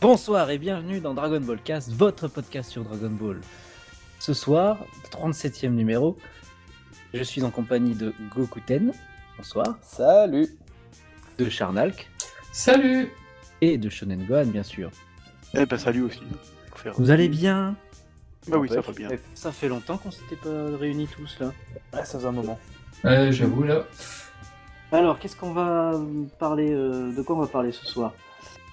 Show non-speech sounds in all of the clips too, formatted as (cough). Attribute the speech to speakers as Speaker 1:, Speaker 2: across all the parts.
Speaker 1: Bonsoir et bienvenue dans Dragon Ball Cast, votre podcast sur Dragon Ball. Ce soir, 37e numéro, je suis en compagnie de Gokuten, bonsoir,
Speaker 2: Salut
Speaker 1: de Charnalk
Speaker 3: Salut
Speaker 1: et de Shonen Gohan bien sûr.
Speaker 4: Eh ben salut aussi. Pour faire-
Speaker 1: Vous allez bien
Speaker 4: Bah oui, ça va bien.
Speaker 1: Ça fait longtemps qu'on s'était pas réunis tous là.
Speaker 2: Ah, ça faisait un moment.
Speaker 3: euh, J'avoue là.
Speaker 1: Alors, qu'est-ce qu'on va parler euh, De quoi on va parler ce soir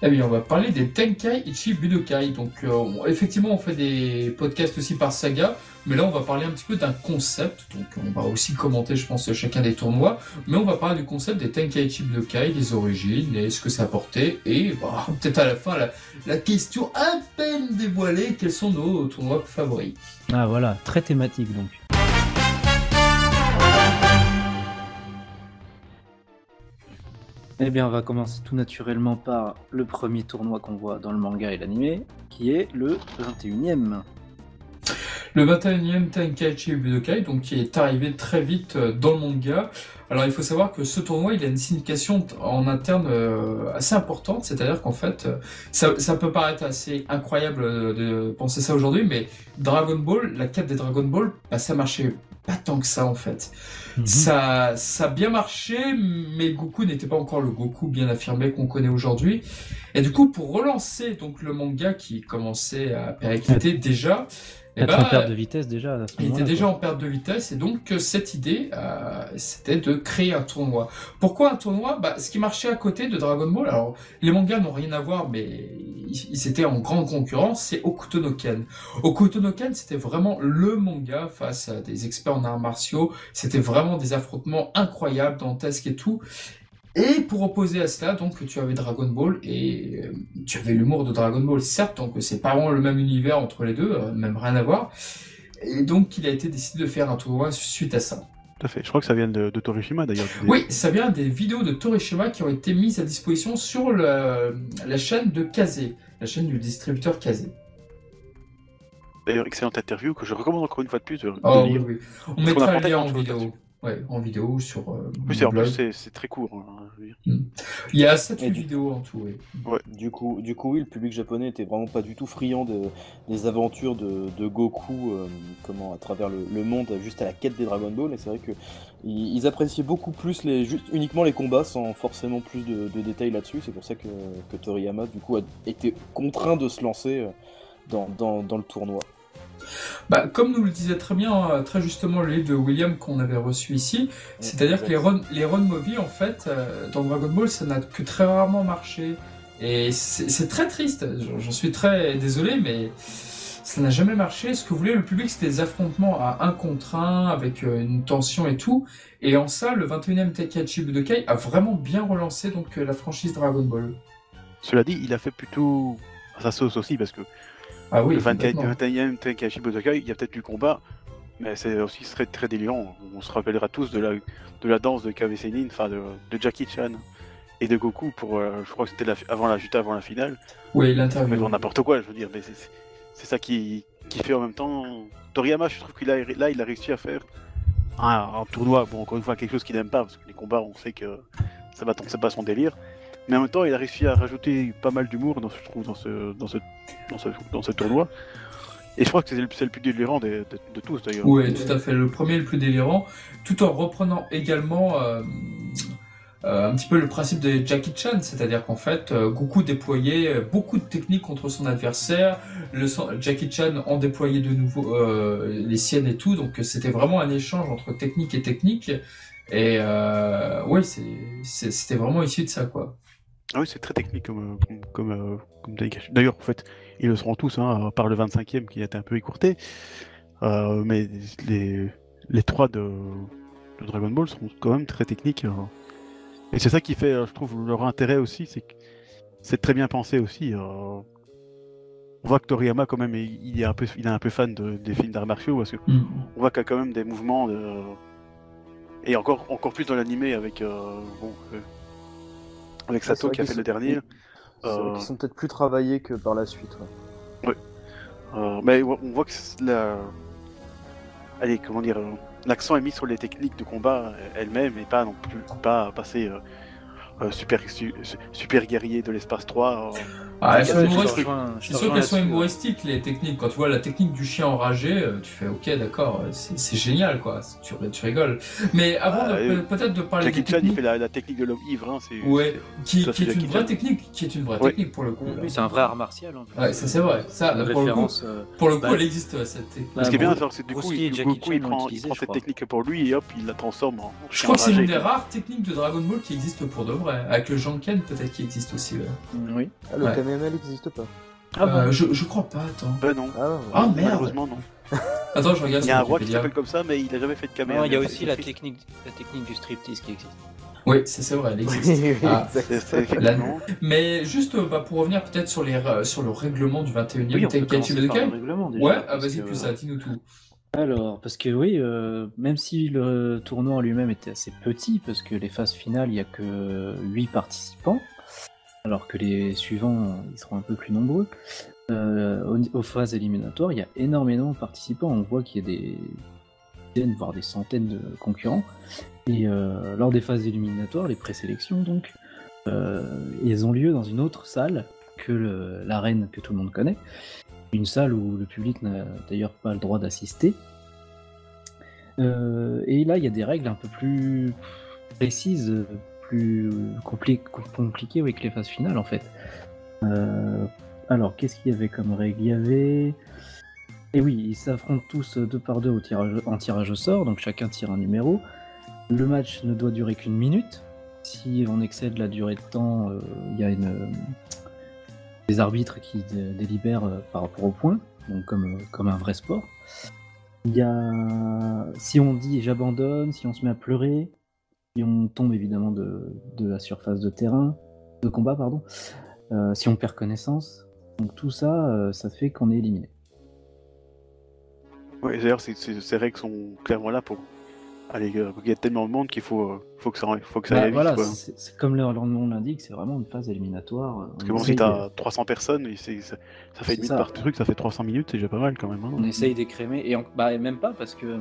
Speaker 3: Ah oui, on va parler des Tenkai Ichi Budokai. Donc euh, on- effectivement, on fait des podcasts aussi par saga, mais là on va parler un petit peu d'un concept. Donc on va aussi commenter, je pense, chacun des tournois, mais on va parler du concept des Tenkai Ichi Budokai, les origines et ce que ça a apporté. Et bah, (laughs) peut-être à la fin la, la question à peine dévoilée quels sont nos tournois favoris.
Speaker 1: Ah voilà, très thématique donc. Eh bien, on va commencer tout naturellement par le premier tournoi qu'on voit dans le manga et l'anime, qui est le 21e.
Speaker 3: Le 21e Tenkaichi Budokai, donc qui est arrivé très vite euh, dans le manga. Alors il faut savoir que ce tournoi, il a une signification t- en interne euh, assez importante, c'est-à-dire qu'en fait, euh, ça, ça peut paraître assez incroyable euh, de penser ça aujourd'hui, mais Dragon Ball, la quête des Dragon Ball, bah, ça marchait pas tant que ça en fait.
Speaker 1: Mhm.
Speaker 3: Ça, ça a bien marché, mais Goku n'était pas encore le Goku bien affirmé qu'on connaît aujourd'hui. Et du coup, pour relancer donc le manga qui commençait à péricliter déjà, eh
Speaker 1: Être
Speaker 3: ben,
Speaker 1: en perte de vitesse déjà à ce
Speaker 3: il était
Speaker 1: moment-là,
Speaker 3: déjà
Speaker 1: quoi.
Speaker 3: en perte de vitesse et donc euh, cette idée, euh, c'était de créer un tournoi. Pourquoi un tournoi bah, Ce qui marchait à côté de Dragon Ball, alors les mangas n'ont rien à voir, mais ils ils étaient en grande concurrence, c'est Hokuto no Ken. Hokuto no Ken, c'était vraiment le manga face à des experts en arts martiaux, c'était vraiment des affrontements incroyables, dantesques et tout. Et pour opposer à cela, donc tu avais Dragon Ball et euh, tu avais l'humour de Dragon Ball, certes, donc c'est pas vraiment le même univers entre les deux, euh, même rien à voir. Et donc, il a été décidé de faire un tournoi suite à ça.
Speaker 4: Tout à fait. Je crois que ça vient de, de Torishima d'ailleurs. Des-
Speaker 3: Oui, ça vient des vidéos de Torishima qui ont été mises à disposition sur le- la chaîne de Kazé, la chaîne du distributeur Kazé.
Speaker 4: D'ailleurs, excellente interview que je recommande encore une fois de plus de, de
Speaker 3: Oh, oui,
Speaker 4: lire.
Speaker 3: oui. On
Speaker 4: Parce qu'on
Speaker 3: mettra
Speaker 4: apprend
Speaker 3: le lien en
Speaker 4: tellement de choses
Speaker 3: vidéo. Ouais, en vidéo sur euh,
Speaker 4: En plus,
Speaker 3: mon
Speaker 4: c'est- en
Speaker 3: blog.
Speaker 4: plus, c'est- c'est très court. hein, je veux dire.
Speaker 3: Il y a 7
Speaker 2: Et du-
Speaker 3: vidéos en tout, oui.
Speaker 2: Du coup, du coup, oui, le public japonais était vraiment pas du tout friand de, des aventures de, de Goku euh, comment, à travers le, le monde, juste à la quête des Dragon Ball. Et c'est vrai que ils, ils appréciaient beaucoup plus les, juste, uniquement les combats sans forcément plus de, de détails là-dessus. C'est pour ça que, que Toriyama du coup, a été contraint de se lancer euh, dans, dans, dans le tournoi.
Speaker 3: Bah, comme nous le disait très bien, euh, très justement, le livre de William qu'on avait reçu ici, c'est-à-dire
Speaker 2: Euh,
Speaker 3: que les run, les run movie, en fait, euh, dans Dragon Ball, ça n'a que très rarement marché. Et c'est c'est très triste, j'en- j'en suis très désolé, mais ça n'a jamais marché. Ce que voulait le public, c'était des affrontements à un contre un, avec euh, une tension et tout. Et en ça, le 21e Tekkaichi Budokai a vraiment bien relancé donc euh, la franchise Dragon Ball.
Speaker 4: Cela dit, il a fait plutôt à sa sauce aussi parce que
Speaker 3: Ah oui,
Speaker 4: le 24
Speaker 3: complètement.
Speaker 4: le 21e Tenkaichi Budokai, il y a peut-être du combat, mais c'est aussi très, très délirant. On se rappellera tous de la, de la danse de Kave Senin, enfin de, de Jackie Chan et de Goku pour, euh, je crois que c'était la- avant la juste avant la finale.
Speaker 3: Oui,
Speaker 4: Mais
Speaker 3: l'interview.
Speaker 4: dans n'importe quoi, je veux dire. mais c'est- c'est- C'est ça qui, qui fait en même temps. Toriyama, je trouve qu'il a, là, il a réussi à faire un, un tournoi. Bon, encore une fois, quelque chose qu'il n'aime pas, parce que les combats, on sait que ça va, c'est pas son délire. Mais en même temps, il a réussi à rajouter pas mal d'humour, dans ce- je trouve, dans ce, dans ce, dans ce, dans ce tournoi. Et je crois que c'est le, c'est le plus délirant des- de, de tous, d'ailleurs.
Speaker 3: Oui, tout à fait. Le premier, le plus délirant, tout en reprenant également euh, euh, un petit peu le principe de Jackie Chan, c'est-à-dire qu'en fait, euh, Goku déployait euh, beaucoup de techniques contre son adversaire, le son- Jackie Chan en déployait de nouveau euh, les siennes et tout, donc euh, c'était vraiment un échange entre technique et technique. Et euh, oui, c'est- c'est- c'était vraiment issu de ça, quoi.
Speaker 4: Ah oui, c'est très technique comme, euh, comme, comme, euh, comme Tenkaichi. D'ailleurs, en fait, ils le seront tous, hein, à part le 25e qui a été un peu écourté. Euh, mais les, les trois de, de Dragon Ball seront quand même très techniques. hein. Et c'est ça qui fait, euh, je trouve, leur intérêt aussi, c'est que c'est très bien pensé aussi. euh. On voit que Toriyama, quand même, il il est un peu, il est un peu fan de- des films d'arts martiaux, parce que on voit qu'il y a quand même des mouvements de- et encore encore plus dans l'animé avec euh, bon euh, avec
Speaker 2: Ouais, Ah, c'est
Speaker 4: Sato
Speaker 2: vrai
Speaker 4: qui a
Speaker 2: qu'ils
Speaker 4: fait
Speaker 2: sont-
Speaker 4: le dernier
Speaker 2: C'est vrai
Speaker 4: Euh.
Speaker 2: qu'ils sont peut-être plus travaillés que par la suite. ouais.
Speaker 4: Euh, mais on on voit que c'est la allez comment dire euh, l'accent est mis sur les techniques de combat elles-mêmes et pas non plus pas passer euh, euh, super su- super guerrier de l'espace 3 euh,
Speaker 3: Ah, elles
Speaker 2: c'est
Speaker 3: sont
Speaker 2: sûr,
Speaker 3: humoristes.
Speaker 2: c'est
Speaker 3: C'est sûr qu'elles
Speaker 4: hein.
Speaker 3: sont humoristiques, les techniques. Quand tu vois la technique du chien enragé, euh, tu fais OK, d'accord, euh, c'est c'est génial, quoi. C'est- Tu, tu rigoles. Mais avant,
Speaker 4: Ah,
Speaker 3: de-
Speaker 4: euh,
Speaker 3: peut-être de parler
Speaker 4: Jackie
Speaker 3: des
Speaker 4: Chan, il
Speaker 3: techniques,
Speaker 4: fait la, la technique de l'homme ivre. hein, c'est-
Speaker 3: Ouais. qui,
Speaker 4: Ça,
Speaker 3: qui
Speaker 4: c'est
Speaker 3: est une
Speaker 4: Jackie
Speaker 3: vraie
Speaker 4: Chan.
Speaker 3: technique, qui est une vraie
Speaker 4: Ouais.
Speaker 3: technique pour le coup. là.
Speaker 1: Lui, c'est un vrai art martial. en plus.
Speaker 3: Ouais, ça, c'est vrai. Ça,
Speaker 1: Une
Speaker 3: là, pour le coup,
Speaker 1: référence, euh,
Speaker 3: Pour le coup,
Speaker 1: Bah,
Speaker 3: elle existe, cette technique.
Speaker 1: bah,
Speaker 4: Ce qui est bien,
Speaker 1: Bruce-
Speaker 4: c'est que du
Speaker 1: Bruce
Speaker 4: coup,
Speaker 1: Lee et
Speaker 4: il-
Speaker 1: Jackie
Speaker 4: Goku,
Speaker 1: Chan
Speaker 4: il
Speaker 1: l'ont
Speaker 4: prend, il
Speaker 1: utilisé,
Speaker 4: prend
Speaker 1: je
Speaker 4: cette
Speaker 1: crois.
Speaker 4: technique pour lui et hop, il la transforme en.
Speaker 3: Je crois que c'est une des rares techniques de Dragon Ball qui existe pour de vrai. Avec le Janken, peut-être qui existe aussi. ouais.
Speaker 1: Oui.
Speaker 2: Ah, le
Speaker 3: Ouais.
Speaker 2: Kamehameha, il n'existe pas.
Speaker 1: Ah
Speaker 3: Euh,
Speaker 1: bon
Speaker 3: je, je crois pas, attends.
Speaker 4: Ben non.
Speaker 2: Ah, non. (laughs)
Speaker 3: Ah merde
Speaker 4: Malheureusement, non.
Speaker 3: Attends, je
Speaker 4: Il y
Speaker 3: regarde sur
Speaker 4: a un roi qui
Speaker 3: Wikipédia.
Speaker 4: s'appelle comme ça, mais il a jamais fait de caméra.
Speaker 1: Non, Il y a
Speaker 3: euh,
Speaker 1: aussi la technique, la technique du striptease qui existe.
Speaker 3: Oui, c'est c'est vrai, elle existe.
Speaker 2: Oui,
Speaker 3: Ah.
Speaker 2: exact.
Speaker 4: C'est c'est effectivement.
Speaker 3: Mais juste euh, bah, pour revenir peut-être sur, les ra- sur le règlement du 21
Speaker 4: Oui,
Speaker 3: e
Speaker 4: on peut
Speaker 3: tel quel
Speaker 4: commencer
Speaker 3: tu veux
Speaker 4: par le
Speaker 3: lequel
Speaker 4: règlement déjà.
Speaker 3: Ouais, ah,
Speaker 4: parce
Speaker 3: vas-y,
Speaker 4: que,
Speaker 3: plus ça, dis-nous tout.
Speaker 1: Alors, parce que oui, euh, même si le tournoi en lui-même était assez petit, parce que les phases finales, il n'y a que 8 participants, alors que les suivants, ils seront un peu plus nombreux, euh, au- aux phases éliminatoires, il y a énormément de participants. On voit qu'il y a des dizaines, voire des centaines de concurrents. Et euh, lors des phases éliminatoires, les présélections, donc, euh, elles ont lieu dans une autre salle que le- l'arène que tout le monde connaît. Une salle où le public n'a d'ailleurs pas le droit d'assister. Euh, et là, il y a des règles un peu plus précises, euh, plus compli- compliquées avec les phases finales en fait. Euh, alors, qu'est-ce qu'il y avait comme règles Il y avait. Et oui, ils s'affrontent tous euh, deux par deux au tirage, en tirage au sort, donc chacun tire un numéro. Le match ne doit durer qu'une minute. Si on excède la durée de temps, euh, il y a une, euh, des arbitres qui dé- délibèrent euh, par rapport au point, donc comme, euh, comme un vrai sport. Il y a. Si on dit j'abandonne, si on se met à pleurer, si on tombe évidemment de, de la surface de terrain, de combat, pardon, euh, si on perd connaissance, donc tout ça, euh, ça fait qu'on est éliminé.
Speaker 4: euh, ouais, D'ailleurs, c'est- c'est- ces règles sont clairement là pour. Allez, euh, il y a tellement de monde qu'il faut, euh, faut que ça, faut que ça
Speaker 1: Bah,
Speaker 4: aille vite.
Speaker 1: voilà,
Speaker 4: quoi.
Speaker 1: c'est c'est comme leur leur nom l'indique, c'est vraiment une phase éliminatoire. euh,
Speaker 4: Parce
Speaker 1: On
Speaker 4: que bon,
Speaker 1: essaye
Speaker 4: si t'as 300 personnes, et c'est- ça, ça fait
Speaker 1: C'est
Speaker 4: une minute
Speaker 1: ça.
Speaker 4: par truc, ça fait 300 minutes, c'est déjà pas mal quand même. hein.
Speaker 1: On essaye d'écrémer, et on- bah, et même pas parce que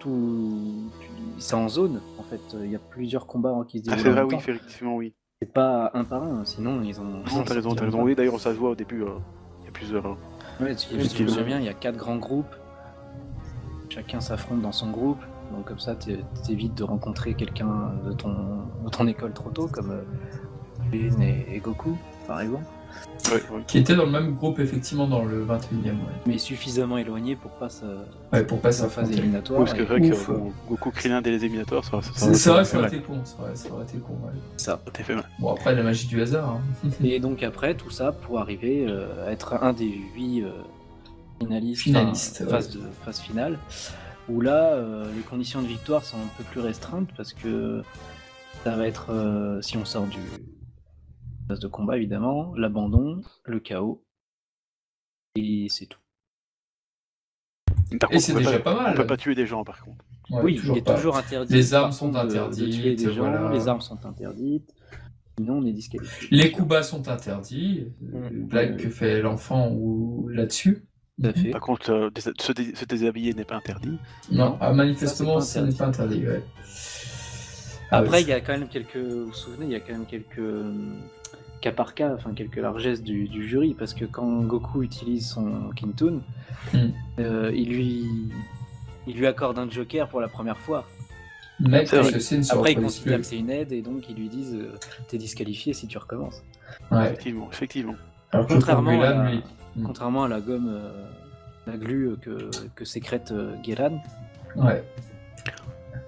Speaker 1: tout. tu- C'est en zone, en fait. Il y a plusieurs combats hein, qui se
Speaker 4: Ah,
Speaker 1: déroulent.
Speaker 4: c'est
Speaker 1: en
Speaker 4: vrai,
Speaker 1: même
Speaker 4: oui,
Speaker 1: temps.
Speaker 4: effectivement, oui.
Speaker 1: C'est pas un par un, sinon ils ont.
Speaker 4: Non, Ah, t'as raison, t'as raison. Oui, d'ailleurs, ça se voit au début. euh, Il y a plusieurs. euh,
Speaker 1: Ouais, tu-
Speaker 4: Plus
Speaker 1: si je me
Speaker 4: qu'il-
Speaker 1: souviens, il y a quatre grands groupes. Chacun s'affronte dans son groupe. Donc comme ça, t'é- t'évites de rencontrer quelqu'un de ton, de ton école trop tôt, comme euh, Lin et, et Goku, par exemple.
Speaker 4: ouais, ouais.
Speaker 3: Qui était dans le même groupe, effectivement, dans le 21 e ouais.
Speaker 1: Mais suffisamment éloigné pour pas sa,
Speaker 3: Ouais, pour passer
Speaker 1: sa
Speaker 3: à
Speaker 1: phase
Speaker 3: phase
Speaker 1: éliminatoire.
Speaker 4: Oui, parce que
Speaker 1: et-
Speaker 4: c'est vrai que
Speaker 3: Ouf.
Speaker 4: euh, bon, Goku crie l'un des éliminateurs, ça, ça,
Speaker 3: C'est c'est vrai, ça
Speaker 4: ça,
Speaker 3: aurait été con, c'est vrai, ça aurait été con, ouais.
Speaker 1: ça.
Speaker 4: ça t'a fait mal.
Speaker 3: Bon, après, la magie du hasard, hein.
Speaker 1: Et donc après, tout ça pour arriver euh, à être un des huit euh, finalistes,
Speaker 3: Finalistes,
Speaker 1: enfin,
Speaker 3: ouais.
Speaker 1: phase, de, phase finale, où là, euh, les conditions de victoire sont un peu plus restreintes parce que ça va être, euh, si on sort du phase de combat évidemment, l'abandon, le chaos, et c'est tout.
Speaker 4: Par
Speaker 3: Et
Speaker 4: contre,
Speaker 3: c'est
Speaker 4: on peut
Speaker 3: déjà
Speaker 4: pas-
Speaker 3: pas mal.
Speaker 4: On peut pas tuer des gens, par contre.
Speaker 3: Ouais,
Speaker 1: oui, il est
Speaker 3: pas.
Speaker 1: toujours interdit.
Speaker 3: Les armes
Speaker 1: de-
Speaker 3: sont
Speaker 1: de
Speaker 3: interdites,
Speaker 1: tuer des gens,
Speaker 3: voilà.
Speaker 1: les armes sont interdites, sinon on est disqualifié.
Speaker 3: Les coups bas sont interdits. euh,
Speaker 1: Mm.
Speaker 3: Blague que fait l'enfant ou là-dessus.
Speaker 1: Tout à fait.
Speaker 4: Par contre, euh, dés- se, dé- se déshabiller n'est pas interdit.
Speaker 3: Non, ah, manifestement,
Speaker 1: Ça, c'est
Speaker 3: ça
Speaker 1: pas
Speaker 3: n'est pas interdit. ouais. Ah,
Speaker 1: Après,
Speaker 3: ouais,
Speaker 1: il y a quand même quelques. Vous vous souvenez, il y a quand même quelques euh, cas par cas, enfin quelques largesses du, du jury, parce que quand Goku utilise son Kintun,
Speaker 3: Hmm.
Speaker 1: euh, il lui il lui accorde un Joker pour la première fois.
Speaker 3: Mec,
Speaker 4: C'est vrai.
Speaker 3: c'est une
Speaker 1: Après,
Speaker 3: surprise.
Speaker 1: il considère que c'est une aide et donc ils lui disent euh, t'es disqualifié si tu recommences.
Speaker 3: Ouais.
Speaker 4: Effectivement, effectivement.
Speaker 3: Alors que
Speaker 1: Contrairement
Speaker 3: pour Mulan,
Speaker 1: à la-
Speaker 3: lui, Hmm.
Speaker 1: Contrairement à la gomme, euh, la glu euh, que, que sécrète euh, Guéran.
Speaker 3: ouais.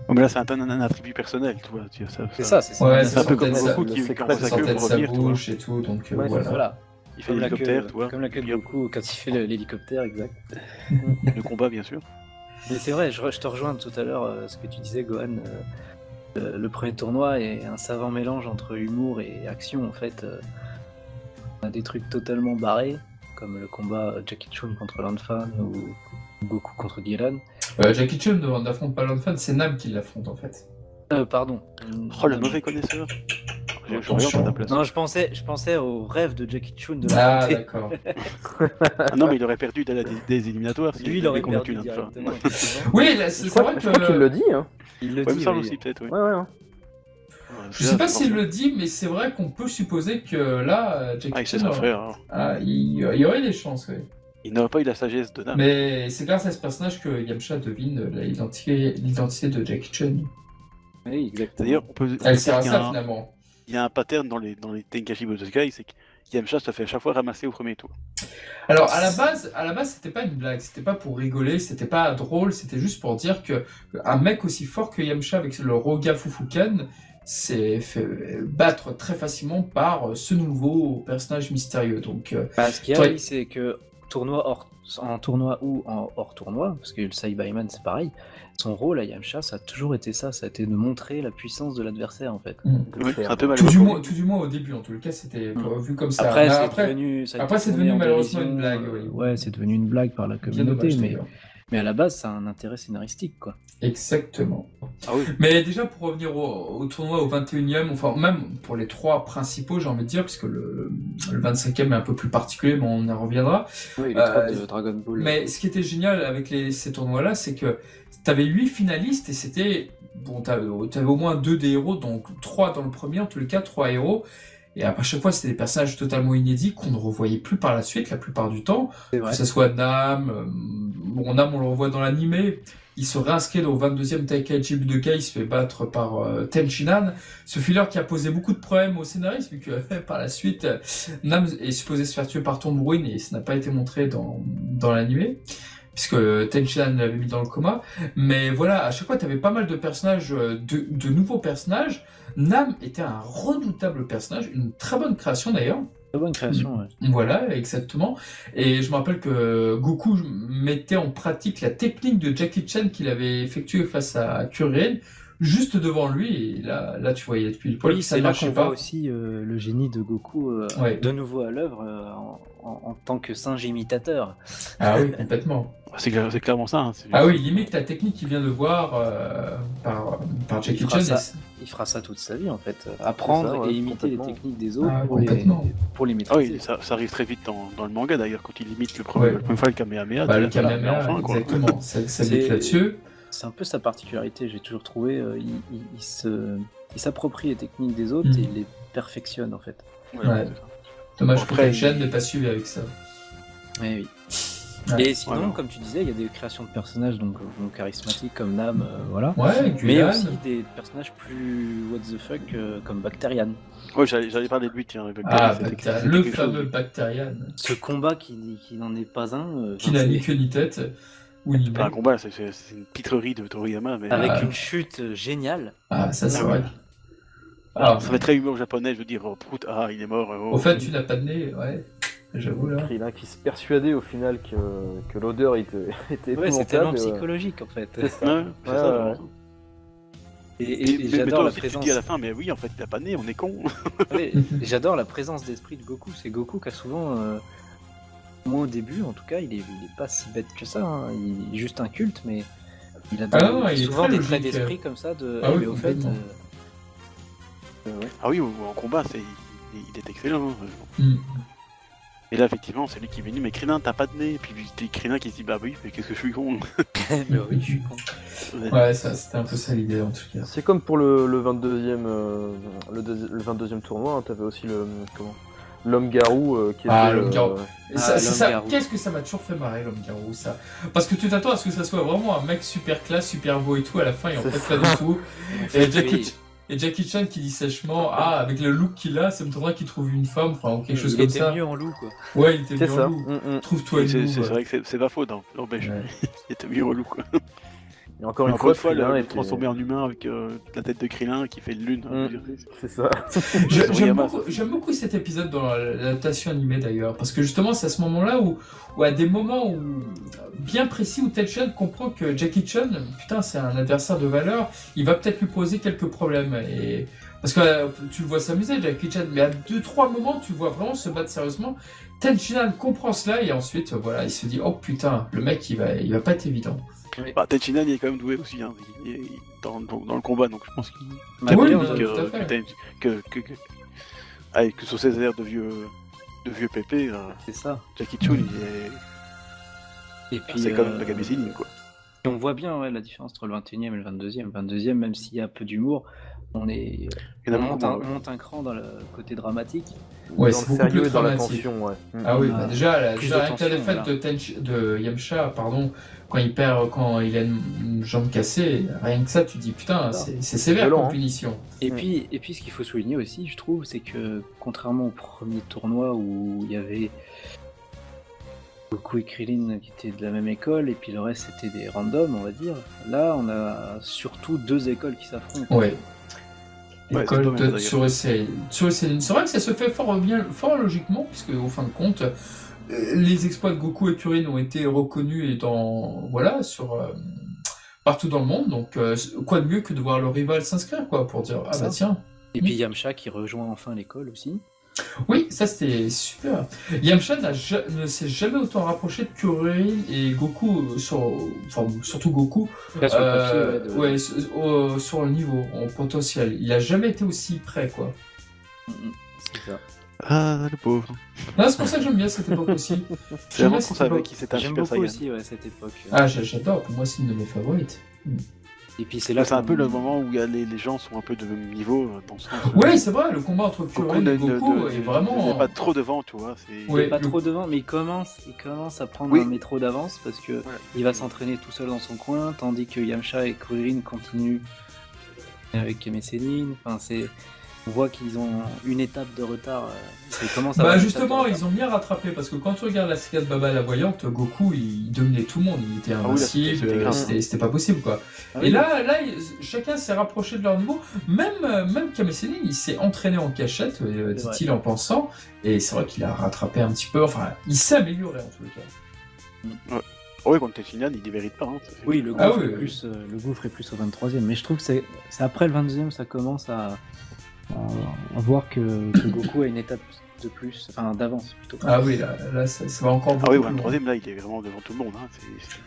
Speaker 4: Oh, mais là, c'est un, un, un attribut personnel, tu vois. tu vois, ça,
Speaker 1: C'est ça,
Speaker 4: ça.
Speaker 1: c'est ça.
Speaker 3: Ouais,
Speaker 4: c'est
Speaker 3: ça
Speaker 4: un peu
Speaker 3: sortait de
Speaker 4: comme
Speaker 3: sa-
Speaker 4: Goku
Speaker 2: le
Speaker 4: qui qui
Speaker 2: secret
Speaker 4: envoie sa queue
Speaker 3: Ça sortait de
Speaker 4: pour
Speaker 3: sa
Speaker 4: revenir, tu vois.
Speaker 3: bouche et tout, donc euh,
Speaker 1: Ouais,
Speaker 3: voilà.
Speaker 1: voilà.
Speaker 4: Il fait
Speaker 1: Comme la, queue,
Speaker 4: l'hélicoptère, tu vois.
Speaker 1: comme la queue de
Speaker 4: Puis, hop,
Speaker 1: Goku quand il fait le- l'hélicoptère, exact.
Speaker 4: Le combat,
Speaker 1: (laughs)
Speaker 4: bien sûr.
Speaker 1: Mais c'est vrai, je, re- je te rejoins tout à l'heure euh, ce que tu disais, Gohan. euh, euh, le premier tournoi est un savant mélange entre humour et action en fait. euh. on a des trucs totalement barrés, comme le combat euh, Jackie Chun contre Lanfan ou Goku contre Guilan.
Speaker 3: Euh, Jackie Chun ne- n'affronte pas Lanfan, c'est Nam qui l'affronte en fait.
Speaker 1: Euh, pardon.
Speaker 4: Oh, le mauvais connaisseur. Je je regarde à ta place.
Speaker 1: Non, je pensais, je pensais au rêve de Jackie Chun de
Speaker 3: Ah,
Speaker 1: l'affronter.
Speaker 2: (laughs)
Speaker 3: d'accord.
Speaker 4: Ah non, mais il aurait perdu dès la dé- des éliminatoires. s'il hein,
Speaker 1: Lui, il
Speaker 4: avait
Speaker 1: aurait
Speaker 4: combattu
Speaker 1: perdu
Speaker 4: l'un de ça.
Speaker 1: directement.
Speaker 3: Oui, là,
Speaker 2: Je
Speaker 3: c'est c'est
Speaker 2: crois,
Speaker 3: vrai
Speaker 2: je crois qu'il
Speaker 3: que.
Speaker 2: le dit, hein.
Speaker 1: Il le
Speaker 4: Ouais, il me
Speaker 1: dit.
Speaker 4: semble
Speaker 1: oui.
Speaker 4: aussi, peut-être, oui.
Speaker 2: Ouais, ouais. hein.
Speaker 3: Je sais pas s'il le dit, mais c'est vrai qu'on peut supposer que là, euh, Jack
Speaker 4: Ah, il sait
Speaker 3: Nicholson,
Speaker 4: ça faire. hein.
Speaker 3: ah, il, il y aurait des chances, ouais.
Speaker 4: Il n'a pas eu la sagesse de Nam.
Speaker 3: Mais c'est grâce à ce personnage que Yamcha devine la identité- l'identité de Jackie Chan.
Speaker 1: Oui, exactement.
Speaker 4: D'ailleurs, on peut.
Speaker 3: Elle
Speaker 4: dire
Speaker 3: sert à
Speaker 4: qu'il y a
Speaker 3: ça
Speaker 4: un-
Speaker 3: finalement.
Speaker 4: il y a un pattern dans les, dans les Tenkashi Budokai, c'est que Yamcha se fait à chaque fois ramasser au premier tour.
Speaker 3: Alors à la base, à la base, c'était pas une blague, c'était pas pour rigoler, c'était pas drôle, c'était juste pour dire que un mec aussi fort que Yamcha avec le Roga Fufuken s'est fait euh, battre très facilement par euh, ce nouveau personnage mystérieux. Donc euh,
Speaker 1: Bah, ce qu'il y a,
Speaker 3: Toi-
Speaker 1: oui, c'est que tournoi hors, en tournoi ou en hors tournoi, parce que le Saibaiman c'est pareil, son rôle à Yamcha ça a toujours été ça, ça a été de montrer la puissance de l'adversaire en fait.
Speaker 3: Mm.
Speaker 1: De
Speaker 4: Oui,
Speaker 1: faire-
Speaker 4: c'est un peu mal.
Speaker 3: tout du moins, tout du moins au début, en tout le cas, c'était
Speaker 1: Mm.
Speaker 3: vu comme ça.
Speaker 1: Après,
Speaker 3: Mais
Speaker 1: c'est devenu, ça a été
Speaker 3: après, c'est
Speaker 1: tourné
Speaker 3: devenu
Speaker 1: en
Speaker 3: malheureusement
Speaker 1: dérision,
Speaker 3: une blague,
Speaker 1: euh,
Speaker 3: oui.
Speaker 1: Ouais, c'est devenu une blague par la
Speaker 3: bien
Speaker 1: communauté,
Speaker 3: dommage.
Speaker 1: mais,
Speaker 3: d'ailleurs.
Speaker 1: mais à la base ça a un intérêt scénaristique quoi.
Speaker 3: Exactement.
Speaker 4: Ah oui.
Speaker 3: Mais déjà, pour revenir au, au tournoi au 21e, enfin, même pour les trois principaux, j'ai envie de dire, parce que le, le 25e est un peu plus particulier, mais on en reviendra.
Speaker 1: Oui,
Speaker 3: les Euh, trois de
Speaker 1: Dragon Ball.
Speaker 3: Mais ce qui était génial avec les- ces tournois-là, c'est que t'avais huit finalistes et c'était. Bon, t'avais t'avais au moins deux des héros, donc trois dans le premier, en tous les cas, trois héros. Et à chaque fois, c'était des personnages totalement inédits qu'on ne revoyait plus par la suite, la plupart du temps.
Speaker 1: C'est vrai.
Speaker 3: Que ce soit Nam, euh, bon, Nam, on le revoit dans l'animé. Il se réinscrit au 22e Taikaichi Budokai, il se fait battre par euh, Tenchinan. Ce filler qui a posé beaucoup de problèmes au scénariste, vu que (laughs) par la suite, euh, Nam est supposé se faire tuer par Tom Bruin et ça n'a pas été montré dans, dans l'animé, puisque Tenchinan l'avait mis dans le coma. Mais voilà, à chaque fois, tu avais pas mal de personnages, euh, de, de nouveaux personnages. Nam était un redoutable personnage, une très bonne création d'ailleurs.
Speaker 1: Très bonne création, ouais.
Speaker 3: Voilà, exactement. Et je me rappelle que Goku mettait en pratique la technique de Jackie Chan qu'il avait effectuée face à Kuririn, juste devant lui. Et là, là, tu voyais depuis le poil
Speaker 1: Oui,
Speaker 3: que ça
Speaker 1: c'est là
Speaker 3: marchait
Speaker 1: qu'on
Speaker 3: pas.
Speaker 1: voit aussi euh, le génie de Goku euh,
Speaker 3: Ouais.
Speaker 1: de nouveau à l'œuvre euh, en, en- en tant que singe imitateur.
Speaker 3: Ah oui, complètement.
Speaker 1: (laughs)
Speaker 4: C'est clair- c'est clairement ça. hein, c'est-
Speaker 3: Ah oui, limite la technique qu'il vient de voir euh, par, par
Speaker 1: Il
Speaker 3: Jackie
Speaker 1: fera
Speaker 3: Chan.
Speaker 1: ça.
Speaker 3: et c'est-
Speaker 1: Il fera ça toute sa vie en fait, euh, apprendre
Speaker 2: ça, ouais,
Speaker 1: et imiter les
Speaker 2: complètement.
Speaker 1: techniques des autres
Speaker 3: Ah,
Speaker 1: pour, les,
Speaker 3: complètement.
Speaker 1: pour les
Speaker 4: Ah
Speaker 1: maîtriser.
Speaker 4: oui, ça, ça arrive très vite dans, dans le manga d'ailleurs, quand il imite le premier,
Speaker 3: Ouais.
Speaker 4: la première fois le Kamehameha.
Speaker 3: Bah,
Speaker 4: tu
Speaker 3: le
Speaker 4: dis, ah, mais
Speaker 3: Kamehameha,
Speaker 4: enfin, quoi.
Speaker 3: exactement. Ça, ça
Speaker 1: C'est-
Speaker 3: bute là-dessus.
Speaker 1: C'est un peu sa particularité, j'ai toujours trouvé. euh, il, il- il se- il s'approprie les techniques des autres
Speaker 3: Mm.
Speaker 1: et il les perfectionne en fait.
Speaker 4: Voilà,
Speaker 3: Ouais.
Speaker 4: c'est ça.
Speaker 3: Dommage
Speaker 4: Bon, après,
Speaker 3: que Jackie Chan
Speaker 4: il-
Speaker 3: n'ait pas suivi avec ça.
Speaker 1: Eh oui.
Speaker 3: Ouais.
Speaker 1: Et sinon,
Speaker 4: Voilà.
Speaker 1: comme tu disais, il y a des créations de personnages donc, euh, bon, charismatiques comme Nam, euh, voilà.
Speaker 3: Ouais,
Speaker 1: Mais
Speaker 3: Gulan.
Speaker 1: aussi des personnages plus what the fuck euh, comme Bactériane.
Speaker 4: Ouais, j'allais j'allais parler de lui, tiens. avec
Speaker 3: Ah,
Speaker 4: c'était-
Speaker 3: Bactérian,
Speaker 4: c'était
Speaker 3: le
Speaker 4: quelque
Speaker 3: fameux
Speaker 4: chose.
Speaker 3: Bactérian,
Speaker 1: Ce combat qui, qui n'en est pas un, euh,
Speaker 3: qui n'a
Speaker 1: c'est- Ah,
Speaker 3: ni queue ni tête, ou ni
Speaker 4: C'est pas un
Speaker 3: main.
Speaker 4: combat, c'est- c'est c'est une pitrerie de Toriyama. Mais...
Speaker 1: avec
Speaker 3: Ah.
Speaker 1: une chute euh, géniale.
Speaker 3: Ah, ça c'est
Speaker 4: Ah
Speaker 3: vrai.
Speaker 4: ouais.
Speaker 3: Ah,
Speaker 4: Ça va être très humain au japonais, je veux dire, oh, prout, ah, il est mort. oh.
Speaker 3: Au fait, tu n'as pas de nez, ouais. J'avoue là.
Speaker 2: Il a qui se persuadait au final que, que l'odeur était, (laughs) était
Speaker 1: Ouais, c'est euh.
Speaker 2: épouvantable, euh,
Speaker 1: tellement
Speaker 2: et ouais.
Speaker 1: psychologique en fait.
Speaker 2: C'est ça.
Speaker 4: Ouais, c'est
Speaker 2: Ouais,
Speaker 4: ça,
Speaker 2: ouais,
Speaker 4: vraiment.
Speaker 2: ouais.
Speaker 1: Et, et-
Speaker 4: Mais-
Speaker 1: et
Speaker 4: mais- mais
Speaker 1: j'adore
Speaker 4: toi
Speaker 1: la
Speaker 4: aussi,
Speaker 1: présence.
Speaker 4: Tu dis à la fin, mais oui, en fait, t'as pas né, on est con. (laughs)
Speaker 1: Ouais, (laughs) j'adore la présence d'esprit de Goku. C'est Goku qui a souvent, euh, moi au début en tout cas, il est, il est pas si bête que ça. hein. Il est juste un culte, mais il a
Speaker 3: Ah non,
Speaker 1: des-
Speaker 3: il est
Speaker 1: souvent des
Speaker 3: très
Speaker 1: traits
Speaker 3: logique.
Speaker 1: d'esprit comme ça. De,
Speaker 3: Ah oui,
Speaker 1: mais au fait,
Speaker 3: complètement.
Speaker 1: euh,
Speaker 4: Ah oui, en combat, c'est il, il est excellent. hein.
Speaker 3: Hmm.
Speaker 4: Et là, effectivement, c'est lui qui me dit, mais Krillin, t'as pas de nez. Puis c'est Krillin qui se dit, bah oui, mais qu'est-ce que je suis con.
Speaker 1: euh, (laughs) mais oui, je suis con.
Speaker 3: Ouais, ça c'était un peu ça l'idée en tout cas.
Speaker 2: C'est comme pour le, le 22e, euh, le, deuxi- le 22e tournoi, tu t'avais aussi le comment l'homme garou euh, qui
Speaker 3: Ah,
Speaker 2: était,
Speaker 3: l'homme garou.
Speaker 2: euh,
Speaker 3: Et ça-
Speaker 1: Ah,
Speaker 3: c'est
Speaker 1: l'homme
Speaker 3: ça,
Speaker 1: garou.
Speaker 3: qu'est-ce que ça m'a toujours fait marrer l'homme garou ça Parce que tu t'attends à ce que ça soit vraiment un mec super classe, super beau et tout à la fin et en
Speaker 2: C'est
Speaker 3: fait
Speaker 2: ça.
Speaker 3: pas du tout.
Speaker 1: En fait,
Speaker 3: (laughs) Et Jackie,
Speaker 1: oui,
Speaker 3: et Jackie Chan qui dit sèchement Ah, avec le look qu'il a, ça me faudrait qu'il trouve une femme, enfin ou quelque chose
Speaker 1: Hmm, il
Speaker 3: comme
Speaker 1: était
Speaker 3: ça.
Speaker 1: mieux en loup quoi.
Speaker 3: Ouais, il était
Speaker 2: c'est
Speaker 3: bien
Speaker 2: ça.
Speaker 3: loup.
Speaker 2: Mm, mm.
Speaker 3: Trouve-toi
Speaker 4: C'est
Speaker 3: une
Speaker 4: c'est-
Speaker 3: loup,
Speaker 4: c'est
Speaker 3: ouais.
Speaker 4: vrai que c'est c'est pas faux, non. Non, mais je-
Speaker 3: Ouais.
Speaker 4: (laughs) il était mieux relou, quoi.
Speaker 2: Et encore une
Speaker 4: Encore
Speaker 2: fois,
Speaker 4: une fois,
Speaker 2: Krillin
Speaker 4: le, le
Speaker 2: était-
Speaker 4: transformé en humain avec euh, la tête de Krillin qui fait le lune. hein,
Speaker 2: Mm.
Speaker 4: je veux dire,
Speaker 2: C'est ça.
Speaker 3: (laughs) Je-
Speaker 4: Toriyama,
Speaker 3: J'aime
Speaker 4: ça.
Speaker 3: beaucoup, j'aime beaucoup cet épisode dans l'adaptation animée d'ailleurs, parce que justement c'est à ce moment-là où, où à des moments où, bien précis où Ted Chan comprend que Jackie Chan, putain c'est un adversaire de valeur, il va peut-être lui poser quelques problèmes. Et... Parce que euh, tu le vois s'amuser Jackie Chan, mais à deux trois moments tu le vois vraiment se battre sérieusement. Ted Chan comprend cela et ensuite euh, voilà il se dit oh putain le mec il va, il va pas être évident.
Speaker 4: Bah, Tenchinan, il est quand même doué aussi, hein. il, il- il- dans, dans- dans le combat, donc je pense qu'il
Speaker 1: Bah,
Speaker 3: Oui,
Speaker 1: bien,
Speaker 3: mais-
Speaker 1: euh,
Speaker 3: tout à
Speaker 4: que,
Speaker 3: fait.
Speaker 4: que, Tenchi- que, que, que- ah, et que sur ses airs de vieux, de vieux pépé, euh,
Speaker 1: c'est ça.
Speaker 4: Jackie Chun, il est-
Speaker 1: Et puis
Speaker 4: c'est quand même
Speaker 1: euh,
Speaker 4: le Gamesini, quoi.
Speaker 1: Et on voit bien ouais, la différence entre le 21e et le 22e. 22e, même s'il y a peu d'humour, on est
Speaker 4: Il y en a
Speaker 1: on monte,
Speaker 4: beaucoup, hein.
Speaker 1: un,
Speaker 4: ouais.
Speaker 1: on monte un cran dans le côté dramatique.
Speaker 3: Ouais,
Speaker 2: dans
Speaker 3: c'est
Speaker 2: le
Speaker 3: beaucoup
Speaker 2: sérieux
Speaker 3: plus
Speaker 2: et dans la
Speaker 3: dramatique.
Speaker 2: tension, ouais. Mm.
Speaker 3: Ah oui,
Speaker 1: Ah.
Speaker 3: bah déjà, la,
Speaker 1: Plus
Speaker 3: déjà,
Speaker 1: de
Speaker 3: rien que la
Speaker 1: tension,
Speaker 3: défaite
Speaker 1: là.
Speaker 3: de, Tench- de Yamcha, pardon, quand il perd, quand il a une, une jambe cassée, rien que ça, tu dis putain, c'est c'est sévère
Speaker 2: violent,
Speaker 3: comme
Speaker 2: hein.
Speaker 3: punition.
Speaker 1: Et
Speaker 4: Mm.
Speaker 2: Ouais.
Speaker 1: puis, et puis, ce qu'il faut souligner aussi, je trouve, c'est que contrairement au premier tournoi où il y avait Goku et Krillin qui étaient de la même école, et puis le reste c'était des randoms, on va dire. Là, on a surtout deux écoles qui s'affrontent.
Speaker 3: Ouais.
Speaker 4: Ouais, c'est
Speaker 3: École
Speaker 4: dommage,
Speaker 3: de
Speaker 4: d'ailleurs.
Speaker 3: Tsurusei- Tsurusenin. C'est vrai que ça se fait fort bien, fort logiquement, puisque au fin de compte, euh, les exploits de Goku et Turin ont été reconnus et dans voilà sur euh, partout dans le monde. Donc euh, quoi de mieux que de voir le rival s'inscrire quoi pour dire ah
Speaker 1: Ça.
Speaker 3: bah tiens.
Speaker 1: Et puis Yamcha qui rejoint enfin l'école aussi.
Speaker 3: Oui, ça c'était super. Yamcha n'a ja- ne s'est jamais autant rapproché de Turin et Goku euh, sur enfin surtout Goku
Speaker 1: Là, sur le papier,
Speaker 3: euh,
Speaker 1: ouais, de-
Speaker 3: ouais, sur, au- sur le niveau en potentiel. Il a jamais été aussi près quoi.
Speaker 1: Mm, mm, c'est ça.
Speaker 4: Ah, le pauvre.
Speaker 3: Non, c'est pour ça que j'aime bien cette époque aussi.
Speaker 4: C'est avant
Speaker 3: bien
Speaker 4: qu'on
Speaker 3: cette
Speaker 4: savait
Speaker 3: époque.
Speaker 4: qui c'était un
Speaker 1: J'aime
Speaker 4: Super
Speaker 1: beaucoup
Speaker 4: Saiyan.
Speaker 1: aussi ouais, cette époque.
Speaker 3: Ah, j'a- j'adore, pour moi c'est une de mes favorites.
Speaker 1: Et puis c'est
Speaker 4: Là,
Speaker 1: là.
Speaker 4: c'est un
Speaker 1: qu'on-
Speaker 4: peu le moment où il y a les, les gens sont un peu de même niveau euh, dans le sens. où-
Speaker 3: Oui, c'est vrai, le combat entre
Speaker 4: Goku
Speaker 3: Kurin
Speaker 4: ne-
Speaker 3: et
Speaker 4: ne-
Speaker 3: Goku
Speaker 4: ne-
Speaker 3: est
Speaker 4: ne-
Speaker 3: vraiment. Bah, euh,
Speaker 4: n'est pas trop devant, tu vois. c'est-
Speaker 1: Il
Speaker 3: Ouais.
Speaker 1: est pas
Speaker 3: le-
Speaker 1: trop devant, mais il commence, il commence à prendre
Speaker 4: Oui.
Speaker 1: un métro d'avance parce que
Speaker 4: Voilà.
Speaker 1: il va s'entraîner tout seul dans son coin, tandis que Yamcha et Kuririn continuent avec Kame Sennin. Enfin, c'est, on voit qu'ils ont une étape de retard. euh, Ils commencent à
Speaker 3: Bah
Speaker 1: avoir une
Speaker 3: justement,
Speaker 1: étape de
Speaker 3: ils ont bien rattrapé parce que quand tu regardes la saga de Baba la Voyante, Goku il dominait tout le monde, il était
Speaker 4: oui, là, c'était-
Speaker 3: invincible,
Speaker 4: c'était
Speaker 3: euh,
Speaker 4: grave.
Speaker 3: c'était c'était pas possible quoi.
Speaker 4: Ah
Speaker 1: retard.
Speaker 3: Et là, là, ils- chacun s'est rapproché de leur niveau. Même, euh, même Kame Sennin, il s'est entraîné en cachette, euh,
Speaker 1: C'est
Speaker 3: dit-il en pensant. Et c'est vrai qu'il a rattrapé un petit peu. Enfin, il s'est amélioré en tout cas.
Speaker 4: Ah oui, contre Shinan, il ne mérite pas. hein, ça fait-
Speaker 1: Oui, le gouffre,
Speaker 3: Ah oui,
Speaker 1: est
Speaker 3: oui.
Speaker 1: plus, euh, le gouffre est plus au 23e, mais je trouve que c'est c'est après le 22e ça commence à, à- à voir que, que Goku a une étape de plus, enfin d'avance plutôt.
Speaker 3: Ah oui, là, là, ça, ça va
Speaker 4: Ah
Speaker 3: encore
Speaker 4: oui,
Speaker 3: beaucoup Ah
Speaker 4: ouais,
Speaker 3: plus
Speaker 4: le
Speaker 3: loin.
Speaker 4: troisième, là, il est vraiment devant tout le monde. hein, c'est- c'est-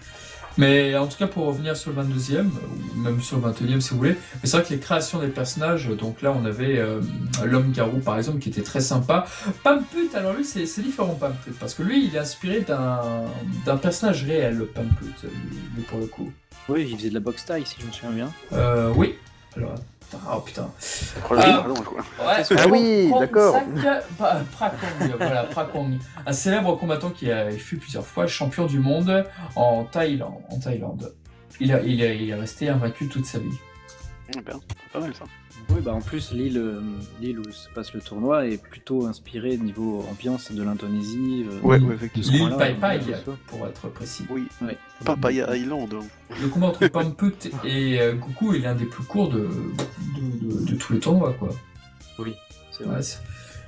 Speaker 3: Mais en tout cas, pour revenir sur le 22e, ou même sur le 21e si vous voulez, mais c'est vrai que les créations des personnages, donc là on avait euh, l'homme garou par exemple qui était très sympa. Pamput, alors lui c'est c'est différent Pamput, parce que lui il est inspiré d'un d'un personnage réel, Pamput, lui, lui, pour le coup.
Speaker 1: Oui, il faisait de la boxe taille si je me souviens bien.
Speaker 3: Euh, oui, alors. attends, Oh putain.
Speaker 4: Oh là là,
Speaker 3: Ah.
Speaker 4: pardon, quoi.
Speaker 3: Ouais,
Speaker 2: Ah oui,
Speaker 3: Prang-
Speaker 2: d'accord.
Speaker 3: Saka- Pa- Prakong, bah, euh, voilà, Prakong. Un célèbre combattant qui a fut plusieurs fois champion du monde en Thaïlande. En Thaïlande. Il, a- il, a- il est resté invaincu toute sa vie.
Speaker 4: Eh ben, c'est pas mal ça.
Speaker 1: Oui, bah en plus, l'île euh, l'île où se passe le tournoi est plutôt inspirée niveau ambiance de l'Indonésie. euh,
Speaker 4: Ouais,
Speaker 1: de
Speaker 3: Mmh.
Speaker 4: ouais, effectivement.
Speaker 1: ce
Speaker 3: L'île
Speaker 1: coin-là,
Speaker 3: Pai
Speaker 1: euh,
Speaker 3: Pai,
Speaker 1: que ce soit.
Speaker 3: pour être précis.
Speaker 4: Oui,
Speaker 1: Ouais.
Speaker 4: Papaya Island. hein.
Speaker 3: Le combat entre Pamput et euh, Goku est l'un des plus courts de, de, de- de tous les tournois, quoi.
Speaker 1: Oui, c'est vrai.
Speaker 3: Ouais, c'est-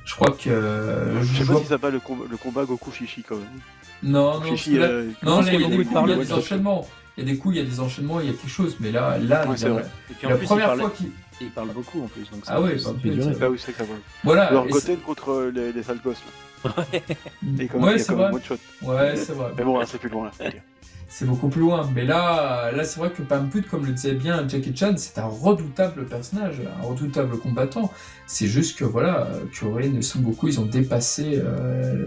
Speaker 3: je crois que. euh,
Speaker 4: Je sais
Speaker 3: vois-
Speaker 4: pas si ça va le, com- le combat Goku Shishi quand même.
Speaker 3: Ah Non, non,
Speaker 4: Shishi,
Speaker 3: là-
Speaker 4: euh,
Speaker 3: non,
Speaker 4: pense
Speaker 3: là, il y
Speaker 4: qu'il
Speaker 3: a
Speaker 4: a
Speaker 3: des
Speaker 4: beaucoup
Speaker 3: coups,
Speaker 4: parlé
Speaker 3: il y
Speaker 4: de
Speaker 3: a des
Speaker 4: ça.
Speaker 3: enchaînements. Il y a des coups, il y a des enchaînements, il y a quelque chose, mais là, là,
Speaker 4: Ouais,
Speaker 3: il y
Speaker 4: c'est
Speaker 3: a-
Speaker 4: vrai.
Speaker 1: Et puis en
Speaker 3: la
Speaker 1: plus,
Speaker 3: première
Speaker 1: il parle,
Speaker 3: fois qu'il.
Speaker 1: il parle beaucoup en plus. Donc ça-
Speaker 3: Ah ouais,
Speaker 1: ça
Speaker 3: Pamput,
Speaker 1: fait durer.
Speaker 3: euh,
Speaker 4: Là où c'est que ça va.
Speaker 3: Voilà.
Speaker 4: Alors
Speaker 3: et c'est-
Speaker 4: Goten contre euh, les, les sales gosses. Là. Et comme
Speaker 3: Ouais,
Speaker 4: il y a
Speaker 3: c'est
Speaker 4: comme
Speaker 3: vrai.
Speaker 4: un one shot.
Speaker 3: Ouais, c'est vrai.
Speaker 4: Mais bon, là, c'est plus loin. Là. faut dire.
Speaker 3: C'est beaucoup plus loin. Mais là, là c'est vrai que Pamput, comme le disait bien Jackie Chan, c'est un redoutable personnage, un redoutable combattant. C'est juste que, voilà, Kurin et Son Goku, ils ont dépassé euh,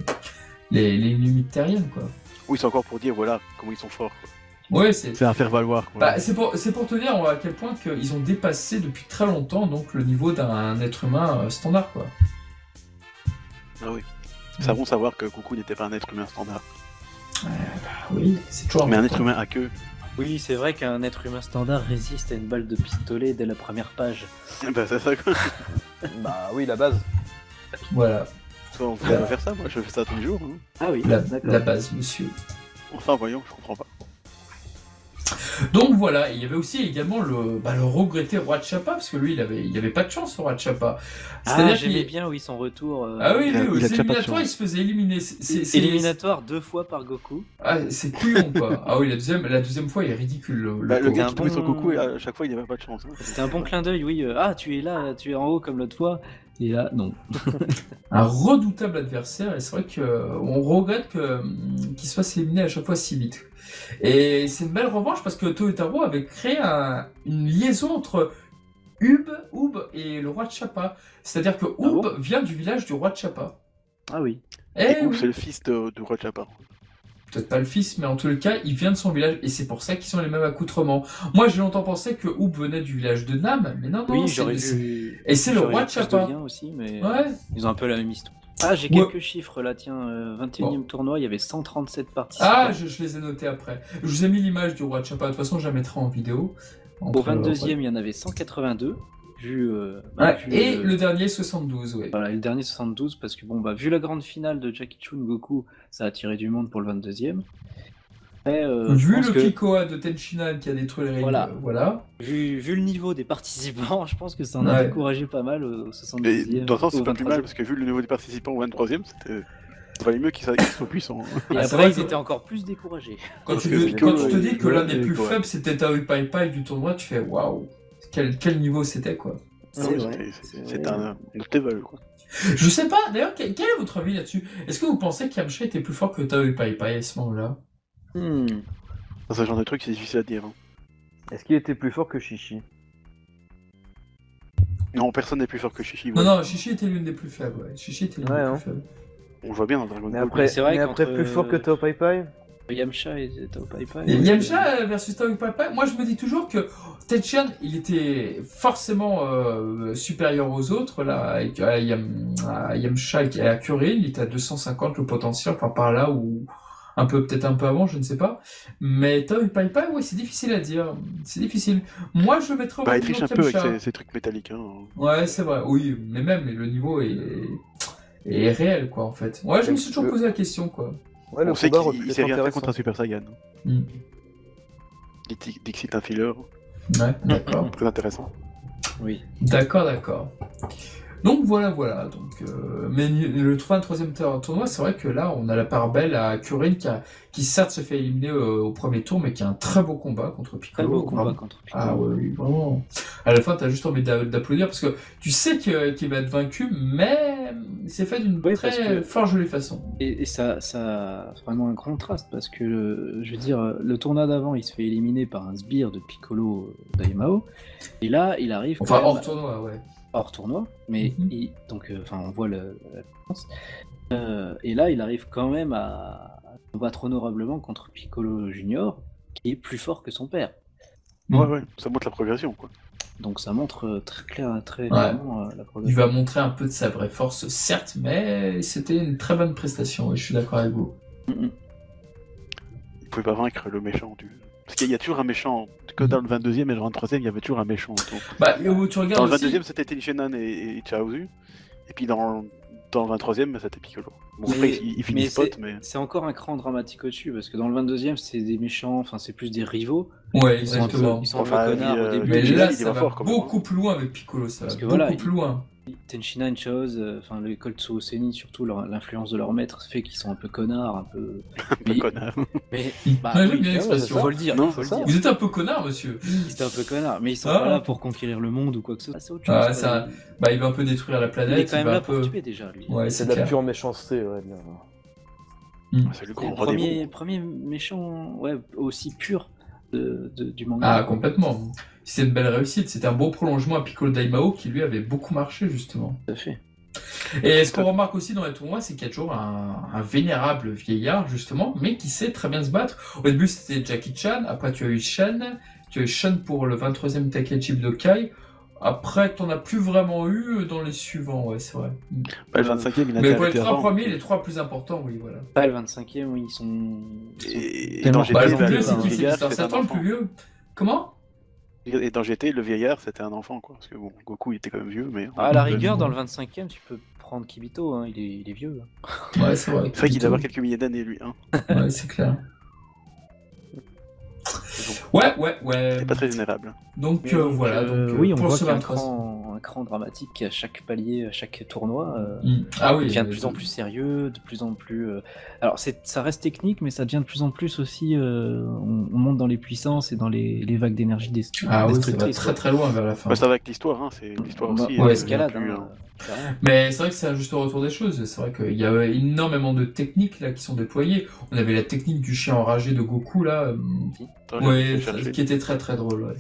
Speaker 3: les, les limites terriennes, quoi.
Speaker 4: Oui, c'est encore pour dire voilà comment ils sont forts. quoi.
Speaker 3: Ouais, c'est.
Speaker 4: C'est à faire valoir. Quoi.
Speaker 3: Bah, c'est pour, c'est pour te dire à quel point que ils ont dépassé depuis très longtemps donc le niveau d'un être humain euh, standard quoi.
Speaker 4: Ah oui. C'est bon savoir que Goku n'était pas un être humain standard,
Speaker 3: Ah oui, c'est toujours
Speaker 4: mais un
Speaker 3: important.
Speaker 4: être humain à queue. (laughs)
Speaker 1: Oui, c'est vrai qu'un être humain standard résiste à une balle de pistolet dès la première page.
Speaker 4: bah, c'est ça quoi.
Speaker 2: Bah oui, la base.
Speaker 3: Voilà,
Speaker 4: Soit on va faire ça, moi je fais ça tous les jours. hein.
Speaker 1: Ah oui,
Speaker 3: la- la
Speaker 1: d'accord.
Speaker 3: base, monsieur.
Speaker 4: Enfin, voyons, je comprends pas.
Speaker 3: Donc voilà, il y avait aussi également le, bah, le regretté roi de Chapa, parce que lui, il avait, il avait pas de chance, au roi de Chapa.
Speaker 1: Ah,
Speaker 3: C'est-à-dire
Speaker 1: j'aimais
Speaker 3: qu'il-
Speaker 1: bien, oui, son retour. euh,
Speaker 3: Ah oui,
Speaker 4: Il a-
Speaker 3: lui, aux
Speaker 4: il a déjà pas de
Speaker 3: éliminatoires,
Speaker 4: chance.
Speaker 3: il se faisait éliminer. C'est- c'est- c'est-
Speaker 1: Éliminatoire deux fois par Goku.
Speaker 3: Ah, c'est couillon, quoi. ah oui, la deuxième, la deuxième fois, il est ridicule. Le, le
Speaker 4: Bah, le
Speaker 3: pauvre.
Speaker 4: gars
Speaker 1: un
Speaker 4: qui tombait sur
Speaker 1: bon-
Speaker 4: Goku, à chaque fois il avait pas de chance. hein.
Speaker 1: C'était un bon clin d'œil, oui. euh, ah, tu es là, tu es en haut comme l'autre fois. Et là, non.
Speaker 3: Un redoutable adversaire, et c'est vrai qu'on regrette que, hum, qu'il se fasse éliminer à chaque fois si vite. Et c'est une belle revanche, parce que Toyotaro avait créé un- une liaison entre Ub, Ub et le roi de Chapa. C'est-à-dire que Ub
Speaker 1: Ah bon
Speaker 3: vient du village du roi de Chapa.
Speaker 1: Ah oui.
Speaker 3: Eh
Speaker 4: Goku,
Speaker 3: oui.
Speaker 4: c'est le fils de, de Roi Chapa.
Speaker 3: peut-être pas le fils, mais en tout cas, il vient de son village et c'est pour ça qu'ils ont les mêmes accoutrements. Moi, j'ai longtemps pensé que Hoop venait du village de Nam, mais non, non,
Speaker 1: Oui,
Speaker 3: c'est-
Speaker 1: j'aurais
Speaker 3: c'est-
Speaker 1: dû.
Speaker 3: Et c'est le
Speaker 1: j'aurais
Speaker 3: roi
Speaker 1: eu
Speaker 3: de
Speaker 1: plus
Speaker 3: Chapa.
Speaker 1: liens aussi, mais
Speaker 3: Ouais.
Speaker 1: ils ont un peu la même histoire. Ah, j'ai
Speaker 3: Ouais.
Speaker 1: quelques chiffres là, tiens. euh, 21e tournoi, il y avait 137 participants.
Speaker 3: Ah, je, je les ai notés après. Je vous ai mis l'image du roi de Chapa. De toute façon, je la mettrai en vidéo. Entre- euh,
Speaker 1: Au 22e, il y en avait 182. Vu, euh,
Speaker 3: Ouais,
Speaker 1: vu,
Speaker 3: Et
Speaker 1: euh,
Speaker 3: le dernier, 72, ouais.
Speaker 1: Voilà, et le dernier 72, parce que bon, bah, vu la grande finale de Jackie Chun Goku, ça a attiré du monde pour le 22e. Après, euh, je
Speaker 3: Vu
Speaker 1: pense
Speaker 3: le
Speaker 1: que-
Speaker 3: Kikoa de Tenchinan qui a détruit les
Speaker 1: Voilà.
Speaker 3: règles, voilà.
Speaker 1: vu, vu le niveau des participants, (laughs) je pense que ça en
Speaker 3: Ouais.
Speaker 1: a découragé pas mal euh, au au 72e.
Speaker 4: Mais dans un sens,
Speaker 1: au
Speaker 4: c'est pas plus
Speaker 1: 23e.
Speaker 4: mal, parce que vu le niveau des participants au 23ème, c'était. Il valait mieux qu'ils soient- qu'ils soient puissants. hein.
Speaker 1: Et
Speaker 3: Ah, c'est
Speaker 1: après,
Speaker 3: vrai
Speaker 1: ils
Speaker 3: que-
Speaker 1: étaient encore plus découragés.
Speaker 3: Quand,
Speaker 4: Parce
Speaker 3: tu,
Speaker 4: que
Speaker 3: te-
Speaker 4: Kikoa,
Speaker 3: quand tu te
Speaker 4: il-
Speaker 3: dis que
Speaker 4: il-
Speaker 3: l'un des
Speaker 4: il-
Speaker 3: plus
Speaker 4: ouais.
Speaker 3: faibles, c'était Taru Pai Pai du tournoi, tu fais waouh, quel, quel niveau c'était quoi.
Speaker 1: (laughs) C'est
Speaker 4: Ouais,
Speaker 1: vrai,
Speaker 4: c'était-
Speaker 1: c'est
Speaker 4: (laughs) c'est- C'était
Speaker 1: vrai.
Speaker 4: un notable, quoi.
Speaker 3: Je sais pas, d'ailleurs, que- quel est votre avis là-dessus Est-ce que vous pensez qu'Yamcha était plus fort que Taru Pai Pai à ce moment-là
Speaker 1: Hmm.
Speaker 4: Dans ce genre de truc, c'est difficile à dire. hein.
Speaker 2: Est-ce qu'il était plus fort que Chichi
Speaker 4: Non, personne n'est plus fort que Chichi.
Speaker 3: Non,
Speaker 4: ouais.
Speaker 3: non, Shishi était l'une des plus faibles, ouais. Shishi était l'une
Speaker 2: Ouais,
Speaker 3: des
Speaker 2: hein.
Speaker 3: plus faibles.
Speaker 4: On le voit bien dans Dragon
Speaker 2: Mais
Speaker 4: Ball.
Speaker 2: après,
Speaker 1: c'est vrai
Speaker 2: mais après
Speaker 1: qu'entre-
Speaker 2: plus fort que Top Pai Pai
Speaker 1: Yamcha et Tao Pai Pai.
Speaker 3: Et Yamcha euh, versus Taru Pai Pai, moi je me dis toujours que Tetchan, il était forcément euh, supérieur aux autres, là, avec, euh, à, Yam- à Yamcha et à Kurin, il était à 250 le potentiel, enfin par là, ou un peu, peut-être un peu avant, je ne sais pas. Mais Taru Pai Pai, oui, c'est difficile à dire, c'est difficile. Moi je mettrais au
Speaker 4: Bah, il
Speaker 3: même
Speaker 4: triche
Speaker 3: niveau
Speaker 4: un peu avec
Speaker 3: qu'Yamcha.
Speaker 4: ses, ses trucs métalliques. Hein.
Speaker 3: Ouais, c'est vrai, oui, mais même le niveau est, est réel, quoi, en fait. Ouais, je me suis toujours
Speaker 2: Le-
Speaker 3: posé la question, quoi.
Speaker 2: Ouais,
Speaker 4: On
Speaker 2: le
Speaker 4: sait
Speaker 2: combat aurait
Speaker 4: qu'il
Speaker 2: pu
Speaker 4: il
Speaker 2: être
Speaker 4: sait rien faire
Speaker 2: intéressant.
Speaker 4: contre un Super Saiyan.
Speaker 3: Mm.
Speaker 4: Il dit dit que c'est un filler.
Speaker 3: Ouais, d'accord.
Speaker 4: Très intéressant.
Speaker 1: Oui.
Speaker 3: D'accord, d'accord. Donc voilà, voilà. Donc, euh, mais le 23e tour- tournoi, c'est vrai que là, on a la part belle à Kurin qui, a- qui certes se fait éliminer euh, au premier tour, mais qui a un très beau combat
Speaker 1: Très
Speaker 3: contre Piccolo.
Speaker 1: beau combat
Speaker 3: Vraiment.
Speaker 1: contre Piccolo.
Speaker 3: Ah oui, oui, vraiment. À la fin, t'as juste envie d'a- d'applaudir parce que tu sais que- qu'il va être vaincu, mais c'est fait d'une
Speaker 1: Oui, parce
Speaker 3: très
Speaker 1: que-
Speaker 3: fort jolie façon.
Speaker 1: Et, et ça, ça a vraiment un contraste parce que, euh, je veux dire, euh, le tournoi d'avant, il se fait éliminer par un sbire de Piccolo euh, Daimao. Et là, il arrive quand
Speaker 3: Enfin,
Speaker 1: même
Speaker 3: hors tournoi, ouais.
Speaker 1: hors tournoi, mais
Speaker 3: Mhm.
Speaker 1: il- donc, euh, enfin, on voit le, la différence. Euh, et là, il arrive quand même à, à combattre honorablement contre Piccolo Junior, qui est plus fort que son père.
Speaker 3: Mm.
Speaker 4: Ouais, ouais, ça montre la progression. Quoi.
Speaker 1: Donc, ça montre euh, très clair, très
Speaker 3: Ouais.
Speaker 1: clairement euh, la
Speaker 3: Il
Speaker 1: progression.
Speaker 3: va montrer un peu de sa vraie force, certes, mais c'était une très bonne prestation, et je suis d'accord avec vous.
Speaker 4: Il pouvait pas vaincre le méchant. Du... Parce qu'il y a toujours un méchant. Que dans le 22ème et le 23ème, il y avait toujours un méchant. autour.
Speaker 3: Bah, et où tu
Speaker 4: Dans
Speaker 3: regardes
Speaker 4: le
Speaker 3: aussi-
Speaker 4: 22ème, c'était Tenishenan et, et Chaozu. Et puis dans, dans le 23ème, c'était Piccolo. Bon,
Speaker 1: Mais-
Speaker 4: après, ils, ils finissent
Speaker 1: mais
Speaker 4: potes, mais.
Speaker 1: C'est encore un cran dramatique au-dessus parce que dans le 22e, c'est des méchants, enfin, c'est plus des rivaux.
Speaker 3: Ouais,
Speaker 1: Ils sont un peu-
Speaker 3: exactement.
Speaker 1: ils sont un peu
Speaker 4: Enfin,
Speaker 1: connards
Speaker 4: euh,
Speaker 1: au début.
Speaker 3: Mais
Speaker 4: Tenchi,
Speaker 3: là,
Speaker 4: il
Speaker 3: ça
Speaker 4: va
Speaker 3: va
Speaker 4: fort, quand même,
Speaker 3: beaucoup plus loin avec Piccolo, ça va
Speaker 1: Parce que
Speaker 3: beaucoup
Speaker 1: voilà,
Speaker 3: plus
Speaker 1: il-
Speaker 3: loin.
Speaker 1: Tenshina une chose, euh, enfin le Koltsu Osenin, surtout leur- l'influence de leur maître fait qu'ils sont un peu connards, un
Speaker 4: (laughs)
Speaker 1: peu.
Speaker 4: peu connard.
Speaker 1: mais bah,
Speaker 3: Ouais, j'aime
Speaker 1: oui,
Speaker 3: bien l'expression.
Speaker 1: faut le dire,
Speaker 4: Non,
Speaker 1: faut le
Speaker 2: c'est
Speaker 1: dire.
Speaker 3: Vous êtes un peu connard, monsieur.
Speaker 1: C'était un peu connard, mais ils sont
Speaker 3: Ah.
Speaker 1: pas là pour conquérir le monde ou quoi que ce soit. C'est autre chose.
Speaker 3: Ah,
Speaker 1: quoi.
Speaker 3: ça- Bah, il va un peu détruire la
Speaker 1: Il
Speaker 3: planète.
Speaker 1: est quand même
Speaker 3: va
Speaker 1: là
Speaker 3: un peu...
Speaker 1: pour tuer déjà lui.
Speaker 3: Ouais,
Speaker 2: C'est
Speaker 3: c'est
Speaker 2: de la
Speaker 3: clair.
Speaker 2: pure méchanceté, ouais. Bien.
Speaker 4: C'est le
Speaker 1: C'est
Speaker 4: grand
Speaker 1: le
Speaker 4: rendez-vous.
Speaker 1: premier, premier méchant, ouais, aussi pur de, de- du manga.
Speaker 3: Ah, complètement. C'était une belle réussite. C'était un beau prolongement à Piccolo Daimao qui lui avait beaucoup marché, justement.
Speaker 1: Tout à fait.
Speaker 3: Et ce qu'on remarque aussi dans les tournois, c'est qu'il y a toujours un, un vénérable vieillard, justement, mais qui sait très bien se battre. Au début, c'était Jackie Chan, après tu as eu Shen, tu as eu Shen pour le 23e Takechi Budokai. Après, t'en as plus vraiment eu euh, dans les suivants, ouais, c'est vrai.
Speaker 4: Bah, le 25ème, il a
Speaker 3: Mais
Speaker 4: été
Speaker 3: pour les
Speaker 4: arrêté
Speaker 3: trois
Speaker 4: avant.
Speaker 3: premiers, les trois plus importants, oui, voilà.
Speaker 1: Pas le 25e, oui, ils sont. ils sont-
Speaker 4: Et, et
Speaker 1: Tellement
Speaker 4: dans
Speaker 1: pas
Speaker 3: Bah,
Speaker 4: GT,
Speaker 3: le
Speaker 1: gentil,
Speaker 4: bah,
Speaker 3: plus vieux,
Speaker 4: le
Speaker 3: c'est qui C'est
Speaker 4: vieillard,
Speaker 3: Mister
Speaker 4: c'était un
Speaker 3: Satan, le
Speaker 4: enfant.
Speaker 3: plus vieux. Comment
Speaker 4: Et dans GT, le vieillard, c'était un enfant, quoi. Parce que bon, Goku, il était quand même vieux, mais. hein.
Speaker 1: Ah, à la rigueur, dans le 25e, tu peux prendre Kibito, hein, il, est, il est vieux. hein.
Speaker 3: Ouais, c'est vrai.
Speaker 4: C'est vrai qu'il doit avoir quelques milliers d'années, lui. Hein.
Speaker 3: Ouais, c'est clair.
Speaker 4: Donc,
Speaker 3: Ouais, ouais, Euh, ouais.
Speaker 4: c'est pas très générable.
Speaker 3: Donc
Speaker 1: Mais
Speaker 3: euh,
Speaker 1: donc,
Speaker 3: voilà, donc,
Speaker 1: euh,
Speaker 3: euh,
Speaker 1: oui, on
Speaker 3: pour
Speaker 1: voit
Speaker 3: ce
Speaker 1: qu'il y a un
Speaker 3: 23.
Speaker 1: cran, un cran dramatique à chaque palier, à chaque tournoi. euh,
Speaker 3: Mm. Ah oui.
Speaker 1: il devient de
Speaker 3: euh,
Speaker 1: plus en plus sérieux, de plus en plus. euh, Alors, c'est, ça reste technique, mais ça devient de plus en plus aussi. euh, on, on monte dans les puissances et dans les, les vagues d'énergie des
Speaker 3: Ah oui, ça va très euh, très loin vers la fin.
Speaker 4: Bah, ça va avec l'histoire, hein. c'est l'histoire aussi.
Speaker 3: Bah, ouais,
Speaker 4: elle
Speaker 1: escalade.
Speaker 4: devient plus,
Speaker 1: hein,
Speaker 4: hein.
Speaker 1: carrément.
Speaker 3: Mais c'est vrai que c'est un juste retour des choses. C'est vrai qu'il y a énormément de techniques là qui sont déployées. On avait la technique du chien enragé de Goku là, euh,
Speaker 4: Attends, je vais
Speaker 3: ouais,
Speaker 4: chercher.
Speaker 3: qui était très très drôle. Ouais,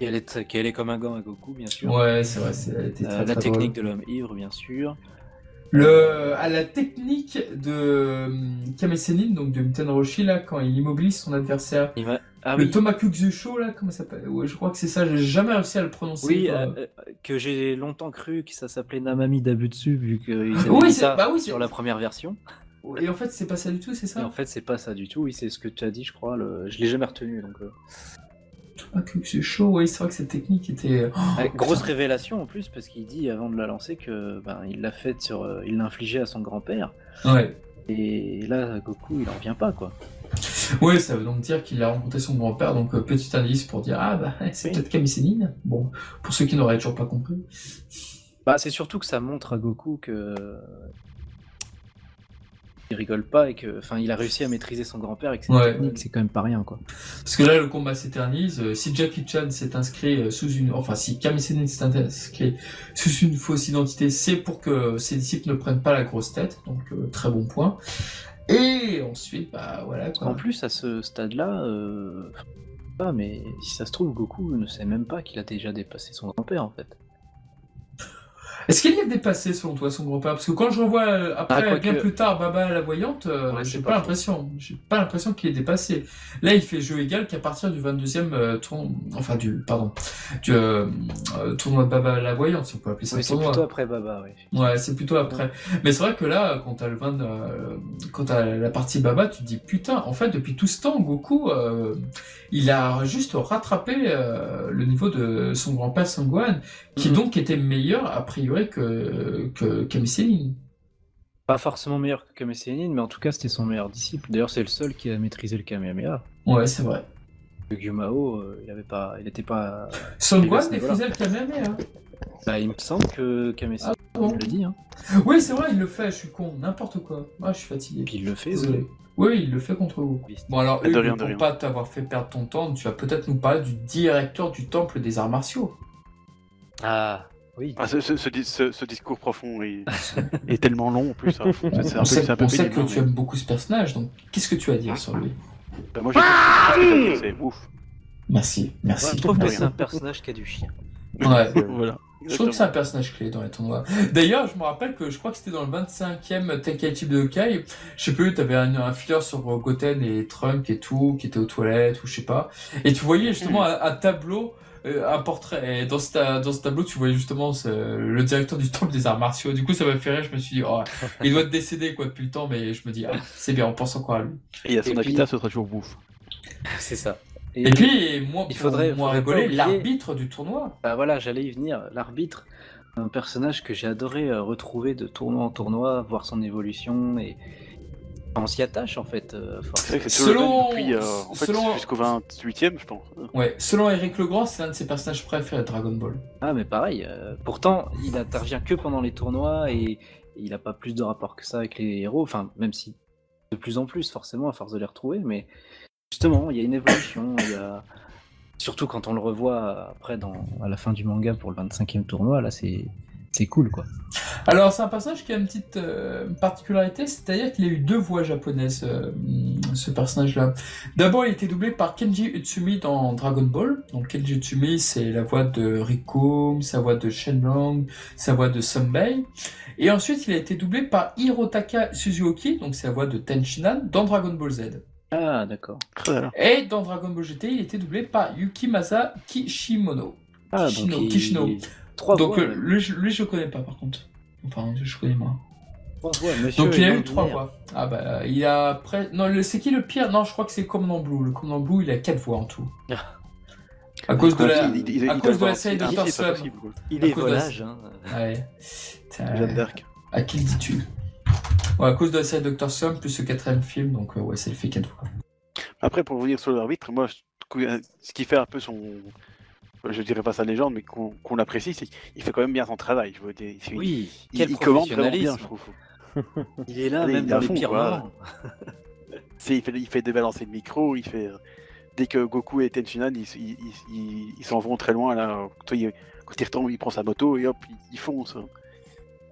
Speaker 1: Et elle est, qu'elle est comme un gant à Goku, bien sûr.
Speaker 3: Ouais, c'est vrai, c'était
Speaker 1: Euh,
Speaker 3: très,
Speaker 1: la
Speaker 3: très
Speaker 1: technique
Speaker 3: drôle.
Speaker 1: de l'homme ivre, bien sûr.
Speaker 3: le, à la technique de hum, Kame Sennin, donc de Muten Roshi, là, quand il immobilise son adversaire.
Speaker 1: Il va... Ah
Speaker 3: le
Speaker 1: oui,
Speaker 3: Tomakugusho, là, comment ça s'appelle Ouais, Je crois que c'est ça, j'ai jamais réussi à le prononcer.
Speaker 1: oui
Speaker 3: quoi.
Speaker 1: euh, euh, que j'ai longtemps cru que ça s'appelait Namami Dabutsu, vu qu'ils avaient
Speaker 3: Oui,
Speaker 1: mis
Speaker 3: c'est-
Speaker 1: ça
Speaker 3: bah oui, c'est-
Speaker 1: sur la première version. euh,
Speaker 3: Et en fait, c'est pas ça du tout, c'est
Speaker 1: Et
Speaker 3: ça
Speaker 1: en fait, c'est pas ça du tout, oui, c'est ce que tu as dit, je crois. le- Je l'ai jamais retenu. Donc, euh.
Speaker 3: Tomakugusho, oui, c'est vrai que cette technique était. Oh,
Speaker 1: Ah, grosse
Speaker 3: putain.
Speaker 1: révélation en plus, parce qu'il dit avant de la lancer que ben, il l'a faite sur. euh, il l'a infligée à son grand-père.
Speaker 3: Ouais.
Speaker 1: Et là, Goku, il en revient pas, quoi.
Speaker 3: Oui, ça veut donc dire qu'il a rencontré son grand-père, donc euh, petit indice pour dire Ah, bah, (laughs) c'est
Speaker 1: Oui.
Speaker 3: peut-être Kami Sennin. Bon, pour ceux qui n'auraient toujours pas compris.
Speaker 1: Bah, c'est surtout que ça montre à Goku que. Il rigole pas et que. Enfin, il a réussi à maîtriser son grand-père et que c'est
Speaker 3: Ouais.
Speaker 1: technique, c'est quand même pas rien, quoi.
Speaker 3: Parce que là, le combat s'éternise. Euh, Si Jackie Chan s'est inscrit euh, sous une. Enfin, si Kami Sennin s'est inscrit sous une fausse identité, c'est pour que ses disciples ne prennent pas la grosse tête, donc euh, très bon point. Et ensuite, bah voilà
Speaker 1: En
Speaker 3: quoi.
Speaker 1: plus, à ce stade-là, euh... pas, mais si ça se trouve, Goku ne sait même pas qu'il a déjà dépassé son grand-père, en fait.
Speaker 3: Est-ce qu'il y a dépassé selon toi son grand-père Parce que quand je revois euh,
Speaker 1: Ah,
Speaker 3: après,
Speaker 1: quoi
Speaker 3: bien
Speaker 1: que-
Speaker 3: plus tard, Baba la voyante, euh,
Speaker 1: Ouais,
Speaker 3: j'ai
Speaker 1: c'est
Speaker 3: pas,
Speaker 1: pas faux.
Speaker 3: l'impression. J'ai pas l'impression qu'il est dépassé. Là, il fait jeu égal qu'à partir du 22e euh, tour- enfin du pardon, du euh, euh, tournoi de Baba la voyante, si on peut appeler ça
Speaker 1: Oui, c'est
Speaker 3: tournoi.
Speaker 1: plutôt après Baba, oui.
Speaker 3: Ouais, c'est plutôt après. Mais c'est vrai que là, quand t'as le 20, euh, quand t'as la partie Baba, tu te dis putain, en fait, depuis tout ce temps, Goku, euh, il a juste rattrapé euh, le niveau de son grand-père Sangwan, qui
Speaker 1: Mhm.
Speaker 3: donc était meilleur a priori que que Kami Sennin.
Speaker 1: Pas forcément meilleur que Kame Sennin, mais en tout cas, c'était son meilleur disciple. D'ailleurs, c'est le seul qui a maîtrisé le Kamehameha.
Speaker 3: Ouais, c'est vrai.
Speaker 1: Le Gyumao, euh, il avait pas, il était pas.
Speaker 3: Sangwan
Speaker 1: Et là,
Speaker 3: maîtrisait le Kamehameha.
Speaker 1: Bah, il me semble que Kame Sennin
Speaker 3: Ah bon
Speaker 1: le dit, hein.
Speaker 3: Oui, c'est vrai, il le fait, je suis con, n'importe quoi. Moi, je suis fatigué.
Speaker 1: Et puis il le fait.
Speaker 3: Désolé. Oui, il le fait contre Goku.
Speaker 1: oui.
Speaker 3: Bon alors,
Speaker 4: De
Speaker 3: Hugues,
Speaker 4: rien, de
Speaker 3: pour
Speaker 4: rien.
Speaker 3: pas t'avoir fait perdre ton temps, tu vas peut-être nous parler du directeur du temple des arts martiaux.
Speaker 1: Ah, oui.
Speaker 4: Ah, ce, ce- ce dis- ce- ce discours profond
Speaker 3: (laughs)
Speaker 4: est, est tellement long en plus. hein. C'est- C'est un
Speaker 3: on
Speaker 4: peu,
Speaker 3: sait,
Speaker 4: c'est un peu
Speaker 3: on sait
Speaker 4: pénible,
Speaker 3: que
Speaker 4: hein,
Speaker 3: tu aimes beaucoup ce personnage, donc qu'est-ce que tu as à dire sur lui
Speaker 4: mais- Bah, moi, j'ai pas ce que t'as dit, c'est ouf.
Speaker 3: Merci, merci.
Speaker 1: Ouais, je trouve que
Speaker 4: rien.
Speaker 1: c'est un personnage qui a du chien.
Speaker 3: Ouais.
Speaker 4: Voilà.
Speaker 3: Je trouve que c'est un personnage clé dans les tournois. D'ailleurs, je me rappelle que je crois que c'était dans le 25e Tenkaichi Budokai. Je sais plus, t'avais un, un filler sur euh, Goten et Trump et tout, qui était aux toilettes ou je sais pas. Et tu voyais justement
Speaker 4: Hmm.
Speaker 3: un, un tableau, euh, un portrait. Et dans ce, ta- dans ce tableau, tu voyais justement ce- le directeur du temple des arts martiaux. Du coup, ça m'a fait rire. Je me suis dit, oh, il doit être décédé quoi depuis le temps, mais je me dis, ah, c'est bien, on pense encore à lui.
Speaker 4: Et à son
Speaker 1: Et puis-
Speaker 4: habitat, ce sera toujours bouffe.
Speaker 1: (laughs) c'est ça.
Speaker 3: Et puis, moi,
Speaker 1: Il
Speaker 3: pour
Speaker 1: faudrait- faudrait
Speaker 3: moins
Speaker 1: pas
Speaker 3: rigoler,
Speaker 1: oublier-
Speaker 3: l'arbitre du tournoi.
Speaker 1: Bah voilà, j'allais y venir. L'arbitre, un personnage que j'ai adoré euh, retrouver de tournoi en tournoi, voir son évolution et Enfin, on s'y attache en fait. euh, fort.
Speaker 4: C'est vrai que c'est toujours
Speaker 3: Selon-
Speaker 4: le même depuis, euh, en fait,
Speaker 3: selon-
Speaker 4: jusqu'au 28 e je pense.
Speaker 3: Ouais, selon Eric Legrand, c'est l'un de ses personnages préférés de Dragon Ball.
Speaker 1: Ah mais pareil. euh, pourtant, il intervient que pendant les tournois et il n'a pas plus de rapport que ça avec les héros. Enfin, même si de plus en plus forcément à force de les retrouver, mais justement, il y a une évolution. Il y a... Surtout quand on le revoit après dans... à la fin du manga pour le 25e tournoi, là c'est c'est cool quoi.
Speaker 3: Alors, c'est un personnage qui a une petite euh, particularité, c'est-à-dire qu'il a eu deux voix japonaises, euh, ce personnage-là. D'abord, il était doublé par Kenji Utsumi dans Dragon Ball. Donc, Kenji Utsumi, c'est la voix de Rikkum, sa voix de Shenlong, sa voix de Sunbei. Et ensuite, il a été doublé par Hirotaka Suzuoki, donc c'est la voix de Tenshinhan, dans Dragon Ball Z.
Speaker 1: Ah d'accord.
Speaker 3: Et dans Dragon Ball GT, il était doublé par Yukimasa Kishimono.
Speaker 1: Ah,
Speaker 3: Kishino,
Speaker 1: donc il-
Speaker 3: Kishino.
Speaker 1: Trois
Speaker 3: donc,
Speaker 1: voix,
Speaker 3: euh,
Speaker 1: même.
Speaker 3: lui, je- lui, je le connais pas, par contre. Enfin, je connais moins.
Speaker 1: Trois voix, monsieur
Speaker 3: Donc il a
Speaker 1: est
Speaker 3: eu trois
Speaker 1: non-binaire.
Speaker 3: voix. Ah bah il a après non le c'est qui le pire non je crois que c'est Commandant Blue le Commandant Blue il a quatre voix en tout.
Speaker 1: Ah.
Speaker 3: À cause de la à cause de la série de
Speaker 4: Ah,
Speaker 3: Dr. Slum.
Speaker 1: Il
Speaker 3: À
Speaker 1: est
Speaker 3: cause de la-
Speaker 1: volage. Hein.
Speaker 3: Ouais. T'as-
Speaker 4: Jeanne d'Arc.
Speaker 3: À qui le dis-tu Ouais, à cause de la série Dr. Slum plus ce quatrième film donc euh, ouais ça le fait quatre voix.
Speaker 4: Après, pour revenir sur l'arbitre, moi, je- euh, ce qui fait un peu son. Je dirais pas sa légende, mais qu'on qu'on l'apprécie, c'est qu'il fait quand même bien son travail. Je veux dire, il-
Speaker 1: Oui,
Speaker 4: il,
Speaker 1: quel
Speaker 4: il commande vraiment
Speaker 1: professionnalisme.
Speaker 4: bien, je trouve.
Speaker 1: Il est là
Speaker 4: Allez,
Speaker 1: même
Speaker 4: il est
Speaker 1: dans
Speaker 4: à
Speaker 1: les
Speaker 4: fond,
Speaker 1: pires
Speaker 4: quoi.
Speaker 1: moments.
Speaker 4: C'est- Il fait, il fait débalancer le micro, il fait. euh, Dès que Goku et Tenshinhan, ils ils- ils- ils- ils s'en vont très loin, là. Quand il, quand il retombe, il prend sa moto et hop, il, il fonce.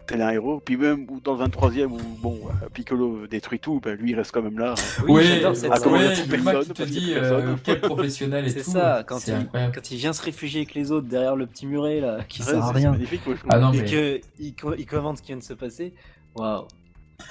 Speaker 4: Tel un héros. Puis même ou dans le 23ème, où bon, euh, Piccolo détruit tout, bah, lui, il reste quand même là.
Speaker 1: Oui,
Speaker 3: ouais,
Speaker 1: j'adore
Speaker 3: euh,
Speaker 1: cette
Speaker 4: Ah,
Speaker 1: scène.
Speaker 4: comment il y a
Speaker 3: ouais,
Speaker 4: six
Speaker 3: le mec
Speaker 4: personnes,
Speaker 3: qui te
Speaker 4: parce qu'il y
Speaker 3: dit
Speaker 4: a personne.
Speaker 3: euh, quel professionnel et
Speaker 1: C'est
Speaker 3: tout.
Speaker 1: ça, quand
Speaker 3: c'est
Speaker 1: il-
Speaker 3: incroyable.
Speaker 1: Quand il vient se réfugier avec les autres derrière le petit muret là, qui
Speaker 4: Ouais,
Speaker 1: sert à
Speaker 4: c'est-
Speaker 1: rien,
Speaker 4: C'est magnifique, moi, je trouve.
Speaker 3: Ah non
Speaker 1: et
Speaker 3: mais
Speaker 1: que il, co- il commande ce qui vient de se passer, Waouh.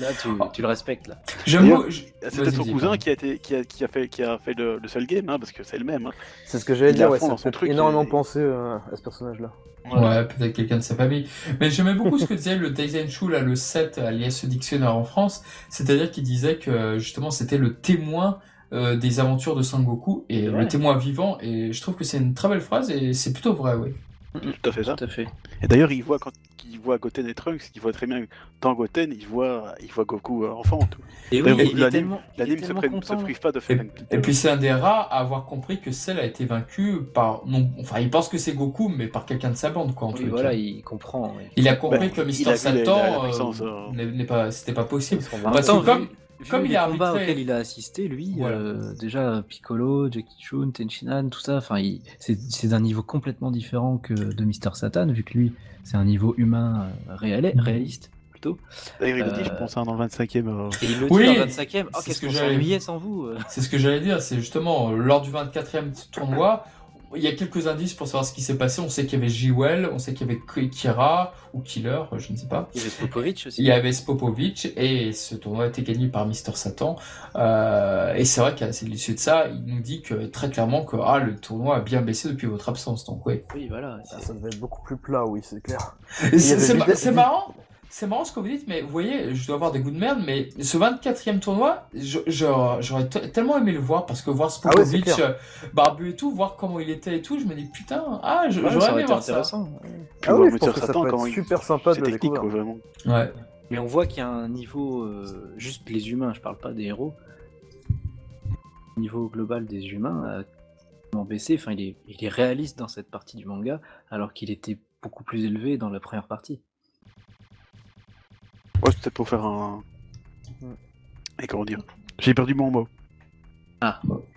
Speaker 1: Là, tu, tu le respectes, là.
Speaker 3: J'avoue. je-
Speaker 4: C'est
Speaker 3: vas-y,
Speaker 4: peut-être son
Speaker 3: vas-y,
Speaker 4: cousin
Speaker 3: pardon.
Speaker 4: qui a, été, qui a, qui a fait, qui a fait le, le seul game, hein, parce que c'est le même. hein.
Speaker 2: C'est ce que j'allais
Speaker 4: Il est à
Speaker 2: dire, ouais,
Speaker 4: fond
Speaker 2: ça
Speaker 4: dans
Speaker 2: me
Speaker 4: son
Speaker 2: fait
Speaker 4: truc,
Speaker 2: énormément
Speaker 4: il-
Speaker 2: penser euh, à ce
Speaker 3: (laughs)
Speaker 2: personnage-là.
Speaker 3: Ouais, peut-être quelqu'un de sa famille. Mais j'aimais beaucoup ce que disait le Daisen Chu, là, le 7 lié à ce dictionnaire en France. C'est-à-dire qu'il disait que justement c'était le témoin euh, des aventures de Sangoku et
Speaker 1: Ouais.
Speaker 3: le témoin vivant. Et je trouve que c'est une très belle phrase et c'est plutôt vrai, oui.
Speaker 4: Tout à fait ça.
Speaker 1: Tout à fait.
Speaker 4: Et d'ailleurs, il voit quand il voit Goten et Trunks, il voit très bien tant Goten, il voit, il voit Goku euh, enfant. tout.
Speaker 1: Et
Speaker 4: Mais
Speaker 1: oui,
Speaker 4: vous,
Speaker 1: il est
Speaker 4: l'anime-
Speaker 1: tellement, il est
Speaker 4: L'anime se,
Speaker 1: tellement
Speaker 4: pri- se
Speaker 1: content.
Speaker 4: prive pas de faire une petite.
Speaker 3: Et puis c'est un des rares à avoir compris que Cell a été vaincu par. Non, enfin, il pense que c'est Goku, mais par quelqu'un de sa bande, quoi. En tout
Speaker 1: Oui,
Speaker 3: cas.
Speaker 1: voilà, il comprend. oui.
Speaker 3: Il a compris
Speaker 4: Ouais,
Speaker 3: que
Speaker 4: Ben, il a
Speaker 3: Mister
Speaker 4: vu la- la- la
Speaker 3: Satan
Speaker 4: puissance,
Speaker 3: euh,
Speaker 4: euh,
Speaker 3: n'est- n'est pas, c'était pas possible.
Speaker 1: En
Speaker 3: Parce
Speaker 1: même
Speaker 3: que
Speaker 1: temps,
Speaker 3: comme-
Speaker 1: vu- vu
Speaker 3: comme il
Speaker 1: les
Speaker 3: a
Speaker 1: combats
Speaker 3: arbitré-
Speaker 1: auxquels il a assisté, lui,
Speaker 3: Voilà.
Speaker 1: euh, déjà Piccolo, Jackie Chun, Tenshinhan, tout ça, enfin, il- c'est- c'est d'un niveau complètement différent que de Mister Satan, vu que lui, c'est un niveau humain euh, réel- réaliste, plutôt.
Speaker 4: D'ailleurs, il le dit, je
Speaker 1: Euh, Ah
Speaker 4: pense, hein, dans le 25ème. euh,
Speaker 1: Et il le dit
Speaker 3: Oui,
Speaker 1: dans le 25e, oh,
Speaker 3: c'est
Speaker 1: qu'est-ce
Speaker 3: ce que
Speaker 1: qu'on
Speaker 3: j'avais-
Speaker 1: s'ennuyait sans vous euh.
Speaker 3: C'est ce que j'allais dire, c'est justement euh, lors du 24e tournoi, il y a quelques indices pour savoir ce qui s'est passé. On sait qu'il y avait Jewel, on sait qu'il y avait K- Kira ou Killer, euh, je ne sais pas.
Speaker 1: Il y avait Popovic aussi.
Speaker 3: Il y avait Spopovic et ce tournoi a été gagné par Mister Satan. Euh, et c'est vrai qu'à l'issue de ça, il nous dit que très clairement que ah, le tournoi a bien baissé depuis votre absence. Donc ouais.
Speaker 1: Oui, voilà. c'est-
Speaker 2: Ah,
Speaker 3: Bah,
Speaker 2: ça devait être beaucoup plus plat, oui, c'est clair.
Speaker 3: C'est-
Speaker 2: Il y avait
Speaker 3: C'est
Speaker 2: des-
Speaker 3: ma- c'est marrant. C'est marrant ce que vous dites, mais vous voyez, je dois avoir des goûts de merde, mais ce 24e tournoi, je- je- j'aurais t- tellement aimé le voir, parce que voir
Speaker 2: Ah ouais, c'est
Speaker 3: Spokovic,
Speaker 2: clair.
Speaker 3: euh, Barbu et tout, voir comment il était et tout, je me dis putain, ah, je-
Speaker 1: Ouais,
Speaker 3: j'aurais
Speaker 1: ça
Speaker 3: aimé
Speaker 1: aurait été
Speaker 3: voir ça.
Speaker 1: intéressant.
Speaker 4: puis
Speaker 2: Ah
Speaker 4: voir
Speaker 2: oui, je
Speaker 4: Mr.
Speaker 2: pense que ça
Speaker 4: Satan,
Speaker 2: peut
Speaker 4: comment
Speaker 2: être
Speaker 4: il-
Speaker 2: super sympa de
Speaker 4: C'est
Speaker 2: le
Speaker 4: technique,
Speaker 2: découvrir.
Speaker 4: quoi, vraiment.
Speaker 3: Ouais.
Speaker 1: Mais on voit qu'il y a un niveau, euh, juste les humains, je parle pas des héros, au niveau global des humains euh, a complètement baissé. Enfin, il est, il est réaliste dans cette partie du manga, alors qu'il était beaucoup plus élevé dans la première partie.
Speaker 4: Ah, Ouais, c'est peut-être pour faire un.
Speaker 2: Mm.
Speaker 4: Et comment dire J'ai perdu mon mot.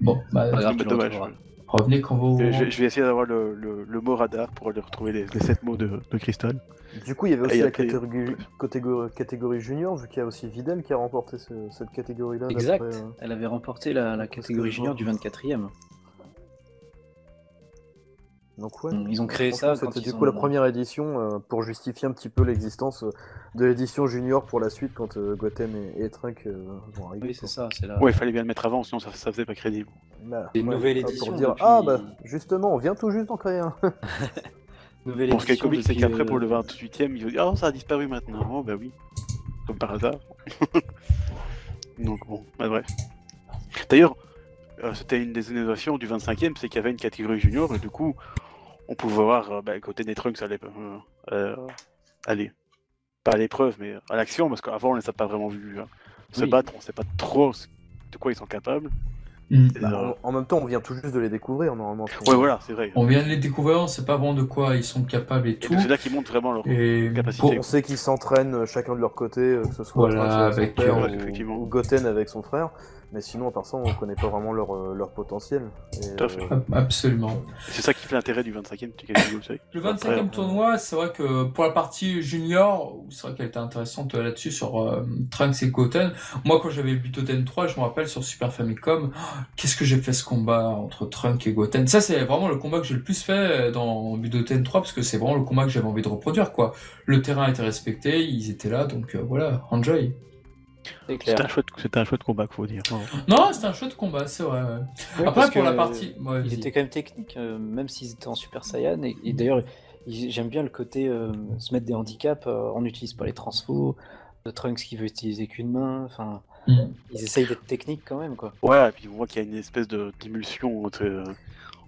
Speaker 3: Bon, bah,
Speaker 1: Pas grave,
Speaker 4: c'est
Speaker 1: tu le
Speaker 4: dommage.
Speaker 1: retrouveras.
Speaker 3: revenez quand vous...
Speaker 4: Je, je- je vais essayer d'avoir le, le- le mot radar pour aller retrouver les, 7 mots de, de Crystal.
Speaker 2: Du coup, il y avait
Speaker 4: Et
Speaker 2: aussi la
Speaker 4: après-
Speaker 2: catégorie, catégorie, catégorie junior, vu qu'il y a aussi Vidal qui a remporté ce- cette catégorie-là. d'après,
Speaker 1: Exact.
Speaker 2: euh,
Speaker 1: Elle avait remporté la, la catégorie junior du 24e.
Speaker 2: Donc ouais.
Speaker 1: Ils ont créé
Speaker 2: Franchement,
Speaker 1: Mm. ça quand
Speaker 2: C'était
Speaker 1: ils
Speaker 2: du
Speaker 1: ont-
Speaker 2: coup la première édition euh, pour justifier un petit peu l'existence euh, de l'édition junior pour la suite quand euh, Goten et, et Trunk euh, vont arriver.
Speaker 1: Oui, c'est
Speaker 2: quoi.
Speaker 1: ça, c'est la...
Speaker 4: Ouais, il fallait bien le mettre avant, sinon ça, ça faisait pas crédible.
Speaker 2: Bah,
Speaker 1: Des nouvelles
Speaker 2: ah,
Speaker 1: éditions
Speaker 2: Pour dire
Speaker 1: depuis-
Speaker 2: ah bah justement, on vient tout juste d'en créer un.
Speaker 1: nouvelle
Speaker 4: Pour ce qui est
Speaker 1: édition
Speaker 4: comique, c'est
Speaker 1: depuis,
Speaker 4: qu'après,
Speaker 1: euh,
Speaker 4: pour le 28ème, ils ont dit Ah, ça a disparu maintenant. Oh, bah oui. Comme par hasard. (laughs) Donc bon, bah bref. D'ailleurs, euh, c'était une des innovations du 25ème, c'est qu'il y avait une catégorie junior, et du coup, on pouvait voir euh, bah, côté des trunks, allez, euh, euh, allez, pas à l'épreuve, mais à l'action, parce qu'avant, on les a pas vraiment vus hein. se
Speaker 1: Oui.
Speaker 4: battre, on sait pas trop ce- de quoi ils sont capables.
Speaker 3: Hmm.
Speaker 4: Et,
Speaker 2: Bah,
Speaker 4: euh,
Speaker 2: (laughs) en, en même temps, on vient tout juste de les découvrir normalement. parce que-
Speaker 4: Ouais, voilà, c'est vrai.
Speaker 3: On vient de les découvrir, on sait pas vraiment de quoi ils sont capables et
Speaker 4: Et
Speaker 3: tout.
Speaker 4: donc, c'est là qu'ils montrent vraiment leur.
Speaker 3: Et
Speaker 4: capacité.
Speaker 3: pour-
Speaker 2: On sait qu'ils s'entraînent euh, chacun de leur côté, euh, que ce soit
Speaker 3: Voilà,
Speaker 2: Trunks avec son père
Speaker 3: avec,
Speaker 4: euh,
Speaker 2: ou-
Speaker 4: effectivement.
Speaker 2: ou, Goten avec son frère, mais sinon à part ça, on connaît pas vraiment leur, euh, leur potentiel. Et,
Speaker 4: Tout à fait.
Speaker 2: euh,
Speaker 3: Ab- Absolument.
Speaker 4: C'est ça qui fait l'intérêt du 25ème, tu vous savez.
Speaker 3: Le
Speaker 4: Après,
Speaker 3: 25e
Speaker 4: on-
Speaker 3: tournoi, c'est vrai que pour la partie junior, c'est vrai qu'elle était intéressante euh, là-dessus sur euh, Trunks et Goten. Moi, quand j'avais vu Totem 3, je me rappelle sur Super Famicom, oh, qu'est-ce que j'ai fait ce combat entre Trunks et Goten. Ça, c'est vraiment le combat que j'ai le plus fait euh, dans Budoten 3 parce que c'est vraiment le combat que j'avais envie de reproduire, quoi. Le terrain était respecté, ils étaient là, donc euh, voilà, enjoy.
Speaker 1: c'est clair.
Speaker 4: C'était un, chouette, c'était un chouette combat, qu'il faut dire. hein.
Speaker 3: Non, c'était un chouette combat, c'est vrai. ouais.
Speaker 1: Oui,
Speaker 3: Après,
Speaker 1: parce
Speaker 3: pour
Speaker 1: que-
Speaker 3: la partie. Ouais,
Speaker 1: Il
Speaker 3: vas-y.
Speaker 1: était quand même technique, euh, même s'ils étaient en Super Saiyan. Et, et d'ailleurs, il- j'aime bien le côté euh, se mettre des handicaps. euh, on n'utilise pas les transfos. Le Trunks qui veut utiliser qu'une main. Enfin,
Speaker 3: Mm.
Speaker 1: ils essayent d'être techniques quand même, quoi.
Speaker 4: Ouais, et puis on voit qu'il y a une espèce de d'émulsion entre, euh,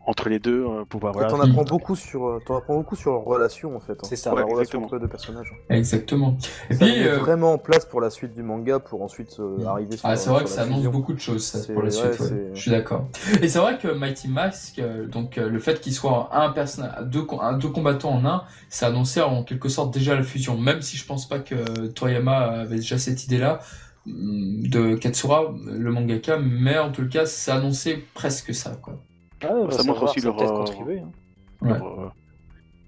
Speaker 4: entre les deux euh, pour voir.
Speaker 2: et T'en
Speaker 4: Voilà,
Speaker 2: apprends beaucoup sur, euh, t'en apprends beaucoup sur leur relation en fait. hein,
Speaker 1: C'est ça.
Speaker 2: sur la
Speaker 4: Ouais,
Speaker 2: relation
Speaker 4: exactement.
Speaker 2: entre les deux personnages. hein.
Speaker 3: Exactement. Et
Speaker 2: ça
Speaker 3: puis.
Speaker 2: met
Speaker 3: euh,
Speaker 2: vraiment en place pour la suite du manga, pour ensuite euh,
Speaker 3: Mm.
Speaker 2: arriver sur
Speaker 3: Ah, c'est vrai
Speaker 2: sur
Speaker 3: que
Speaker 2: la
Speaker 3: ça annonce
Speaker 2: fusion.
Speaker 3: beaucoup de choses ça,
Speaker 2: C'est-
Speaker 3: pour la
Speaker 2: ouais,
Speaker 3: suite. ouais.
Speaker 2: c'est-
Speaker 3: Je suis d'accord. Et c'est vrai que Mighty Mask, euh, donc euh, le fait qu'il soit un personnage, deux, co- un- deux combattants en un, ça annonçait en quelque sorte déjà la fusion. Même si je pense pas que euh, Toriyama avait déjà cette idée-là hum, de Katsura, le mangaka, mais en tout cas, ça annonçait presque ça. Quoi.
Speaker 1: Ah bah,
Speaker 4: Ça montre aussi leur,
Speaker 1: peut-être
Speaker 4: euh,
Speaker 1: contribué, hein.
Speaker 4: leur,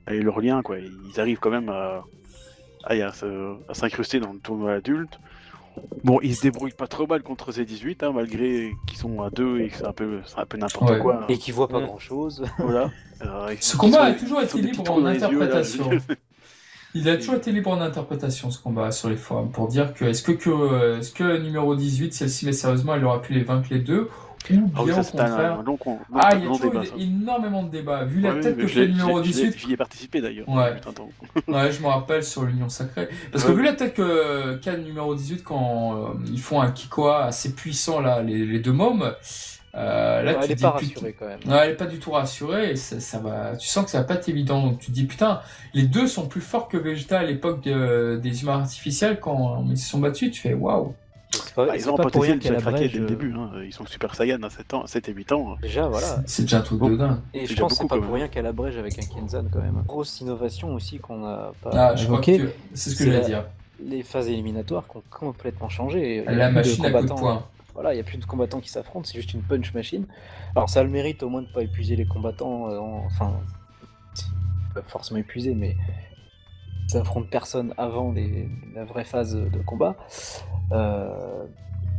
Speaker 4: euh, et leur lien, quoi. Ils arrivent quand même à, à, à se- à s'incruster dans le tournoi adulte. Bon, ils se débrouillent pas trop mal contre ces 18, hein, malgré qu'ils sont à deux et que c'est un peu, c'est un peu n'importe
Speaker 3: Ouais.
Speaker 4: quoi. hein.
Speaker 1: Et qui voit
Speaker 3: Mm.
Speaker 1: pas
Speaker 2: Ouais.
Speaker 1: grand chose.
Speaker 4: Voilà. Euh, ils-
Speaker 3: Ce
Speaker 4: ils
Speaker 3: combat
Speaker 4: sont-
Speaker 3: a toujours
Speaker 4: ils sont
Speaker 3: été
Speaker 4: des petits
Speaker 3: libre
Speaker 4: trous
Speaker 3: en
Speaker 4: dans les yeux, là.
Speaker 3: interprétation. (laughs) Il a toujours été libre en interprétation ce combat sur les forums pour dire que est-ce que, que, est-ce que numéro 18, celle-ci, mais sérieusement, elle aura pu les vaincre les deux Ou bien
Speaker 4: Ah oui,
Speaker 3: au
Speaker 4: ça c'est un,
Speaker 3: contraire.
Speaker 4: un long, con- long-
Speaker 3: Ah, il y a
Speaker 4: long
Speaker 3: toujours
Speaker 4: débat.
Speaker 3: eu
Speaker 4: ça.
Speaker 3: énormément de débats. Vu la
Speaker 4: Ouais,
Speaker 3: tête
Speaker 4: mais
Speaker 3: que
Speaker 4: je l'ai-
Speaker 3: fait le numéro
Speaker 4: je l'ai-
Speaker 3: 18,
Speaker 4: J'y ai participé d'ailleurs.
Speaker 3: Ouais.
Speaker 4: Putain, attends.
Speaker 3: Ouais, je me rappelle sur l'Union Sacrée. Parce que
Speaker 4: Ouais.
Speaker 3: vu la tête que qu'a le numéro 18 quand euh, ils font un Kikoa assez puissant là, les, les deux mômes, euh, là
Speaker 1: Ouais,
Speaker 3: tu
Speaker 1: elle
Speaker 3: dis
Speaker 1: est pas
Speaker 3: putain-
Speaker 1: rassurée quand même.
Speaker 3: Ouais, elle est pas du tout rassurée et ça, ça va. Tu sens que ça va pas être évident. Donc tu te dis putain, les deux sont plus forts que Vegeta à l'époque de- des humains artificiels quand euh, ils se sont battus. Tu fais waouh.
Speaker 1: C'est pas-
Speaker 4: Ah,
Speaker 1: c'est
Speaker 4: ils ont
Speaker 1: pas
Speaker 4: un
Speaker 1: pour rien
Speaker 4: potentiel déjà
Speaker 1: qu'elle
Speaker 4: craqué
Speaker 1: abrège,
Speaker 4: dès le
Speaker 1: euh,
Speaker 4: début. hein. Ils sont Super Saiyan à 7 ans, 7 et 8 ans. euh,
Speaker 1: Déjà, voilà.
Speaker 3: C'est déjà un truc de dingue.
Speaker 1: Et je
Speaker 4: déjà
Speaker 1: pense que c'est
Speaker 4: beaucoup,
Speaker 1: pas
Speaker 4: euh, quand
Speaker 1: pour
Speaker 4: même.
Speaker 1: rien qu'elle abrège avec un Kenzan quand même. Grosse innovation aussi qu'on n'a pas.
Speaker 3: Ah, je crois
Speaker 5: ok.
Speaker 3: que tu- c'est ce que
Speaker 1: C'est
Speaker 3: je voulais
Speaker 1: la-
Speaker 3: dire.
Speaker 1: Les phases éliminatoires qui ont complètement changé. Il y a
Speaker 3: La
Speaker 1: plus de
Speaker 3: machine à coups de
Speaker 1: combattants-
Speaker 3: poing.
Speaker 1: Voilà, il n'y a plus de combattants qui s'affrontent, c'est juste une punch machine. Alors ça a le mérite au moins de ne pas épuiser les combattants, euh, en- enfin, si, pas forcément épuiser, mais ils s'affrontent personne avant les- la vraie phase de combat. Euh,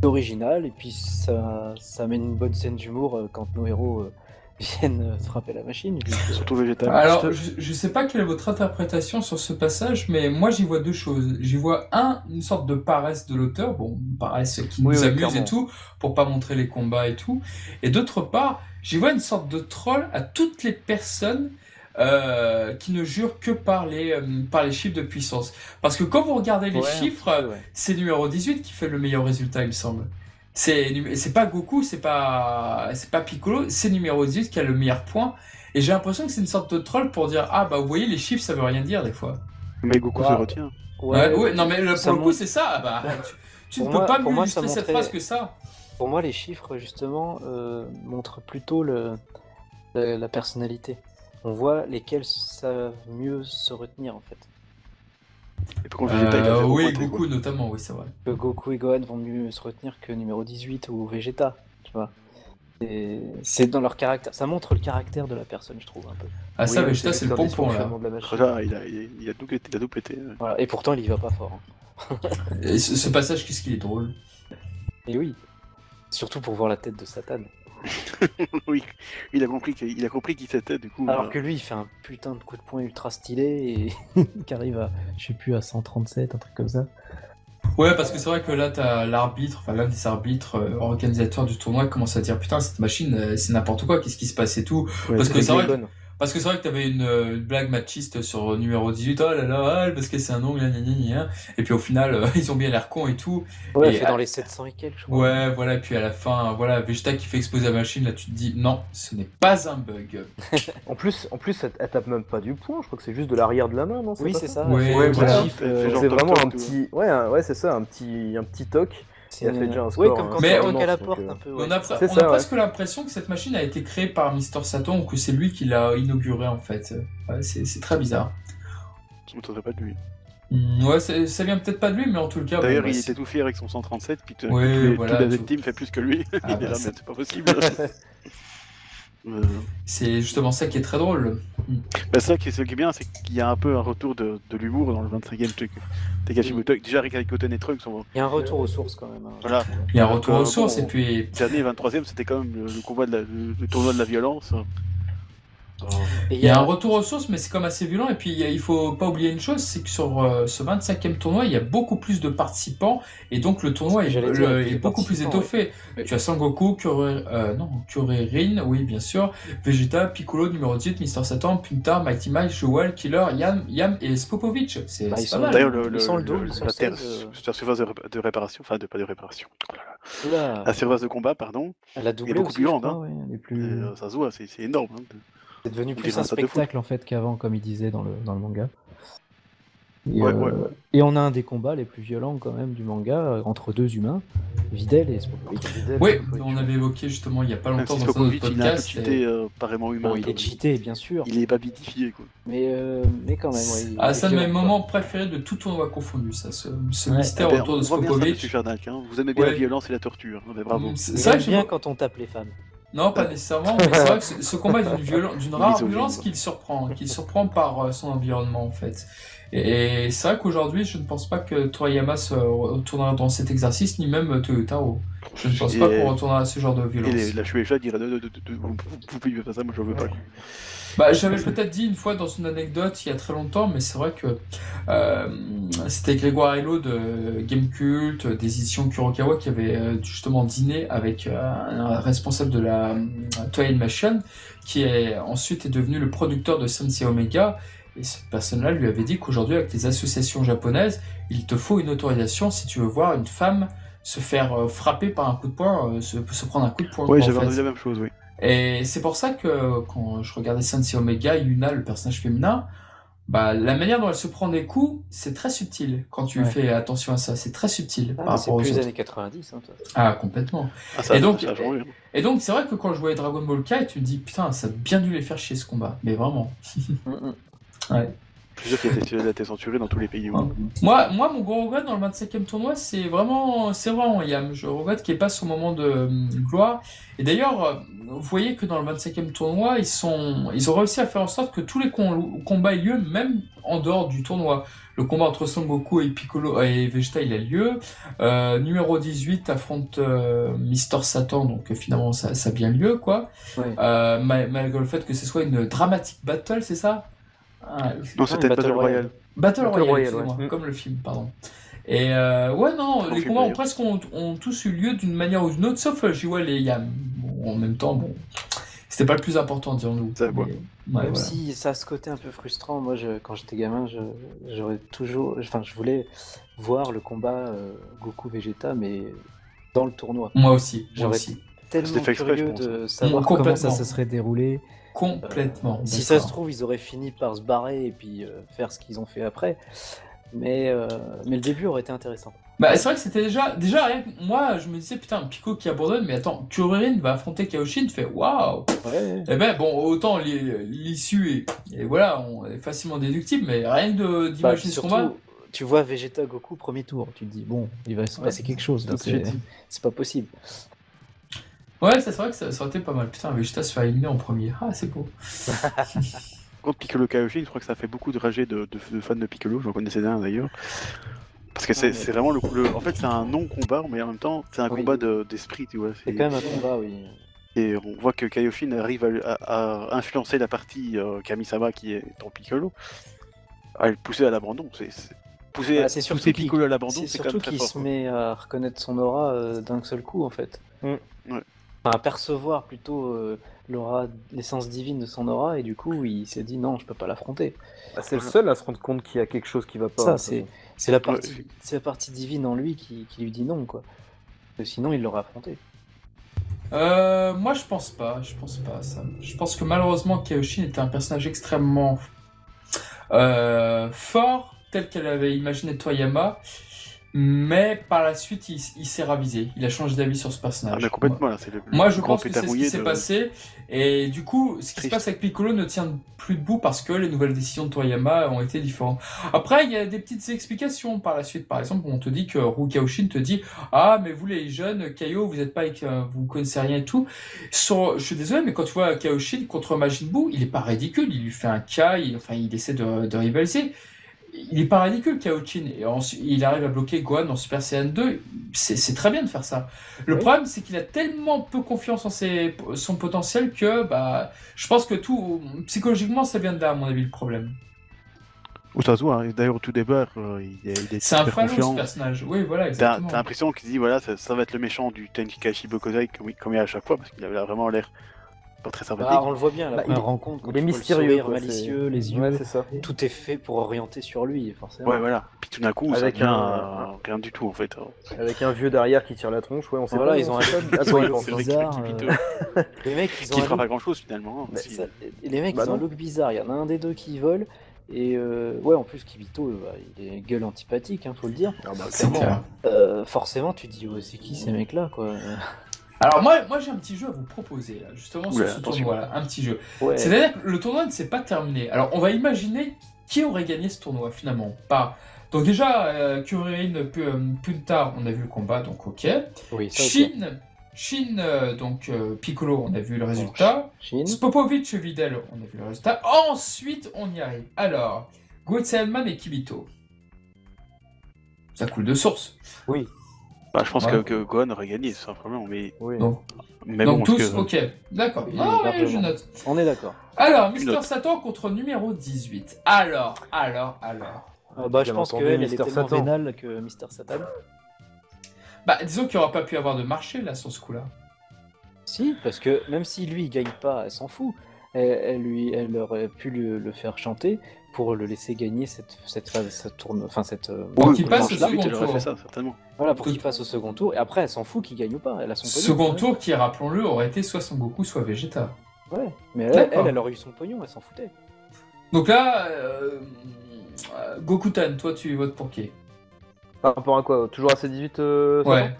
Speaker 1: c'est original, et puis ça, ça amène une bonne scène d'humour euh, quand nos héros euh, (laughs) viennent euh, frapper la machine. vu que-
Speaker 4: Surtout végétal.
Speaker 3: Alors, je, je sais pas quelle est votre interprétation sur ce passage, mais moi j'y vois deux choses. J'y vois un, une sorte de paresse de l'auteur, bon, une paresse qui
Speaker 1: Oui,
Speaker 3: nous
Speaker 1: oui,
Speaker 3: amuse
Speaker 1: clairement.
Speaker 3: et tout, pour pas montrer les combats et tout. Et d'autre part, j'y vois une sorte de troll à toutes les personnes euh, qui ne jurent que par les, euh, par les chiffres de puissance. Parce que quand vous regardez les
Speaker 1: Ouais, un
Speaker 3: chiffres,
Speaker 1: petit peu, ouais.
Speaker 3: c'est numéro 18 qui fait le meilleur résultat, il me semble. C'est numé- c'est pas Goku, c'est pas c'est pas Piccolo, c'est numéro 18 qui a le meilleur point. Et j'ai l'impression que c'est une sorte de troll pour dire ah bah vous voyez les chiffres ça veut rien dire des fois.
Speaker 4: Mais Goku
Speaker 3: Ah.
Speaker 1: Ouais.
Speaker 4: se retient.
Speaker 3: Ouais,
Speaker 1: Ouais,
Speaker 3: ouais, non mais là, pour
Speaker 1: ça
Speaker 3: le coup
Speaker 1: montre-
Speaker 3: c'est ça. Ah, bah, tu- tu ne
Speaker 1: Pour
Speaker 3: peux
Speaker 1: moi-
Speaker 3: pas
Speaker 1: pour
Speaker 3: mieux
Speaker 1: moi, ça
Speaker 3: illustrer cette
Speaker 1: montrait-
Speaker 3: phrase que ça.
Speaker 1: Pour moi, les chiffres, justement, euh, montrent plutôt le, la, la personnalité. On voit lesquels savent mieux se retenir, en fait.
Speaker 4: Et par contre, végétal, il a
Speaker 3: Euh,
Speaker 4: zéro
Speaker 3: oui
Speaker 4: pointé, quoi.
Speaker 3: Goku notamment oui c'est vrai.
Speaker 1: Que Goku et Gohan vont mieux se retenir que numéro 18 ou Vegeta, tu vois. C'est- C'est dans leur caractère. Ça montre le caractère de la personne, je trouve, un peu.
Speaker 3: Ah ça
Speaker 2: Oui,
Speaker 3: Vegeta
Speaker 2: c'est
Speaker 3: c'est le
Speaker 2: un
Speaker 3: bon
Speaker 2: des
Speaker 3: point là.
Speaker 2: fonctionnements de la machine.
Speaker 4: Ah, il, a, il, a, il a tout pété. il a tout pété.
Speaker 1: Voilà. Et pourtant, il y va pas fort. hein.
Speaker 3: Et ce, ce passage qu'est-ce qu'il est drôle.
Speaker 1: Et oui. Surtout pour voir la tête de Satan.
Speaker 4: oui, il a compris qu'il il a compris qui c'était du coup.
Speaker 1: Alors
Speaker 4: euh,
Speaker 1: que lui, il fait un putain de coup de poing ultra stylé et (laughs) qui arrive à, je sais plus, à 137, un truc comme ça.
Speaker 3: Ouais, parce que c'est vrai que là, t'as l'arbitre, enfin l'un des arbitres euh, organisateurs du tournoi commence à dire putain, cette machine, euh, c'est n'importe quoi, qu'est-ce qui se passe et tout.
Speaker 4: Ouais,
Speaker 3: parce que c'est vrai que-
Speaker 1: Gohan.
Speaker 3: Parce que c'est vrai que t'avais une, euh, une blague machiste sur euh, numéro 18, oh là là, ah, parce que c'est un nom, gna gna gna gna. Et puis au final, euh, (laughs) ils ont bien l'air cons et tout.
Speaker 1: Ouais,
Speaker 3: Et
Speaker 1: il fait
Speaker 3: à-
Speaker 1: dans les 700 et quelques, je crois.
Speaker 3: Ouais, voilà, et puis à la fin, voilà, Vegeta qui fait exploser la machine, là tu te dis, non, ce n'est pas un bug.
Speaker 2: En plus, en plus, elle, elle tape même pas du poing. Je crois que c'est juste de l'arrière de la main, non
Speaker 1: Oui,
Speaker 2: pas
Speaker 1: c'est ça.
Speaker 3: Ouais,
Speaker 1: c'est-
Speaker 3: ouais, voilà.
Speaker 4: C'est- c'est
Speaker 2: C'est
Speaker 4: genre toc,
Speaker 2: vraiment
Speaker 4: toc,
Speaker 2: un
Speaker 4: tout,
Speaker 2: petit, ouais, un- ouais, c'est ça, un petit, un petit toc.
Speaker 1: C'est
Speaker 2: Il a fait déjà un
Speaker 1: Ouais,
Speaker 2: score,
Speaker 1: comme quand
Speaker 2: hein.
Speaker 1: il
Speaker 3: Mais
Speaker 1: toque
Speaker 2: on-
Speaker 1: à la porte
Speaker 2: donc, euh,
Speaker 1: un peu.
Speaker 3: On
Speaker 1: ouais.
Speaker 3: a, pre-
Speaker 2: c'est
Speaker 3: on
Speaker 2: ça,
Speaker 3: a
Speaker 2: ouais.
Speaker 3: presque l'impression que cette machine a été créée par Mister Satan ou que c'est lui qui l'a inaugurée en fait. Ouais, c'est c'est très bizarre.
Speaker 4: Je m'entendrais pas de lui.
Speaker 3: Hmm, Ouais, c'est- ça vient peut-être pas de lui, mais en tout cas.
Speaker 4: D'ailleurs,
Speaker 3: bon, bah,
Speaker 4: il
Speaker 3: c'est-
Speaker 4: était tout fier avec son 137, puis euh, tout,
Speaker 3: Ouais,
Speaker 4: tout,
Speaker 3: voilà,
Speaker 4: la
Speaker 3: tout.
Speaker 4: team fait plus que lui. (laughs)
Speaker 3: Ah,
Speaker 4: il est
Speaker 3: bah,
Speaker 4: là, mais
Speaker 3: c'est-
Speaker 4: c'est pas
Speaker 3: (laughs)
Speaker 4: possible. Euh,
Speaker 3: C'est justement ça qui est très drôle.
Speaker 4: bah, c'est ça qui est, ce qui est bien, c'est qu'il y a un peu un retour de, de l'humour dans le 25e truc.
Speaker 1: Mm.
Speaker 4: Takashimoto, déjà Rick Harikoten et Trunks, sont...
Speaker 1: Il y a un retour aux sources quand même. hein.
Speaker 4: voilà.
Speaker 3: Il y a un retour
Speaker 4: Euh,
Speaker 3: aux sources
Speaker 4: bon.
Speaker 3: et puis
Speaker 4: Dernier 23e, c'était quand même le, le combat de la- le, le tournoi de la violence.
Speaker 1: Et
Speaker 3: Il y a un retour aux sources, mais c'est comme assez violent. Et puis, il y a- il faut pas oublier une chose, c'est que sur euh, ce 25e tournoi, il y a beaucoup plus de participants. Et donc, le tournoi
Speaker 1: C'est
Speaker 3: est,
Speaker 1: ce que j'allais dire, il y a
Speaker 3: le- est
Speaker 1: plus de
Speaker 3: beaucoup plus
Speaker 1: participants,
Speaker 3: étoffé. Tu as Sangoku, Kyuré, euh, non, Kuririn, oui, bien sûr, Vegeta, Piccolo, numéro 18, Mister Satan, Punta, Mighty Mike, Joel, Killer, Yam, Yam et Spopovich. C'est
Speaker 1: Bah, ils
Speaker 3: c'est pas
Speaker 1: sont-
Speaker 3: mal.
Speaker 4: D'ailleurs, le,
Speaker 1: Ils
Speaker 4: le,
Speaker 1: sont euh. le
Speaker 4: le-
Speaker 1: double,
Speaker 4: la
Speaker 1: sur
Speaker 4: terre-
Speaker 1: scène,
Speaker 4: la surface de ré- de réparation, enfin, de, pas de réparation, oh là là.
Speaker 1: Oula,
Speaker 4: la surface de combat, pardon,
Speaker 1: elle a doublé
Speaker 4: beaucoup
Speaker 1: aussi,
Speaker 4: plus
Speaker 1: je
Speaker 4: grande,
Speaker 1: crois,
Speaker 4: hein.
Speaker 1: ouais.
Speaker 5: Elle est
Speaker 4: Et,
Speaker 5: plus.
Speaker 4: euh, ça se voit, c'est c'est énorme. hein.
Speaker 1: C'est devenu
Speaker 4: Il
Speaker 1: plus
Speaker 4: fait un
Speaker 1: un
Speaker 4: tas de fou.
Speaker 1: spectacle en fait qu'avant, comme il disait dans le, dans le manga. Et,
Speaker 4: Ouais,
Speaker 1: euh,
Speaker 4: ouais.
Speaker 1: et on a un des combats les plus violents quand même du manga euh, entre deux humains, Videl et Spopovich.
Speaker 3: Oui, on avait évoqué justement il y a pas
Speaker 4: Même
Speaker 3: longtemps
Speaker 4: si
Speaker 3: dans un autre
Speaker 4: Spokovic, il a un peu
Speaker 3: podcast. et-
Speaker 1: hein,
Speaker 4: cheaté, euh, apparemment humain.
Speaker 1: Bon, il est cheaté bien sûr,
Speaker 4: Il est babidifié, quoi.
Speaker 1: mais, euh, mais quand même. ouais, il
Speaker 3: Ah,
Speaker 1: est
Speaker 3: c'est un de mes
Speaker 1: violent, quoi.
Speaker 3: moments préférés de tout tournoi confondu, ça, ce, ce
Speaker 1: Ouais. Eh
Speaker 3: mystère
Speaker 4: Ben,
Speaker 3: autour de
Speaker 4: voit bien ça, monsieur
Speaker 3: Spopovich.
Speaker 4: Jarnac, hein. Vous aimez bien
Speaker 3: Ouais.
Speaker 4: la violence et la torture. hein. Ben, bravo.
Speaker 3: Mm, c'est-
Speaker 1: Il
Speaker 3: c'est vrai
Speaker 1: aime
Speaker 3: que j'ai
Speaker 1: bien quand on tape les femmes.
Speaker 3: Non, pas nécessairement, mais c'est vrai que ce, ce combat est d'une violen- d'une rare
Speaker 4: Misogyne.
Speaker 3: violence qu'il surprend, qu'il surprend par euh, son environnement en fait. Et, c'est vrai qu'aujourd'hui, je ne pense pas que Toriyama se retournera dans cet exercice, ni même euh, Toyotaro. Je ne pense
Speaker 4: Et-
Speaker 3: pas qu'on retournera à ce genre de
Speaker 4: Et
Speaker 3: violence.
Speaker 4: les- la Shueisha dirait non, non, non, non, non, vous, vous pouvez pas ça, moi je veux pas. quoi.
Speaker 3: Bah, j'avais peut-être dit une fois dans une anecdote il y a très longtemps, mais c'est vrai que euh, c'était Grégoire Hello de Game Cult, euh, des éditions Kurokawa, qui avait euh, justement dîné avec euh, un responsable de la euh, Toei Animation, qui est ensuite est devenu le producteur de Sensei Omega. Et cette personne-là lui avait dit qu'aujourd'hui, avec les associations japonaises, il te faut une autorisation si tu veux voir une femme se faire euh, frapper par un coup de poing, euh, se, se prendre un coup de poing.
Speaker 4: Oui,
Speaker 3: quoi, en
Speaker 4: j'avais
Speaker 3: fait.
Speaker 4: entendu la même chose, oui.
Speaker 3: Et c'est pour ça que quand je regardais Sensei Omega, Yuna, le personnage féminin, bah, la manière dont elle se prend des coups, c'est très subtil quand tu
Speaker 1: Ouais.
Speaker 3: fais attention à ça. C'est très subtil par
Speaker 1: Ah, c'est
Speaker 3: rapport aux
Speaker 1: plus les
Speaker 3: autres.
Speaker 1: années 90, hein, toi.
Speaker 3: Ah, complètement.
Speaker 4: Ah, ça,
Speaker 3: Et donc-
Speaker 4: ça a changé, hein.
Speaker 3: Et donc, c'est vrai que quand je voyais Dragon Ball Kai, tu me dis, putain, ça a bien dû les faire chier ce combat. Mais vraiment.
Speaker 1: Mm, mm.
Speaker 4: Je suis sûr qu'il a été- il a été censuré dans tous les pays du monde.
Speaker 3: Moi, moi, mon gros regret dans le 25e tournoi, c'est vraiment, c'est vraiment Yam. Je regrette qu'il n'y ait pas son moment de euh, gloire. Et d'ailleurs, euh, vous voyez que dans le 25e tournoi, ils, sont, ils ont réussi à faire en sorte que tous les com- combats aient lieu, même en dehors du tournoi. Le combat entre Son Goku et Piccolo et Vegeta, il a lieu. Euh, numéro 18 affronte Mister Satan, donc euh, finalement, ça, ça a bien lieu, quoi.
Speaker 1: Ouais.
Speaker 3: Euh, mal- malgré le fait que ce soit une dramatique battle, c'est ça Ah,
Speaker 4: Non, c'était
Speaker 1: Battle
Speaker 4: Battle Royale.
Speaker 1: Royale.
Speaker 3: Battle,
Speaker 2: Battle
Speaker 3: Royale,
Speaker 2: Royale,
Speaker 3: excusez-moi,
Speaker 2: ouais.
Speaker 3: comme le film, pardon. Et euh, ouais, non,
Speaker 4: Comme
Speaker 3: les
Speaker 4: film,
Speaker 3: combats ont
Speaker 4: d'ailleurs.
Speaker 3: presque ont, ont tous eu lieu d'une manière ou d'une autre, sauf euh, Jewel et Yam. Bon, en même temps, bon, c'était pas le plus important, dirons-nous.
Speaker 4: Ça, ouais.
Speaker 3: Mais, ouais,
Speaker 1: Même
Speaker 3: voilà.
Speaker 1: si ça a ce côté un peu frustrant, moi je- quand j'étais gamin, je- j'aurais toujours, enfin je voulais voir le combat euh, Goku Vegeta, mais dans le tournoi.
Speaker 3: Moi aussi, moi
Speaker 1: J'aurais
Speaker 3: aussi.
Speaker 1: Tellement
Speaker 4: C'était fait exprès,
Speaker 1: curieux
Speaker 4: je pense. hein.
Speaker 1: de savoir
Speaker 3: Mm,
Speaker 1: comment
Speaker 3: complètement.
Speaker 1: ça se serait déroulé. Euh,
Speaker 3: Complètement.
Speaker 1: si ça
Speaker 3: d'accord.
Speaker 1: se trouve, ils auraient fini par se barrer et puis euh, faire ce qu'ils ont fait après. Mais, euh, mais le début aurait été intéressant.
Speaker 3: Bah, c'est vrai que c'était déjà. Déjà, rien que moi, je me disais, putain, Pico qui abandonne, mais attends, Kuririn va affronter Kaoshin, fait waouh!
Speaker 1: Ouais.
Speaker 3: Eh ben, bon, autant l'i- l'issue est. Et voilà, on est facilement déductible, mais rien que de-
Speaker 1: Bah,
Speaker 3: d'imaginer ce
Speaker 1: surtout,
Speaker 3: combat.
Speaker 1: tu vois Vegeta Goku premier tour, tu te dis bon, il va se
Speaker 3: Ouais,
Speaker 1: passer quelque chose.
Speaker 3: tout
Speaker 1: là,
Speaker 3: de
Speaker 1: C'est
Speaker 3: suite.
Speaker 1: c'est pas possible.
Speaker 3: Ouais, ça, c'est vrai que ça, ça aurait été pas mal. Putain, Vegeta se fait éliminer en premier. Ah, c'est beau.
Speaker 4: Contre Piccolo Kaioshin, je crois que ça a fait beaucoup de ragés de, de- de fans de Piccolo, j'en connaissais un d'ailleurs. Parce que c'est
Speaker 1: Ouais.
Speaker 4: c'est vraiment le, le- En fait, c'est un non-combat, mais en même temps, c'est un
Speaker 1: Oui.
Speaker 4: combat de- d'esprit, tu vois.
Speaker 1: C'est
Speaker 4: c'est-
Speaker 1: quand même un combat, oui.
Speaker 4: Et on voit que Kaioshin arrive à, à- à influencer la partie euh, Kamisama qui est en Piccolo, à le pousser à l'abandon. C'est c'est- pousser,
Speaker 1: Bah, c'est surtout
Speaker 4: pousser
Speaker 1: qu'il-
Speaker 4: Piccolo à l'abandon,
Speaker 1: C'est
Speaker 4: c'est quand même
Speaker 1: surtout
Speaker 4: très
Speaker 1: qu'il
Speaker 4: fort.
Speaker 1: se met à reconnaître son aura euh, d'un seul coup, en fait.
Speaker 4: Mm. Ouais.
Speaker 1: Enfin, à percevoir plutôt euh, l'aura, l'essence divine de son aura, et du coup, il s'est dit non, je peux pas l'affronter.
Speaker 2: Bah, c'est le seul à se rendre compte qu'il y a quelque chose qui va pas.
Speaker 1: Ça,
Speaker 2: hein,
Speaker 1: c'est- C'est la, partie,
Speaker 4: c'est-
Speaker 1: c'est la partie divine en lui qui, qui lui dit non, quoi. Parce que Sinon, il l'aurait affronté.
Speaker 3: Euh, moi, je pense pas. Je pense pas à ça. Je pense que malheureusement, Kaioshin était un personnage extrêmement euh, fort, tel qu'elle avait imaginé Toyama. Mais par la suite, il, il s'est ravisé. Il a changé d'avis sur ce personnage.
Speaker 4: Ah, mais complètement, là, c'est le
Speaker 3: Moi,
Speaker 4: le
Speaker 3: je
Speaker 4: grand
Speaker 3: pense que c'est ce qui
Speaker 4: pétarouillé
Speaker 3: s'est
Speaker 4: de-
Speaker 3: passé. Et du coup, ce qui se
Speaker 4: Triste.
Speaker 3: passe avec Piccolo ne tient plus debout parce que les nouvelles décisions de Toyama ont été différentes. Après, il y a des petites explications par la suite. Par exemple, on te dit que Rukaoshin te dit Ah, mais vous les jeunes, Kaio, vous êtes pas, avec- euh, vous connaissez rien et tout. Sur- je suis désolé, mais quand tu vois Kaoshin contre Majin Buu, il est pas ridicule. Il lui fait un K, il, enfin, il essaie de, de rivaliser. Il est pas ridicule, Kaoshin. Et ensuite, il arrive à bloquer Gohan en Super Saiyan 2. C'est c'est très bien de faire ça. Le
Speaker 1: Oui.
Speaker 3: problème, c'est qu'il a tellement peu confiance en ses, son potentiel que bah, je pense que tout, psychologiquement, ça vient de là, à mon avis, le problème.
Speaker 4: Oh, ça se voit, hein. d'ailleurs, au tout départ, euh, il est, il est
Speaker 3: C'est un
Speaker 4: super
Speaker 3: falot, ce
Speaker 4: confiant.
Speaker 3: personnage. Oui, voilà,
Speaker 4: T'as
Speaker 3: exactement.
Speaker 4: t'as l'impression qu'il dit voilà ça, ça va être le méchant du Tenkaichi Bokozai comme, il- comme il est à chaque fois parce qu'il avait vraiment l'air pas très sympathique.
Speaker 1: Bah, on le voit bien, la
Speaker 2: Bah,
Speaker 1: première
Speaker 2: il est-
Speaker 1: rencontre, quand
Speaker 2: Il est
Speaker 1: tu vois le
Speaker 2: mystérieux.
Speaker 1: sourire
Speaker 2: quoi, c'est-
Speaker 1: malicieux, les yeux,
Speaker 2: Ouais, c'est ça.
Speaker 1: tout est fait pour orienter sur lui, forcément.
Speaker 4: ouais voilà. Puis tout d'un coup ça
Speaker 2: Avec
Speaker 4: devient
Speaker 2: un-
Speaker 4: euh, rien du tout en fait. hein.
Speaker 2: Avec un vieux derrière qui tire la tronche. Ouais, on sait
Speaker 1: Voilà,
Speaker 2: pas.
Speaker 1: ils
Speaker 2: on
Speaker 1: ont
Speaker 2: sait
Speaker 1: un-
Speaker 2: pas.
Speaker 1: ils
Speaker 2: Attends,
Speaker 1: ont
Speaker 2: il
Speaker 1: un
Speaker 2: pense.
Speaker 1: grand- bizarre,
Speaker 4: qui,
Speaker 1: euh, Les mecs, ils ont
Speaker 4: qui
Speaker 1: un
Speaker 4: fera pas grand chose finalement. hein,
Speaker 1: Bah,
Speaker 4: si-
Speaker 1: ça- et les mecs,
Speaker 2: Bah
Speaker 1: ils ont un
Speaker 2: non.
Speaker 1: look bizarre. Il y en a un des deux qui vole. Et euh, ouais, en plus, Kibito, euh, bah, il est gueule antipathique, hein, faut le dire.
Speaker 2: Ah, bah,
Speaker 3: C'est
Speaker 2: clairement.
Speaker 3: clair.
Speaker 1: Euh, forcément, tu te dis, ouais, c'est qui ces mecs-là,
Speaker 2: (laughs)
Speaker 1: quoi Euh,
Speaker 3: Alors, moi, moi j'ai un petit jeu à vous proposer, là, justement, sur
Speaker 4: Oula,
Speaker 3: ce
Speaker 4: attention.
Speaker 3: tournoi-là. Un petit jeu.
Speaker 1: ouais.
Speaker 3: C'est-à-dire que le tournoi ne s'est pas terminé. Alors, on va imaginer qui aurait gagné ce tournoi, finalement. Pas. Donc, déjà, euh, Kuririn, Pu- euh, Punta, on a vu le combat, donc ok.
Speaker 1: Oui, ça, ok.
Speaker 3: Shin, Shin euh, donc euh, Piccolo, on a vu le résultat.
Speaker 1: Chine.
Speaker 3: Spopovic Vidal, on a vu le résultat. Ensuite, on y arrive. Alors, Goetzelman et Kibito. Ça coule de source.
Speaker 1: Oui.
Speaker 4: Bah, je pense
Speaker 3: Ouais.
Speaker 4: que, que Gohan aurait gagné, sans problème, mais,
Speaker 2: Oui,
Speaker 3: Donc,
Speaker 4: mais
Speaker 3: donc
Speaker 4: bon,
Speaker 3: tous,
Speaker 4: parce que-
Speaker 3: ok. D'accord.
Speaker 2: Oui,
Speaker 3: Ah ouais,
Speaker 2: largement.
Speaker 3: je note.
Speaker 2: on est d'accord.
Speaker 3: Alors,
Speaker 4: Une
Speaker 3: Mister
Speaker 4: note.
Speaker 3: Satan contre numéro 18. Alors, alors, alors.
Speaker 1: Ah bah, je
Speaker 2: Bien
Speaker 1: pense
Speaker 2: entendu,
Speaker 1: qu'elle elle est
Speaker 2: Mister
Speaker 1: tellement
Speaker 2: Satan.
Speaker 1: vénale que Mister Satan.
Speaker 3: Bah, disons qu'il n'y aura pas pu avoir de marché, là, sur ce coup-là.
Speaker 1: Si, parce que même si lui il gagne pas, elle s'en fout. Elle, elle lui, elle aurait pu le, le faire chanter pour le laisser gagner cette, cette phase, cette tourne, enfin cette. euh,
Speaker 3: Pour qu'il
Speaker 4: oui,
Speaker 3: passe
Speaker 4: je pense
Speaker 3: au
Speaker 4: que
Speaker 3: second
Speaker 4: elle aurait
Speaker 3: tour.
Speaker 4: fait ça, certainement.
Speaker 1: Voilà,
Speaker 2: Euh,
Speaker 1: pour qu'il
Speaker 3: Tout-
Speaker 1: passe au second tour. Et après, elle s'en fout qu'il gagne ou pas. Elle a son pognon. hein.
Speaker 3: Second
Speaker 1: ouais.
Speaker 3: tour qui, rappelons-le, aurait été soit Son Goku, soit Vegeta.
Speaker 1: Ouais. Mais elle,
Speaker 3: D'accord.
Speaker 1: elle, elle aurait eu son pognon, elle s'en foutait.
Speaker 3: Donc là, euh, euh, Gokutan, toi, tu votes pour qui
Speaker 2: Par rapport à quoi Toujours à ces 18 euh, Satan
Speaker 3: Ouais.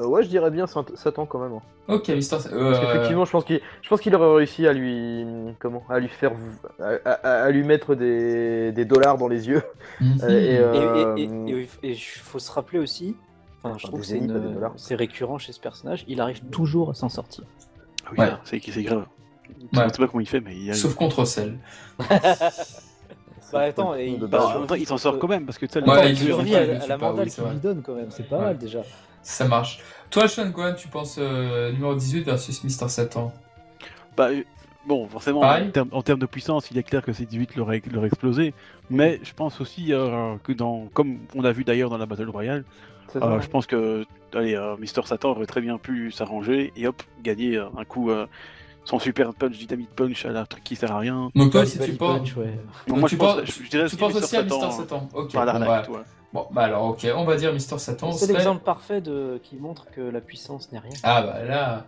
Speaker 2: Euh, ouais, je dirais bien Saint- Satan quand même. hein.
Speaker 3: Ok, Mister Satan. Euh,
Speaker 2: Parce qu'effectivement, je pense qu'il, je pense qu'il aurait réussi à lui, comment, à lui faire, à, à- à lui mettre des, des dollars dans les yeux.
Speaker 3: mhm.
Speaker 2: Euh, et, euh,
Speaker 1: Et- Et
Speaker 4: hum.
Speaker 1: il faut se rappeler aussi, enfin, je
Speaker 2: Enfin,
Speaker 1: trouve que
Speaker 2: des
Speaker 1: c'est
Speaker 2: zéniths,
Speaker 1: une-
Speaker 2: des dollars.
Speaker 1: c'est récurrent chez ce personnage, il arrive toujours à s'en sortir.
Speaker 4: Ah oui,
Speaker 3: Ouais.
Speaker 4: ça, c'est c'est grave.
Speaker 3: Ouais.
Speaker 4: Je sais pas comment il fait, mais il y a...
Speaker 3: Sauf contre Cell.
Speaker 1: Bah, attends, et
Speaker 2: de
Speaker 1: il-
Speaker 4: Bah,
Speaker 2: base.
Speaker 4: en même temps, il s'en
Speaker 2: Euh,
Speaker 4: sort quand même, parce que tu sais, le
Speaker 3: Ouais,
Speaker 4: temps,
Speaker 1: Attends,
Speaker 3: il
Speaker 1: il survit
Speaker 3: survit,
Speaker 1: à,
Speaker 3: il
Speaker 1: à
Speaker 3: survit
Speaker 1: la
Speaker 3: pas, Bah
Speaker 1: mandale
Speaker 3: oui, c'est
Speaker 1: qu'il
Speaker 3: vrai.
Speaker 1: lui donne quand même, c'est pas
Speaker 3: Ouais.
Speaker 1: mal déjà.
Speaker 3: Ça marche. Toi, Sean Gohan, tu penses euh, numéro 18 versus Mister Satan
Speaker 4: Bah, euh, bon, forcément,
Speaker 3: Pareil.
Speaker 4: en termes, en termes de puissance, il est clair que ces 18 leur, leur explosé. Mais je pense aussi euh, que, dans, comme on a vu d'ailleurs dans la Battle Royale,
Speaker 2: C'est ça.
Speaker 3: Ah,
Speaker 4: euh, je pense que allez, euh, Mister Satan aurait très bien pu s'arranger et hop, gagner euh, un coup euh, son super punch, dynamite punch, à la truc qui sert à rien.
Speaker 3: Donc toi,
Speaker 1: Ouais,
Speaker 3: si
Speaker 1: il
Speaker 3: tu
Speaker 1: punch,
Speaker 3: penses...
Speaker 1: ouais.
Speaker 4: Bon,
Speaker 3: Donc
Speaker 4: moi,
Speaker 3: tu
Speaker 4: je, pense,
Speaker 3: penses-
Speaker 4: je- je dirais
Speaker 3: Tu penses aussi à Mister
Speaker 4: Satan,
Speaker 3: Satan Ok,
Speaker 4: par
Speaker 3: bon,
Speaker 4: l'arnaque,
Speaker 3: bah,
Speaker 4: toi.
Speaker 3: bon, bah alors, ok, on va dire Mister Satan.
Speaker 1: C'est
Speaker 3: serait-
Speaker 1: l'exemple parfait de... qui montre que la puissance n'est rien.
Speaker 3: Ah bah là,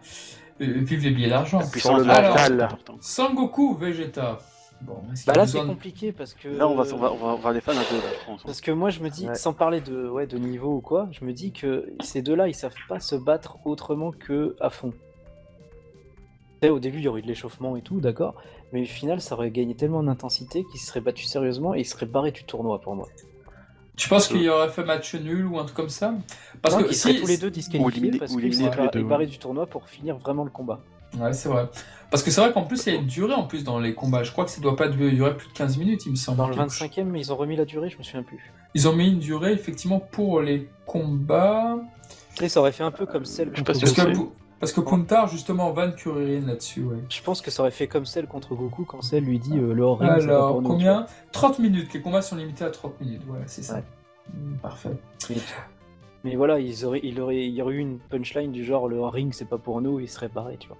Speaker 3: euh, vive les billets d'argent.
Speaker 4: La puissance
Speaker 2: le
Speaker 4: de l'arnaque,
Speaker 3: mental.
Speaker 4: c'est important.
Speaker 3: Sangoku, Vegeta. Bon, est-ce qu'il
Speaker 1: Bah
Speaker 3: y a
Speaker 1: là, c'est
Speaker 3: besoin de-
Speaker 1: compliqué parce que.
Speaker 4: Là, on va, on, va, on, va, on va les faire un peu, là, je pense.
Speaker 1: Parce que moi, je me dis,
Speaker 2: Ouais.
Speaker 1: sans parler de, ouais, de niveau ou quoi, je me dis que ces deux-là, ils savent pas se battre autrement que à fond. Tu sais, Au début, il y aurait eu de l'échauffement et tout, d'accord, mais au final, ça aurait gagné tellement d'intensité qu'ils se seraient battus sérieusement et ils seraient barrés du tournoi pour moi.
Speaker 3: Tu penses qu'il y aurait fait match nul ou un truc comme ça Parce
Speaker 1: Non,
Speaker 3: que
Speaker 1: qu'ils
Speaker 3: si-
Speaker 1: seraient tous les deux disqualifiés
Speaker 4: ou éliminés-
Speaker 1: parce
Speaker 4: ou
Speaker 1: qu'ils
Speaker 4: éliminés
Speaker 1: seraient
Speaker 4: tous les
Speaker 1: barrés-
Speaker 4: deux, ouais.
Speaker 1: barrés du tournoi pour finir vraiment le combat.
Speaker 3: Ouais, c'est vrai. Parce que c'est vrai qu'en plus, il y a une durée en plus dans les combats. Je crois que ça doit pas durer plus de 15 minutes, il me semble.
Speaker 1: Dans le 25 e mais ils ont remis la durée, je me souviens plus.
Speaker 3: Ils ont mis une durée effectivement pour les combats.
Speaker 1: Et ça aurait fait un peu comme celle
Speaker 4: Je suis pas
Speaker 1: contre
Speaker 4: sûr
Speaker 3: Parce
Speaker 4: que
Speaker 3: que,
Speaker 1: Goku.
Speaker 3: parce que Puntar, justement, Van Kuririn là-dessus, ouais.
Speaker 1: Je pense que ça aurait fait comme celle contre Goku quand celle lui dit euh, le hors-ring, c'est pas
Speaker 3: Alors,
Speaker 1: pour nous, tu vois.
Speaker 3: combien 30 minutes. Les combats sont limités à 30 minutes. Voilà, c'est ça.
Speaker 1: Ouais.
Speaker 3: Hmm, Parfait.
Speaker 1: Mais voilà, ils auraient, il, aurait, il y aurait eu une punchline du genre le ring c'est pas pour nous, il serait barré, tu vois.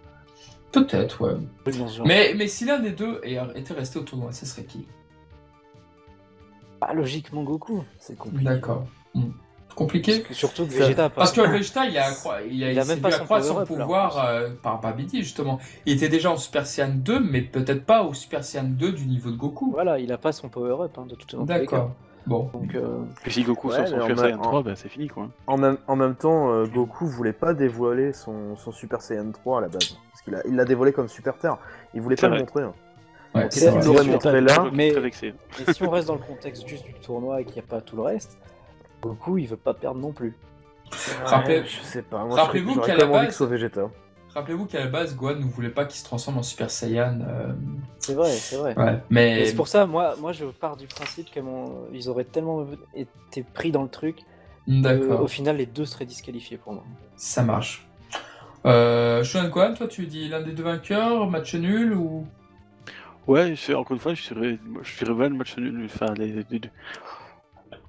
Speaker 3: Peut-être, ouais.
Speaker 1: Dans ce genre.
Speaker 3: Mais, mais si l'un des deux est- était resté au tournoi, ce serait qui
Speaker 1: Pas logiquement Goku.
Speaker 2: c'est compliqué.
Speaker 3: D'accord. Hmm. Compliqué
Speaker 1: Parce que- Surtout que
Speaker 2: Ça-
Speaker 1: Vegeta.
Speaker 3: Parce que
Speaker 1: par-
Speaker 3: Vegeta, il a, accro- il a,
Speaker 1: Il a
Speaker 3: il s'est
Speaker 1: même pas
Speaker 3: vu
Speaker 1: son
Speaker 3: accroître son
Speaker 1: power-up, là, en
Speaker 3: pouvoir
Speaker 1: plus.
Speaker 3: euh, par Babidi, justement. Il était déjà en Super Saiyan 2, mais peut-être pas au Super Saiyan 2 du niveau de Goku.
Speaker 1: Voilà, il a pas son power-up hein, de toute façon.
Speaker 3: D'accord. Bon.
Speaker 1: Donc, euh,
Speaker 4: Et si Goku
Speaker 2: Ouais,
Speaker 4: sort son
Speaker 2: mais en
Speaker 4: Super
Speaker 2: même-
Speaker 4: Saiyan
Speaker 2: en-
Speaker 4: 3, bah, c'est fini, quoi.
Speaker 2: En même, en même temps, euh, Goku voulait pas dévoiler son, son Super Saiyan 3 à la base. Parce qu'il a- il l'a dévoilé comme Super Terre. Il voulait
Speaker 4: C'est
Speaker 2: pas
Speaker 4: vrai.
Speaker 2: le montrer. hein.
Speaker 3: Ouais,
Speaker 2: S'il
Speaker 3: c'est vrai.
Speaker 1: c'est
Speaker 2: l'aurait
Speaker 1: sûr.
Speaker 2: montré là,
Speaker 1: Mais-
Speaker 4: Très vexé.
Speaker 1: et si on reste dans le contexte juste du tournoi et qu'il n'y a pas tout le reste, Goku il veut pas perdre non plus.
Speaker 3: Rappelez-
Speaker 2: je sais pas. Moi,
Speaker 3: rappelez-vous
Speaker 2: j'aurais-
Speaker 3: qu'à
Speaker 2: j'aurais quand
Speaker 3: la
Speaker 2: même envie
Speaker 3: base-
Speaker 2: que ce soit Vegeta.
Speaker 3: Rappelez-vous qu'à la base, Gohan ne voulait pas qu'il se transforme en Super Saiyan. euh,
Speaker 1: C'est vrai, c'est vrai.
Speaker 3: Ouais.
Speaker 1: Et
Speaker 3: Mais
Speaker 1: c'est pour ça, moi, moi je pars du principe qu'ils ils auraient tellement été pris dans le truc, que,
Speaker 3: d'accord,
Speaker 1: au final les deux seraient disqualifiés pour moi.
Speaker 3: ça marche. Euh, Shonan Gohan, toi, tu dis l'un des deux vainqueurs, match nul ou
Speaker 4: Ouais, je- encore une fois, je serais, moi, je serais vraiment le match nul. Enfin, les, les deux.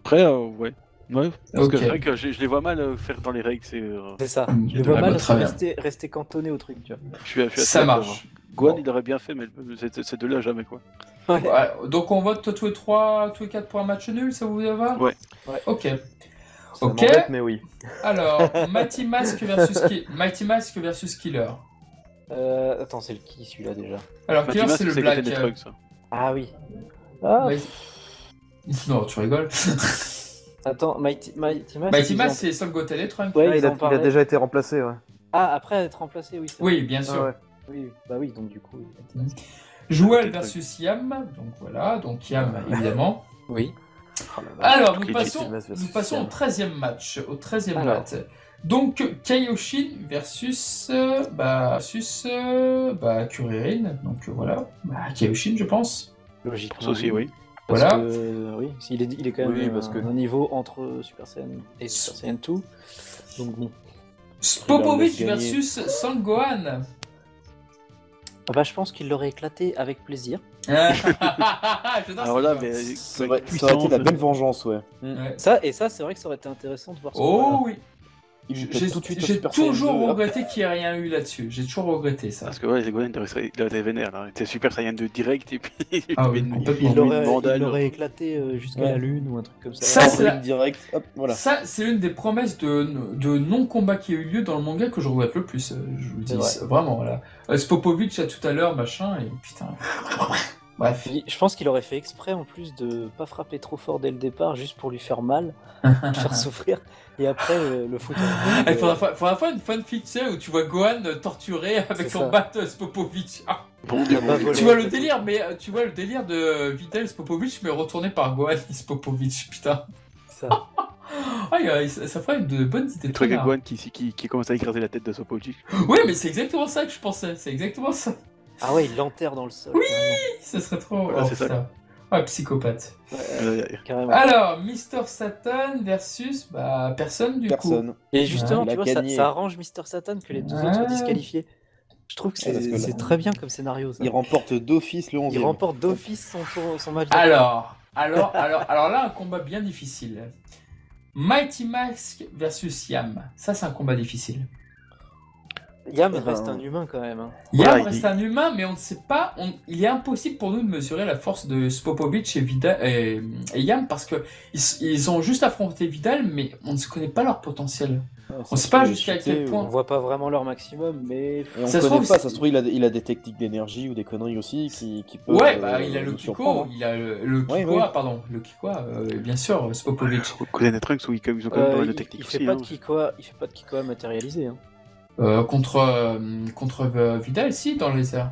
Speaker 4: Après, euh, ouais. Ouais, parce
Speaker 3: Ok.
Speaker 4: que c'est vrai que je, je les vois mal euh, faire dans les règles. C'est, euh,
Speaker 1: C'est ça.
Speaker 3: Mmh, Je
Speaker 1: Je vois
Speaker 4: Ah,
Speaker 1: mal
Speaker 4: bah,
Speaker 3: très bien.
Speaker 1: rester, rester cantonné au truc, tu vois.
Speaker 4: je suis, je suis assez
Speaker 3: Ça
Speaker 4: d'accord,
Speaker 3: marche.
Speaker 4: hein. Gohan,
Speaker 3: Bon.
Speaker 4: il aurait bien fait, mais ces ces deux-là, jamais quoi.
Speaker 1: Ouais.
Speaker 3: Ouais, donc on vote tous les trois, tous les quatre pour un match nul, ça vous va
Speaker 4: Ouais.
Speaker 1: Ouais.
Speaker 3: Ok.
Speaker 2: Ça
Speaker 3: Ah, Ok.
Speaker 2: m'embête, mais oui.
Speaker 4: (laughs)
Speaker 3: Alors, Mighty Mask versus Ki- Mighty Mask versus Killer.
Speaker 1: Euh, attends, c'est le qui celui-là déjà
Speaker 3: Alors,
Speaker 4: Bah,
Speaker 3: Killer,
Speaker 4: Dimas,
Speaker 3: c'est le
Speaker 4: c'est
Speaker 3: black.
Speaker 4: Captain
Speaker 3: euh,
Speaker 4: Trucks, ça.
Speaker 1: Ah oui. Ah,
Speaker 3: Mighty- (laughs) Non,
Speaker 4: (laughs)
Speaker 3: tu rigoles.
Speaker 1: Ah, attends, Mighty, Mighty Mass.
Speaker 3: Mighty
Speaker 1: ils
Speaker 3: Mask,
Speaker 1: ont-
Speaker 3: c'est Son Goten et Trunks.
Speaker 1: Ouais,
Speaker 2: Ah,
Speaker 1: ils
Speaker 2: il, a,
Speaker 1: en
Speaker 2: il a
Speaker 1: parlaient.
Speaker 2: déjà été remplacé, ouais.
Speaker 1: Ah, après être remplacé, oui. c'est vrai.
Speaker 3: Oui, bien sûr.
Speaker 2: Ah ouais.
Speaker 1: oui. oui. Bah oui, donc du coup. Mighty Mask.
Speaker 3: Joel
Speaker 4: Goten
Speaker 3: versus Yam. Donc voilà, donc Yam,
Speaker 1: Ah.
Speaker 3: évidemment.
Speaker 1: Oui.
Speaker 2: Oh la vache.
Speaker 3: Alors, nous
Speaker 4: Mighty
Speaker 3: passons,
Speaker 2: Mask versus
Speaker 3: nous passons au
Speaker 2: Yam.
Speaker 3: 13e match. Au 13e
Speaker 1: Alors.
Speaker 3: match. Donc, Kaioshin versus, euh, bah, versus euh, bah, Kuririn. Donc euh, voilà, bah, Kaioshin, je pense.
Speaker 1: Logiquement.
Speaker 4: Je pense aussi, oui.
Speaker 1: Parce
Speaker 3: Voilà.
Speaker 1: que, euh, oui, il est, il est quand même
Speaker 6: Oui,
Speaker 1: euh,
Speaker 6: parce que-
Speaker 1: un niveau entre Super Saiyan et Super Saiyan 2. Donc bon.
Speaker 3: Spopovic
Speaker 6: gagné.
Speaker 3: versus
Speaker 1: (laughs)
Speaker 3: Sangohan.
Speaker 1: Ah Bah, je pense qu'il l'aurait éclaté avec plaisir.
Speaker 3: J'adore
Speaker 4: Alors
Speaker 3: cette
Speaker 4: là,
Speaker 3: phrase.
Speaker 4: mais.
Speaker 6: Ça aurait ça aurait été la belle vengeance, ouais.
Speaker 3: Ouais.
Speaker 1: Ça, et ça, c'est vrai que ça aurait été intéressant de voir ça.
Speaker 3: Oh oui.
Speaker 6: Il lui pète
Speaker 3: J'ai
Speaker 6: tout de suite au
Speaker 3: j'ai
Speaker 6: Super Saiyan hein.
Speaker 3: toujours
Speaker 6: 2, là.
Speaker 3: regretté qu'il n'y ait rien eu là-dessus. J'ai toujours regretté ça.
Speaker 4: Parce que ouais, Gohan, il avait été vénère, là. Il était Super Saiyan 2 direct, et puis.
Speaker 3: Ah oui,
Speaker 4: il lui
Speaker 3: complètement.
Speaker 1: Il l'aurait
Speaker 4: demandait
Speaker 1: il
Speaker 4: alors.
Speaker 1: l'aurait éclaté euh, jusqu'à
Speaker 6: Ouais.
Speaker 1: la Lune ou un truc comme ça.
Speaker 3: Ça, c'est la-
Speaker 6: Ligne directe, hop, voilà.
Speaker 3: Ça, c'est l'une des promesses de, de non-combat qui a eu lieu dans le manga que je regrette le plus. euh, Je vous le dis
Speaker 1: C'est vrai.
Speaker 3: c'est vraiment. Là. Euh, Spopovic à tout à l'heure, machin, et
Speaker 1: (laughs)
Speaker 3: putain. Bref.
Speaker 1: Il- Je pense qu'il aurait fait exprès en plus de pas frapper trop fort dès le départ, juste pour lui faire mal, le
Speaker 3: (laughs)
Speaker 1: faire souffrir, et après euh, le foutre. en
Speaker 3: Il
Speaker 1: couille,
Speaker 3: faudra,
Speaker 1: euh,
Speaker 3: fa- faudra faire une fanfic tu sais, où tu vois Gohan euh, torturé avec
Speaker 1: C'est
Speaker 3: son
Speaker 1: ça.
Speaker 3: bat euh, Spopovic. Ah,
Speaker 4: Bon,
Speaker 1: il a pas volé.
Speaker 3: tu vois le délire, mais euh, tu vois le délire de euh, Vitel Spopovic, mais retourné par Gohan et Spopovic, putain.
Speaker 1: Ça.
Speaker 3: Ah, il y a- ça, ça ferait de bonnes idées.
Speaker 4: Le
Speaker 3: de
Speaker 4: truc avec
Speaker 3: connard.
Speaker 4: Gohan qui, qui, qui commence à écraser la tête de Sopoji.
Speaker 3: Oui, mais c'est exactement ça que je pensais. C'est exactement ça. (laughs)
Speaker 1: Ah ouais, il l'enterre dans le sol.
Speaker 3: Oui. Ce serait trop.
Speaker 4: Ouais,
Speaker 3: oh,
Speaker 4: c'est ça.
Speaker 3: putain. Ah, psychopathe.
Speaker 1: carrément. Ouais,
Speaker 4: Euh,
Speaker 1: carrément.
Speaker 3: Alors, Mister Satan versus bah, personne du coup.
Speaker 6: Personne.
Speaker 1: Et justement,
Speaker 6: il a
Speaker 1: tu vois, ça,
Speaker 6: gagné.
Speaker 1: ça arrange Mister Satan que les deux autres soient
Speaker 3: Ouais.
Speaker 1: disqualifiés. Je trouve que
Speaker 6: Ouais, parce que
Speaker 1: c'est
Speaker 6: là-
Speaker 1: c'est très bien comme scénario. Ça.
Speaker 6: Il remporte d'office le 11
Speaker 1: Il remporte d'office son, tour- son match.
Speaker 3: Alors, alors, alors, alors là, un combat bien difficile. Mighty Mask versus Yam. Ça, c'est un combat difficile.
Speaker 1: Yam
Speaker 2: Ben-
Speaker 1: reste un humain quand même. hein.
Speaker 3: Yam
Speaker 4: Voilà, il
Speaker 3: reste
Speaker 4: dit-
Speaker 3: un humain, mais on ne sait pas. on- il est impossible pour nous de mesurer la force de Spopovic et, Vida- et, et Yam parce que ils, ils ont juste affronté Vidal, mais on ne se connaît pas leur potentiel. On sait pas jusqu'à quel point.
Speaker 1: On voit pas vraiment leur maximum, mais
Speaker 6: Et on
Speaker 3: Ça se
Speaker 6: connaît
Speaker 3: trouve,
Speaker 6: pas,
Speaker 3: c'est-
Speaker 6: ça se trouve, il a, il a des techniques d'énergie ou des conneries aussi qui, qui peuvent.
Speaker 3: Ouais,
Speaker 6: euh,
Speaker 3: bah, il a le
Speaker 6: nous
Speaker 3: Kiko,
Speaker 6: surprendre.
Speaker 3: il a le, le
Speaker 6: Ouais,
Speaker 3: Kikoa,
Speaker 6: ouais.
Speaker 3: pardon, le Kikoa, euh, bien sûr, Spopovic.
Speaker 4: Gohan et Trunks, où ils, ils ont quand même pas
Speaker 1: euh,
Speaker 4: mal de
Speaker 1: il,
Speaker 4: techniques
Speaker 1: il fait
Speaker 4: aussi.
Speaker 1: pas
Speaker 4: hein.
Speaker 1: de Kikoa, il fait pas de Kikoa matérialisé. hein.
Speaker 3: Euh, contre euh, contre euh, Vidal, si, dans le désert.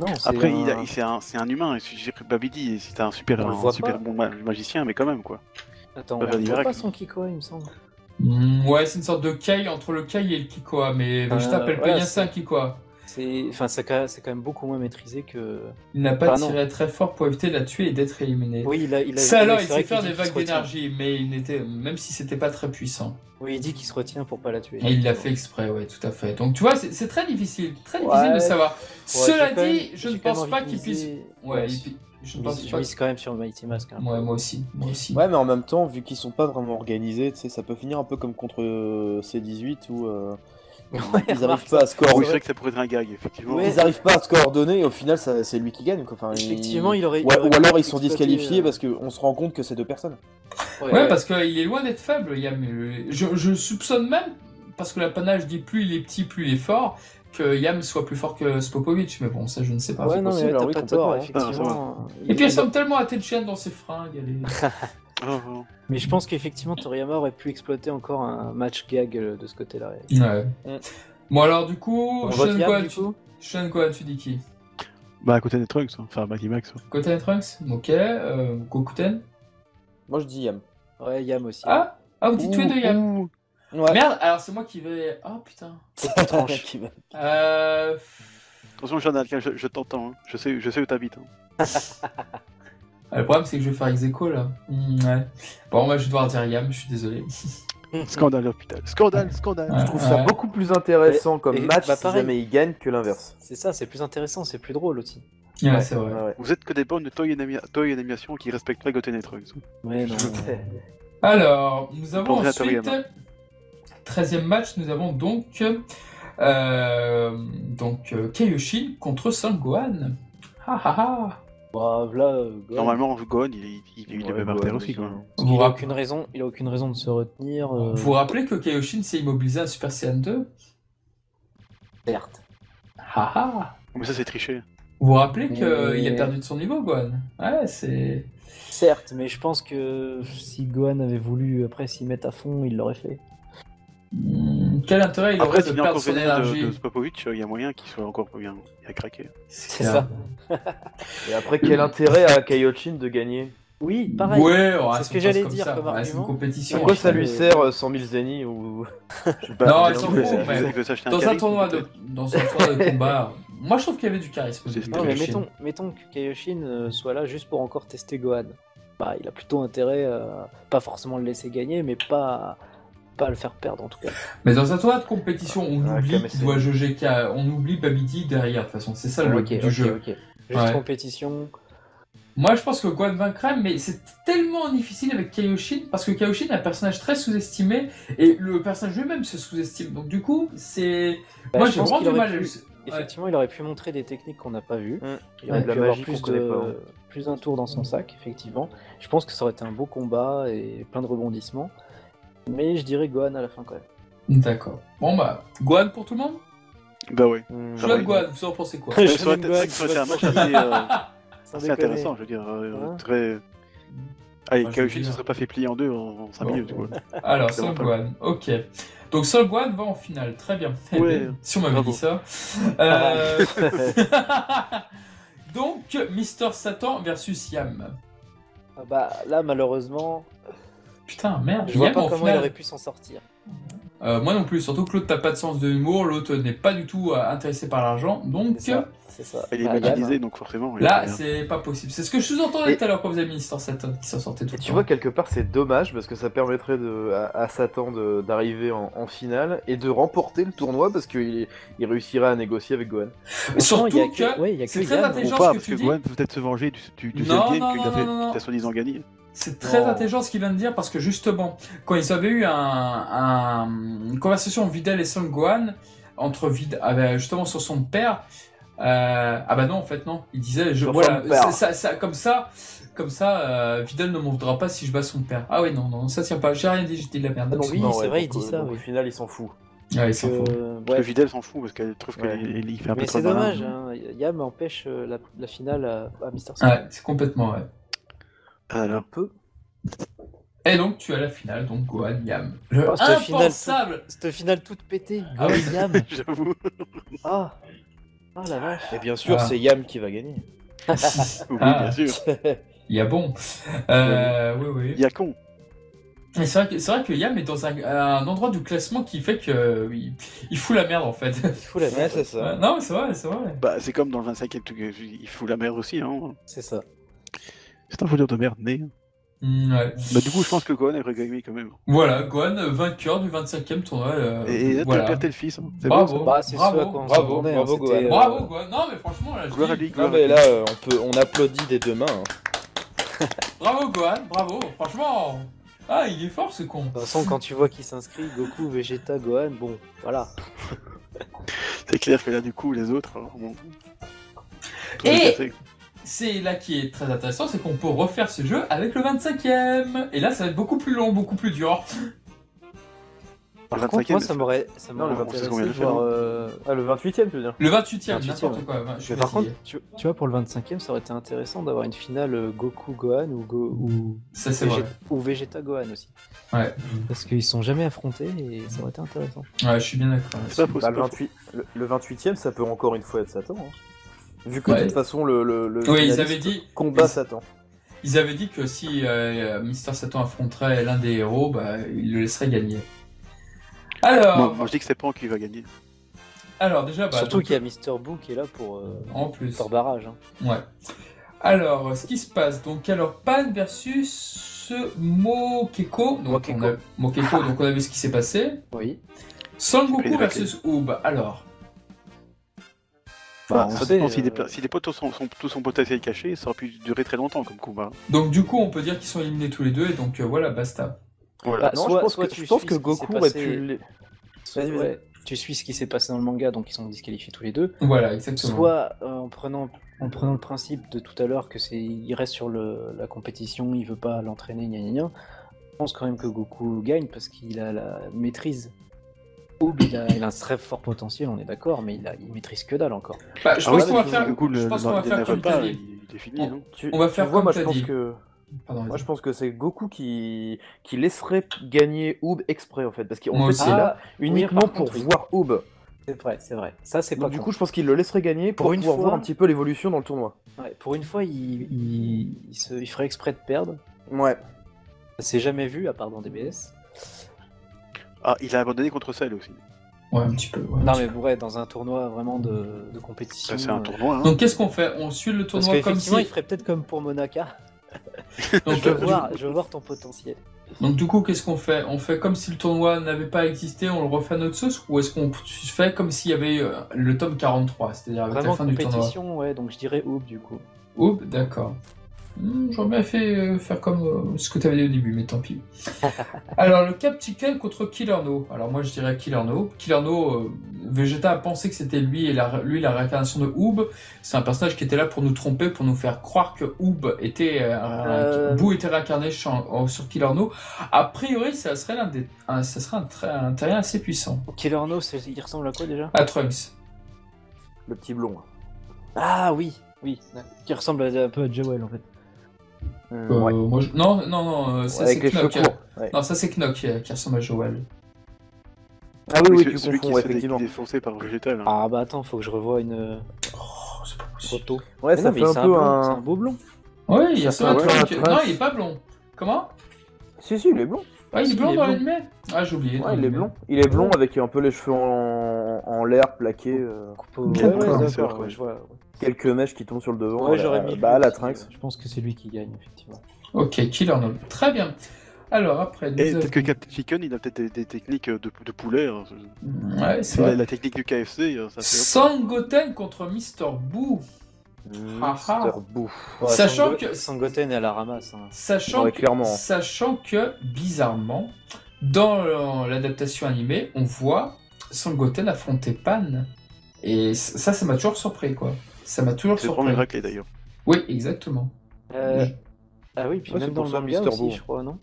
Speaker 1: Non, c'est
Speaker 4: Après,
Speaker 1: un-
Speaker 4: il a- il- c'est un, c'est un humain, et si j'ai Babidi, c'est un super,
Speaker 1: On le
Speaker 4: un
Speaker 1: voit
Speaker 4: super
Speaker 1: pas.
Speaker 4: bon ma- magicien, mais quand même, quoi.
Speaker 1: Attends,
Speaker 4: Pas
Speaker 1: on
Speaker 4: faire
Speaker 1: voit
Speaker 4: d'Irak.
Speaker 1: pas son Kikoa, il me semble.
Speaker 3: Mm, ouais, c'est une sorte de caille entre le caille et le Kikoa, mais
Speaker 1: Euh,
Speaker 3: je t'appelle
Speaker 1: voilà,
Speaker 3: pas bien
Speaker 1: c'est-
Speaker 3: ça, un Kikoa.
Speaker 1: C'est, enfin, c'est quand c'est quand même beaucoup moins maîtrisé que.
Speaker 3: Il n'a pas
Speaker 1: Ah, non.
Speaker 3: tiré très fort pour éviter de la tuer et d'être éliminé.
Speaker 1: Oui, il a, il a.
Speaker 3: ça alors,
Speaker 1: c'est
Speaker 3: il
Speaker 1: vrai
Speaker 3: sait
Speaker 1: qu'il
Speaker 3: faire
Speaker 1: dit
Speaker 3: des
Speaker 1: qu'il se
Speaker 3: vagues
Speaker 1: retient.
Speaker 3: d'énergie, mais il n'était, même si c'était pas très puissant.
Speaker 1: Oui, il dit qu'il se retient pour pas la tuer.
Speaker 3: Et il l'a fait exprès, ouais, tout à fait. Donc tu vois, c'est c'est très difficile, très difficile
Speaker 1: Ouais.
Speaker 3: de savoir.
Speaker 1: Ouais,
Speaker 3: Cela
Speaker 1: j'ai quand
Speaker 3: dit,
Speaker 1: même-
Speaker 3: je
Speaker 1: j'ai
Speaker 3: ne
Speaker 1: quand même
Speaker 3: pense
Speaker 1: envie
Speaker 3: pas
Speaker 1: de
Speaker 3: qu'il puisse.
Speaker 1: miser-
Speaker 3: Ouais, il
Speaker 1: je
Speaker 3: pi- je ne pense
Speaker 1: mise- je
Speaker 3: pas.
Speaker 1: mise quand même sur le Mighty Mask. hein.
Speaker 3: Ouais, moi aussi, moi aussi.
Speaker 6: Ouais, mais en même temps, vu qu'ils sont pas vraiment organisés, tu sais, ça peut finir un peu comme contre euh, C18 où euh,
Speaker 1: Ouais,
Speaker 6: ils
Speaker 1: remarque
Speaker 6: arrivent pas à se
Speaker 4: Ah
Speaker 6: coordonner.
Speaker 4: oui, c'est vrai que ça pourrait être un gag, effectivement.
Speaker 1: Ouais.
Speaker 6: Ils arrivent pas à se coordonner et au final, ça- c'est lui qui gagne. quoi. Enfin, il-
Speaker 1: Effectivement, il aurait.
Speaker 6: Ou,
Speaker 1: il aurait
Speaker 6: ou alors ils sont
Speaker 1: exploité,
Speaker 6: disqualifiés
Speaker 1: euh,
Speaker 6: parce qu'on se rend compte que c'est deux personnes.
Speaker 1: Ouais,
Speaker 3: Ouais,
Speaker 1: ouais.
Speaker 3: parce qu'il est loin d'être faible. Il y a- je, je soupçonne même, parce que l'apanage dit plus il est petit, plus il est fort, que Yam soit plus fort que Spopovic. Mais bon, ça, je ne sais pas.
Speaker 1: Ouais, non,
Speaker 6: possible,
Speaker 1: mais
Speaker 6: alors
Speaker 1: t'as
Speaker 6: oui,
Speaker 1: pas
Speaker 6: complètement,
Speaker 1: tort,
Speaker 6: hein.
Speaker 4: Ah,
Speaker 1: effectivement.
Speaker 3: Et puis,
Speaker 1: Il-
Speaker 3: elles sont tellement à tête chienne dans ses fringues.
Speaker 1: (laughs)
Speaker 3: elle est-
Speaker 4: Ah, vraiment.
Speaker 1: Mais je pense qu'effectivement, Toriyama aurait pu exploiter encore un match gag euh, de ce côté-là.
Speaker 3: Ouais.
Speaker 6: Mm.
Speaker 3: Bon, alors, du coup,
Speaker 1: On vote
Speaker 3: Shonen
Speaker 1: Yam,
Speaker 3: Gohan,
Speaker 1: du
Speaker 3: tu-
Speaker 1: coup
Speaker 3: Shonen Gohan, tu dis qui
Speaker 4: Bah, à côté des Trunks, hein. enfin, Mighty Max. hein.
Speaker 3: Goten Trunks Ok. Euh, Gokuten
Speaker 6: Moi je dis Yam.
Speaker 1: Ouais, Yam aussi. hein.
Speaker 3: Ah Ah, vous dites tous les deux Yam
Speaker 4: Ouh, ouh.
Speaker 6: Ouais.
Speaker 3: Merde, alors c'est moi qui vais. Ah putain.
Speaker 1: (laughs)
Speaker 6: Tranche.
Speaker 3: Euh.
Speaker 4: Attention, Jeanne d'Arc, je, je t'entends, hein. je, sais, je sais où t'habites. hein.
Speaker 3: ah, le problème, c'est que je vais faire ex aequo, là. Mm, ouais. Bon, moi, je vais devoir dire Yam, je suis désolé.
Speaker 4: Scandale l'hôpital, scandale, scandale.
Speaker 3: Ouais.
Speaker 2: Je trouve ça beaucoup plus intéressant comme
Speaker 1: et-
Speaker 2: match
Speaker 1: bah,
Speaker 2: si
Speaker 1: pareil.
Speaker 2: jamais il gagne que l'inverse.
Speaker 1: C'est ça, c'est plus intéressant, c'est plus drôle aussi.
Speaker 3: Ouais, c'est vrai.
Speaker 2: Ouais, ouais.
Speaker 4: Vous êtes que des bornes de Toy et Ami- Toy et Animation qui respectent pas Goten et Trunks.
Speaker 1: Ouais, non.
Speaker 3: Alors, nous avons
Speaker 4: Pensez à
Speaker 3: ensuite,
Speaker 4: Toriyama.
Speaker 3: 13e match, nous avons donc, euh, donc euh, Kaioshin contre Sangohan. Ah ah ah
Speaker 1: Bah, là, euh, Gohan,
Speaker 4: Normalement, Gohan, il, il, il, il
Speaker 2: Ouais,
Speaker 4: devait par
Speaker 2: ouais,
Speaker 4: terre
Speaker 2: mais
Speaker 4: aussi,
Speaker 2: ça-
Speaker 4: quoi.
Speaker 3: Vous
Speaker 1: il, a
Speaker 3: rapp-
Speaker 1: aucune raison, il a aucune raison de se retenir. euh,
Speaker 3: Vous vous rappelez que Kaioshin s'est immobilisé à Super Saiyan 2
Speaker 1: certes.
Speaker 3: Ah ah
Speaker 4: Oh, Mais ça, c'est triché.
Speaker 3: Vous vous rappelez qu'il
Speaker 1: Mais-
Speaker 3: a perdu de son niveau, Gohan Ouais, c'est...
Speaker 1: Certes, mais je pense que si Gohan avait voulu après s'y mettre à fond, il l'aurait fait.
Speaker 3: Hmm, Quel intérêt il
Speaker 4: Après,
Speaker 3: aurait de
Speaker 4: s'il est
Speaker 3: perdre
Speaker 4: encore
Speaker 3: son
Speaker 4: vénère
Speaker 3: énergie
Speaker 4: de, de Spopovitch, euh, il y a moyen qu'il soit encore bien. Il a craqué.
Speaker 3: C'est
Speaker 1: ça.
Speaker 2: Et après, quel intérêt à Kaiochin de gagner
Speaker 1: Oui, pareil.
Speaker 3: Ouais, on va
Speaker 1: C'est ce
Speaker 3: se
Speaker 1: que
Speaker 3: faire
Speaker 1: j'allais
Speaker 3: comme
Speaker 1: dire
Speaker 3: ça.
Speaker 1: comme
Speaker 3: Ouais, C'est
Speaker 1: argument.
Speaker 3: une compétition.
Speaker 2: En quoi
Speaker 3: en
Speaker 2: ça
Speaker 3: fait.
Speaker 2: lui sert euh, 100 000 zénis ou
Speaker 3: Non,
Speaker 6: (laughs)
Speaker 2: Bah,
Speaker 3: ils
Speaker 2: mais
Speaker 3: s'en
Speaker 2: on peut-
Speaker 4: il
Speaker 3: foutent, mais
Speaker 4: veut s'acheter un
Speaker 3: Dans un
Speaker 4: carré,
Speaker 3: tournoi
Speaker 4: il veut-
Speaker 3: de, dans un tournoi de combat, Moi, je trouve qu'il y avait du charisme. au
Speaker 4: C'est
Speaker 3: début,
Speaker 1: Non, mais
Speaker 3: Kaioshin.
Speaker 1: mettons, mettons que Kaioshin euh, soit là juste pour encore tester Gohan. Bah, il a plutôt intérêt, euh, pas forcément le laisser gagner, mais pas, pas à le faire perdre en tout cas.
Speaker 3: Mais dans un tournoi de compétition, on
Speaker 2: Ah,
Speaker 3: oublie
Speaker 2: Kamasi.
Speaker 3: qu'il doit jauger Ka- on oublie Babidi derrière, de toute façon. C'est ça
Speaker 1: Ah,
Speaker 3: le
Speaker 1: Ok,
Speaker 3: but du
Speaker 1: ok,
Speaker 3: jeu.
Speaker 1: ok. Juste
Speaker 3: Ouais.
Speaker 1: compétition.
Speaker 3: Moi, je pense que Gohan vaincra, mais c'est tellement difficile avec Kaioshin, parce que Kaioshin est un personnage très sous-estimé, et le personnage lui-même se sous-estime. Donc, du coup, c'est.
Speaker 1: Bah,
Speaker 3: Moi,
Speaker 1: je
Speaker 3: j'ai
Speaker 1: pense
Speaker 3: vraiment
Speaker 1: qu'il
Speaker 3: du
Speaker 1: aurait
Speaker 3: mal.
Speaker 1: pu- Effectivement, il aurait pu montrer des techniques qu'on n'a pas vues.
Speaker 2: Mm.
Speaker 1: Il aurait
Speaker 2: Ouais, de la
Speaker 1: pu avoir
Speaker 2: magie
Speaker 1: plus,
Speaker 2: qu'on connaît pas, hein.
Speaker 1: de, plus d'un tour dans son sac, effectivement. Je pense que ça aurait été un beau combat et plein de rebondissements. Mais je dirais Gohan à la fin quand même.
Speaker 3: D'accord. Bon, bah, Gohan pour tout le monde
Speaker 4: Bah ouais.
Speaker 3: Je
Speaker 4: Ah
Speaker 3: l'aime
Speaker 4: oui.
Speaker 3: Gohan, vous en pensez quoi
Speaker 1: Je
Speaker 4: Euh, soit
Speaker 1: l'aime, Gohan,
Speaker 4: c'est un match
Speaker 1: sans
Speaker 4: assez, euh, (laughs) assez
Speaker 1: déconner.
Speaker 4: intéressant, je veux dire. euh,
Speaker 1: Hein
Speaker 4: très... Allez,
Speaker 3: Moi, je
Speaker 4: Kaioshin
Speaker 3: veux
Speaker 4: ne
Speaker 3: dire.
Speaker 4: se serait pas fait plier en deux en 5
Speaker 3: Bon.
Speaker 4: minutes. Quoi.
Speaker 1: Bah,
Speaker 3: Alors,
Speaker 4: C'est bon,
Speaker 3: Sol
Speaker 4: pas
Speaker 3: Gohan, ok. Donc, Sol Gohan va en finale, très bien. Eh
Speaker 4: Ouais.
Speaker 3: bien, (laughs) Si on m'avait
Speaker 4: Bravo. (laughs)
Speaker 3: dit ça.
Speaker 1: Ah,
Speaker 3: Euh, Donc, Mister Satan versus Yam.
Speaker 1: Ah bah là malheureusement,
Speaker 3: Putain, merde,
Speaker 1: je vois
Speaker 3: Yam
Speaker 1: pas
Speaker 3: en
Speaker 1: comment
Speaker 3: finale.
Speaker 1: il aurait pu s'en sortir.
Speaker 3: Euh, moi non plus, surtout que l'autre t'as pas de sens de l'humour, l'autre n'est pas du tout euh, intéressé par l'argent, donc
Speaker 1: C'est ça, c'est ça.
Speaker 4: Il est
Speaker 1: Bah,
Speaker 4: modélisé,
Speaker 1: Yam,
Speaker 4: donc forcément. il
Speaker 3: là
Speaker 4: est-
Speaker 3: c'est pas possible. C'est ce que je sous-entendais
Speaker 2: Et-
Speaker 3: tout à l'heure quand vous avez mis Mister Satan qui s'en sortait tout
Speaker 2: Et
Speaker 3: le
Speaker 2: tu
Speaker 3: temps.
Speaker 2: vois, quelque part, c'est dommage parce que ça permettrait de, à, à Satan de- d'arriver en, en finale et de remporter le tournoi parce qu'il il réussirait à négocier avec Gohan.
Speaker 3: Mais surtout
Speaker 1: franchement, il y a
Speaker 3: que,
Speaker 1: que- ouais, il y a
Speaker 3: c'est
Speaker 1: que
Speaker 3: très
Speaker 1: Yam.
Speaker 4: Ou
Speaker 3: intelligent
Speaker 4: pas,
Speaker 3: ce que
Speaker 4: parce que
Speaker 3: tu dis.
Speaker 4: Gohan peut peut-être se venger du, du, du
Speaker 3: Non,
Speaker 4: seul game
Speaker 3: non,
Speaker 4: qu'il
Speaker 3: non,
Speaker 4: a fait-
Speaker 3: non, non, non.
Speaker 4: qu'il a soi-disant gagné.
Speaker 3: C'est très
Speaker 2: Oh.
Speaker 3: intelligent ce qu'il vient de dire parce que justement, quand ils avaient eu un, un- une conversation Vidal et Son Gohan, entre Vid, ah ben, justement sur son père, euh, ah bah non, en fait, non, il disait, je,
Speaker 2: Sur
Speaker 3: voilà,
Speaker 2: son père.
Speaker 3: c'est- ça, ça, comme ça, comme ça, euh, Vidal ne m'en voudra pas si je bats son père. Ah ouais, non, non, ça tient pas, j'ai rien dit, j'ai dit de la merde. Ah
Speaker 1: Ah non, oui,
Speaker 2: Non,
Speaker 1: c'est
Speaker 2: ouais,
Speaker 1: vrai, il Euh,
Speaker 2: donc,
Speaker 1: dit
Speaker 2: euh,
Speaker 1: ça.
Speaker 2: donc,
Speaker 1: oui.
Speaker 2: Au final, il s'en fout.
Speaker 3: Ouais, ils s'en
Speaker 1: Que-
Speaker 3: foutent.
Speaker 4: Parce
Speaker 1: ouais.
Speaker 4: que Vidal s'en fout, parce qu'elle trouve qu'il
Speaker 2: Ouais.
Speaker 4: il- il fait un peu
Speaker 1: Mais
Speaker 4: trop
Speaker 1: c'est
Speaker 4: le malin.
Speaker 1: dommage, hein. Yam empêche euh, la, la finale à, à Mister
Speaker 3: Ah Ouais, c'est complètement vrai.
Speaker 4: Alors,
Speaker 1: peu.
Speaker 3: Et donc tu as la finale, donc Gohan Yam. Le
Speaker 1: Oh, cette finale, (laughs)
Speaker 3: impensable
Speaker 1: Cette finale toute pétée,
Speaker 3: Ah
Speaker 1: Gohan
Speaker 3: oui.
Speaker 1: Yam.
Speaker 4: (laughs) j'avoue.
Speaker 1: Ah Ah la vache
Speaker 2: Et bien sûr,
Speaker 3: Ah.
Speaker 2: c'est Yam qui va gagner.
Speaker 4: Oui,
Speaker 3: Ah.
Speaker 4: bien sûr.
Speaker 3: Il y a bon. Euh, oui, oui.
Speaker 4: Il y a con.
Speaker 3: Mais C'est vrai, que- c'est vrai que Yam est dans un, un endroit du classement qui fait que euh, il, il fout la merde en fait.
Speaker 1: Il fout la merde.
Speaker 2: c'est ça.
Speaker 3: (laughs) non, mais c'est vrai, c'est vrai.
Speaker 4: Bah, c'est comme dans le 25e, truc, il fout la merde aussi. Hein.
Speaker 1: C'est ça.
Speaker 4: C'est un fouteur de merde né.
Speaker 3: Mm, ouais.
Speaker 4: Bah, du coup, je pense que Gohan aurait gagné quand même.
Speaker 3: Voilà, Gohan, vainqueur du 25e tournoi. euh,
Speaker 4: Et là,
Speaker 3: voilà.
Speaker 4: t'as le père, t'es le fils. hein. C'est
Speaker 3: Bravo.
Speaker 4: bon,
Speaker 1: Bah, c'est ce à
Speaker 3: Bravo,
Speaker 1: quoi on
Speaker 2: bravo,
Speaker 1: s'attendait, hein,
Speaker 2: bravo,
Speaker 1: c'était,
Speaker 2: Gohan.
Speaker 3: Bravo
Speaker 1: euh,
Speaker 3: Gohan. Non, mais franchement, là,
Speaker 4: ça.
Speaker 3: je
Speaker 4: Gloire à
Speaker 3: dis-
Speaker 4: lui,
Speaker 2: Non,
Speaker 4: gloire à
Speaker 2: mais
Speaker 4: lui.
Speaker 2: là, euh, on, peut, on applaudit des deux mains. hein.
Speaker 3: Bravo Gohan, bravo. Franchement. Ah, il est fort ce con.
Speaker 1: De toute façon, quand tu vois qui s'inscrit, Goku, Vegeta, Gohan, bon, voilà.
Speaker 4: C'est clair que là, du coup, les autres. alors, bon. Tout
Speaker 3: Et-
Speaker 4: est cassé.
Speaker 3: C'est là qui est très intéressant, c'est qu'on peut refaire ce jeu avec le 25e. Et là, ça va être beaucoup plus long, beaucoup plus dur.
Speaker 4: Le
Speaker 1: Par contre,
Speaker 4: 25e,
Speaker 1: moi, ça m'aurait ça
Speaker 2: Non, le
Speaker 1: m'aurait
Speaker 2: 25e,
Speaker 1: intéressé
Speaker 4: c'est combien
Speaker 1: de
Speaker 4: de fois,
Speaker 1: voir...
Speaker 4: hein
Speaker 1: euh,
Speaker 2: Ah, le 28 e tu veux dire
Speaker 3: Le 28e,
Speaker 1: 28e,
Speaker 3: n'importe
Speaker 1: ouais.
Speaker 3: quoi. vingt- je suis
Speaker 1: Mais par
Speaker 3: fatigué.
Speaker 1: contre, tu, tu vois, pour le 25e, ça aurait été intéressant d'avoir une finale euh, Goku Gohan ou, Go- ou,
Speaker 3: ça c'est vrai.
Speaker 1: Vegeta- ou Vegeta Gohan aussi.
Speaker 3: Ouais.
Speaker 1: Parce qu'ils sont jamais affrontés et ça aurait été intéressant.
Speaker 3: Ouais, je suis bien d'accord.
Speaker 4: C'est pas faux.
Speaker 2: Bah,
Speaker 4: c'est
Speaker 2: le,
Speaker 4: pas faux.
Speaker 2: 28, le, le 28e, ça peut encore une fois être Satan. hein. Vu que
Speaker 3: Ouais.
Speaker 2: de toute façon, le, le, le
Speaker 3: Oui, ils
Speaker 2: finaliste
Speaker 3: avaient dit,
Speaker 2: combat
Speaker 3: ils-
Speaker 2: bah, Satan.
Speaker 3: ils avaient dit que si euh, Mister Satan affronterait l'un des héros, bah, il le laisserait gagner. Alors,
Speaker 4: Moi, moi, je dis que c'est Pan qui va gagner.
Speaker 3: alors déjà, bah,
Speaker 1: Surtout
Speaker 3: donc,
Speaker 1: qu'il y a Mister Boo qui est là pour euh,
Speaker 3: en plus,
Speaker 1: faire barrage. hein.
Speaker 3: ouais. Alors, ce qui se passe, donc alors Pan versus Mokeko, donc
Speaker 1: Mokeko.
Speaker 3: on a Mokeko, donc on a vu ce qui s'est passé.
Speaker 1: Oui.
Speaker 3: Son
Speaker 4: Ah. J'ai pris des
Speaker 3: Goku
Speaker 4: raclés.
Speaker 3: versus Oob. Alors,
Speaker 1: Bah,
Speaker 4: Bah,
Speaker 1: on
Speaker 4: ça
Speaker 1: sait,
Speaker 4: dépend si, les,
Speaker 1: euh,
Speaker 4: pla- si les poteaux sont, sont- tout son potentiel caché, ça aurait pu durer très longtemps comme combat.
Speaker 3: donc du coup, on peut dire qu'ils sont éliminés tous les deux, et donc euh, voilà, basta.
Speaker 4: Voilà.
Speaker 1: Bah,
Speaker 2: non,
Speaker 1: soit-
Speaker 2: je pense
Speaker 1: soit
Speaker 2: que,
Speaker 1: tu
Speaker 2: je pense
Speaker 1: suis
Speaker 2: que
Speaker 1: ce qui s'est
Speaker 2: Goku aurait
Speaker 1: passé-
Speaker 2: pu. les- Vas-y, vas-y.
Speaker 1: Ouais, tu suis ce qui s'est passé dans le manga, donc ils sont disqualifiés tous les deux.
Speaker 3: Voilà, exactement.
Speaker 1: Soit euh, en, prenant, en prenant le principe de tout à l'heure que c'est il reste sur le- la compétition, il veut pas l'entraîner, gna gna gna. Je pense quand même que Goku gagne parce qu'il a la maîtrise. Oob, il a, il a un très fort potentiel, on est d'accord, mais il, a, il maîtrise que dalle encore.
Speaker 3: Bah, je
Speaker 4: Ah
Speaker 3: pense
Speaker 4: oui,
Speaker 3: qu'on va
Speaker 4: mais
Speaker 3: faire,
Speaker 4: du coup, le-
Speaker 3: je pense qu'on va
Speaker 4: le
Speaker 3: faire
Speaker 4: dernier
Speaker 3: comme
Speaker 4: repas,
Speaker 3: t'as dit.
Speaker 4: il il est fini.
Speaker 3: On-
Speaker 4: hein.
Speaker 2: Tu-
Speaker 3: on va
Speaker 2: tu
Speaker 3: faire
Speaker 2: vois,
Speaker 3: comme
Speaker 2: moi,
Speaker 3: t'as
Speaker 2: je pense
Speaker 3: dit.
Speaker 2: que
Speaker 3: Pardon, vas-y.
Speaker 2: Moi, je pense que c'est Goku qui... qui laisserait gagner Oob exprès, en fait. Parce qu'en
Speaker 3: Moi
Speaker 2: fait,
Speaker 3: aussi.
Speaker 2: c'est là
Speaker 1: Ah,
Speaker 2: uniquement
Speaker 1: par
Speaker 2: pour
Speaker 1: contre, oui.
Speaker 2: voir Oob.
Speaker 1: C'est vrai, c'est vrai. Ça, c'est pas
Speaker 2: Donc, du
Speaker 1: con.
Speaker 2: coup, je pense qu'il le laisserait gagner pour,
Speaker 1: Pour une
Speaker 2: pouvoir
Speaker 1: fois-
Speaker 2: voir un petit peu l'évolution dans le tournoi.
Speaker 1: Ouais, pour une fois, il, il- il se, il ferait exprès de perdre.
Speaker 2: Ouais.
Speaker 1: Ça s'est jamais vu, à part dans DBS.
Speaker 4: Ah, il a abandonné contre Cell aussi.
Speaker 3: Ouais, un petit peu. ouais.
Speaker 1: Non, mais vrai, dans un tournoi vraiment de, de compétition.
Speaker 4: C'est un
Speaker 1: euh,
Speaker 4: tournoi. hein.
Speaker 3: Donc qu'est-ce qu'on fait On suit le
Speaker 1: Parce
Speaker 3: tournoi comme si.
Speaker 1: qu'effectivement, il ferait peut-être comme pour Monaka.
Speaker 3: (laughs) Donc,
Speaker 1: je,
Speaker 3: euh,
Speaker 1: veux voir, je veux voir ton potentiel.
Speaker 3: Donc du coup, qu'est-ce qu'on fait On fait comme si le tournoi n'avait pas existé, on le refait à notre sauce Ou est-ce qu'on fait comme s'il y avait euh, le tome 43, c'est-à-dire avec
Speaker 1: Vraiment
Speaker 3: la fin du tournoi
Speaker 1: compétition, ouais, donc je dirais Aube du coup.
Speaker 3: Oups, d'accord. Hmm, J'aurais bien fait euh, faire comme euh, ce que tu avais dit au début, mais
Speaker 2: (laughs)
Speaker 3: tant pis. Alors, le Cap Chicken contre Killer No. Alors, moi, je dirais Killer No. Killer No, euh, Vegeta a pensé que c'était lui et la, lui la réincarnation de Oob. C'est un personnage qui était là pour nous tromper, pour nous faire croire que Oob était, euh,
Speaker 1: Euh.
Speaker 3: Boo était réincarné sur, en- sur Killer No. A priori, ça serait, l'un des, un, ça serait un, tra- un terrien assez puissant.
Speaker 1: Killer No, c'est- il ressemble à quoi déjà
Speaker 3: À Trunks.
Speaker 2: Le petit blond.
Speaker 1: Ah oui, oui, qui ressemble à- un peu à Jewel en fait.
Speaker 2: Euh,
Speaker 3: Euh,
Speaker 2: ouais.
Speaker 3: moi, je- Non, non, non, euh, ça
Speaker 2: Avec
Speaker 3: c'est
Speaker 2: les cheveux
Speaker 3: Knock.
Speaker 2: courts. ouais.
Speaker 3: Non, ça c'est Knock euh, qui ressemble à Joel.
Speaker 2: Ah oui, oui,
Speaker 4: ce-
Speaker 2: tu
Speaker 4: celui
Speaker 2: confonds,
Speaker 4: qui se fait
Speaker 2: effectivement.
Speaker 4: défoncer par Végétal. hein.
Speaker 1: Ah bah attends, faut que je revoie une euh,
Speaker 3: Oh, c'est pas possible.
Speaker 1: photo. Mais
Speaker 2: Ouais, ça
Speaker 1: non, mais
Speaker 2: fait un
Speaker 1: c'est
Speaker 2: peu
Speaker 1: blond,
Speaker 2: un.
Speaker 1: c'est beau blond.
Speaker 3: Oui, il y a
Speaker 2: Ça
Speaker 3: ça.
Speaker 2: fait un
Speaker 3: truc.
Speaker 2: peu un
Speaker 3: Non,
Speaker 2: prince.
Speaker 3: il est pas blond. Comment
Speaker 2: Si, si, il est blond.
Speaker 3: Ah, il est
Speaker 1: Si,
Speaker 3: blond
Speaker 1: il est
Speaker 3: dans
Speaker 1: blond.
Speaker 3: l'anime Ah, j'ai oublié. dans
Speaker 2: Ouais, il est
Speaker 3: l'anime.
Speaker 2: blond. Il est blond avec un peu les cheveux en, en l'air plaqués. euh,
Speaker 1: Coupe au-
Speaker 4: Quel
Speaker 1: Ouais, ouais,
Speaker 4: corps,
Speaker 1: d'accord,
Speaker 4: c'est vrai,
Speaker 1: ouais,
Speaker 4: ouais.
Speaker 1: je vois.
Speaker 2: quelques mèches qui tombent sur le devant.
Speaker 1: Ouais,
Speaker 2: là,
Speaker 1: j'aurais mis
Speaker 2: Bah,
Speaker 1: lui
Speaker 2: la
Speaker 1: aussi,
Speaker 2: Trinx.
Speaker 1: Je pense que c'est lui qui gagne effectivement.
Speaker 3: Ok, Killer Note. Très bien. Alors après, nous
Speaker 4: Et
Speaker 3: avons-
Speaker 4: peut-être que Captain Chicken, il a peut-être des, des techniques de, de poulet. hein.
Speaker 3: Ouais, c'est
Speaker 4: La,
Speaker 3: vrai.
Speaker 4: la technique du KFC, euh, ça fait.
Speaker 3: Sangoten contre Mr. Boo. Ah, ah.
Speaker 2: Mister Boo.
Speaker 3: Ouais, Sachant que-
Speaker 1: Sangoten est à la ramasse. hein.
Speaker 3: Sachant,
Speaker 2: Ouais,
Speaker 3: que-
Speaker 2: clairement.
Speaker 3: sachant que, bizarrement, dans l'adaptation animée, on voit Sangoten affronter Pan. Et ça, ça m'a toujours surpris, quoi. Ça m'a toujours
Speaker 4: Je vais prendre
Speaker 3: surpris.
Speaker 4: une raclée d'ailleurs.
Speaker 3: Oui, exactement.
Speaker 1: Euh, Ah oui, puis
Speaker 2: Ouais, c'est
Speaker 1: même dans
Speaker 2: pour
Speaker 1: le
Speaker 2: ça,
Speaker 1: manga
Speaker 2: Mr.
Speaker 1: aussi,
Speaker 2: Beau.
Speaker 1: je crois, non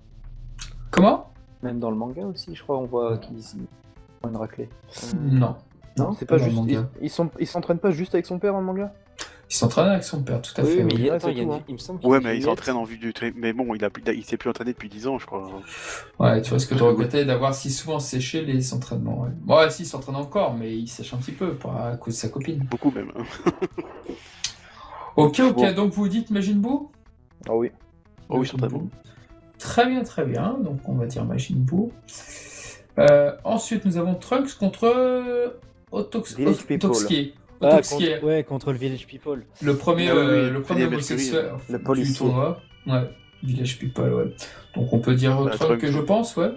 Speaker 3: Comment
Speaker 1: Même dans le manga aussi, je crois, on voit qu'ils ils font une raclée.
Speaker 3: Non.
Speaker 1: Non,
Speaker 2: C'est pas
Speaker 3: dans le
Speaker 2: juste. Ils
Speaker 3: manga.
Speaker 2: ils sont- ils s'entraînent pas juste avec son père dans le manga
Speaker 3: Il s'entraîne avec son père, tout à
Speaker 1: Oui,
Speaker 3: fait.
Speaker 1: mais
Speaker 3: oui.
Speaker 1: il y a-
Speaker 2: Ouais,
Speaker 1: attends,
Speaker 2: c'est
Speaker 1: il y a
Speaker 2: tout,
Speaker 1: une-
Speaker 2: hein.
Speaker 1: il me semble qu'il y a
Speaker 4: Ouais,
Speaker 1: une
Speaker 4: mais il
Speaker 1: vignette.
Speaker 4: s'entraîne en vue du. tra- Mais bon, il, a, plus- il s'est plus entraîné depuis 10 ans, je crois.
Speaker 3: Ouais, tu risques de regretter d'avoir si souvent séché les entraînements. Ouais, bon, ouais, si, il s'entraîne encore, mais il sèche un petit peu pour- à cause de sa copine.
Speaker 4: Beaucoup même. hein.
Speaker 3: Ok, ok,
Speaker 2: Bon.
Speaker 3: donc vous dites Majin Buu
Speaker 2: Ah oui.
Speaker 4: Oh oui,
Speaker 3: Majin
Speaker 4: certainement.
Speaker 3: Buu. Très bien, très bien. Donc on va dire Majin Buu. Euh, ensuite, nous avons Trunks contre Otox-
Speaker 2: Village People.
Speaker 3: Otoxki.
Speaker 1: Ah,
Speaker 3: Otoxki,
Speaker 1: contre, ouais, contre le Village People.
Speaker 3: le
Speaker 4: Ouais,
Speaker 3: premier,
Speaker 4: ouais,
Speaker 3: euh,
Speaker 4: ouais, il
Speaker 3: le
Speaker 4: fait
Speaker 3: premier
Speaker 4: des belles séries,
Speaker 3: homosexuel
Speaker 2: Le
Speaker 3: du
Speaker 2: policier.
Speaker 3: tournoi. Ouais, Village People, ouais. Donc on peut dire
Speaker 4: Bah,
Speaker 3: Trunks,
Speaker 4: Trunks.
Speaker 3: je pense, ouais.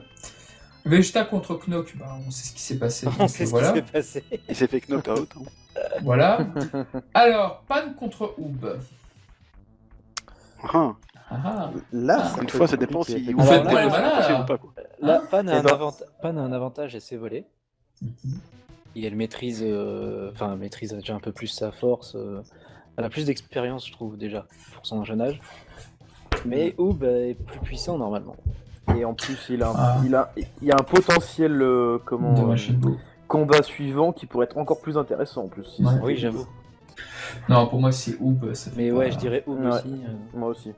Speaker 3: Vegeta contre Knock, bah, on sait ce qui s'est
Speaker 1: (laughs) (laughs)
Speaker 3: passé.
Speaker 1: On
Speaker 3: donc,
Speaker 1: sait ce
Speaker 3: voilà.
Speaker 1: qui s'est (laughs) passé.
Speaker 4: Il s'est fait knock out. hein.
Speaker 1: (laughs)
Speaker 3: Voilà. Alors, Pan contre Oob.
Speaker 4: Ah,
Speaker 3: Ah, ah.
Speaker 2: Là,
Speaker 4: une fois, ça dépend si.
Speaker 3: Vous
Speaker 1: Alors
Speaker 3: faites
Speaker 1: là,
Speaker 3: pas les
Speaker 1: là,
Speaker 3: malins,
Speaker 4: ou
Speaker 3: là.
Speaker 4: pas. Quoi.
Speaker 1: Là, Pan a,
Speaker 2: Eh
Speaker 1: un
Speaker 2: ben.
Speaker 1: avanta- Pan a un avantage et c'est volé. Mhm. Et elle maîtrise, euh, enfin, elle maîtrise déjà un peu plus sa force. euh, Elle a plus d'expérience, je trouve, déjà, pour son jeune âge. Mais Oob est plus puissant, normalement.
Speaker 2: Et en plus, il a, un,
Speaker 3: Ah.
Speaker 2: il a, il y a un potentiel euh, comment,
Speaker 3: De
Speaker 2: euh,
Speaker 3: Majin Buu.
Speaker 2: combat suivant qui pourrait être encore plus intéressant en plus. si
Speaker 3: Ouais.
Speaker 2: c'était-
Speaker 1: Oui, j'avoue.
Speaker 3: Non, pour moi, c'est Oob. ça fait
Speaker 1: Mais
Speaker 3: pas-
Speaker 1: ouais, je dirais Oob
Speaker 2: Ouais.
Speaker 1: aussi. euh.
Speaker 2: Moi aussi.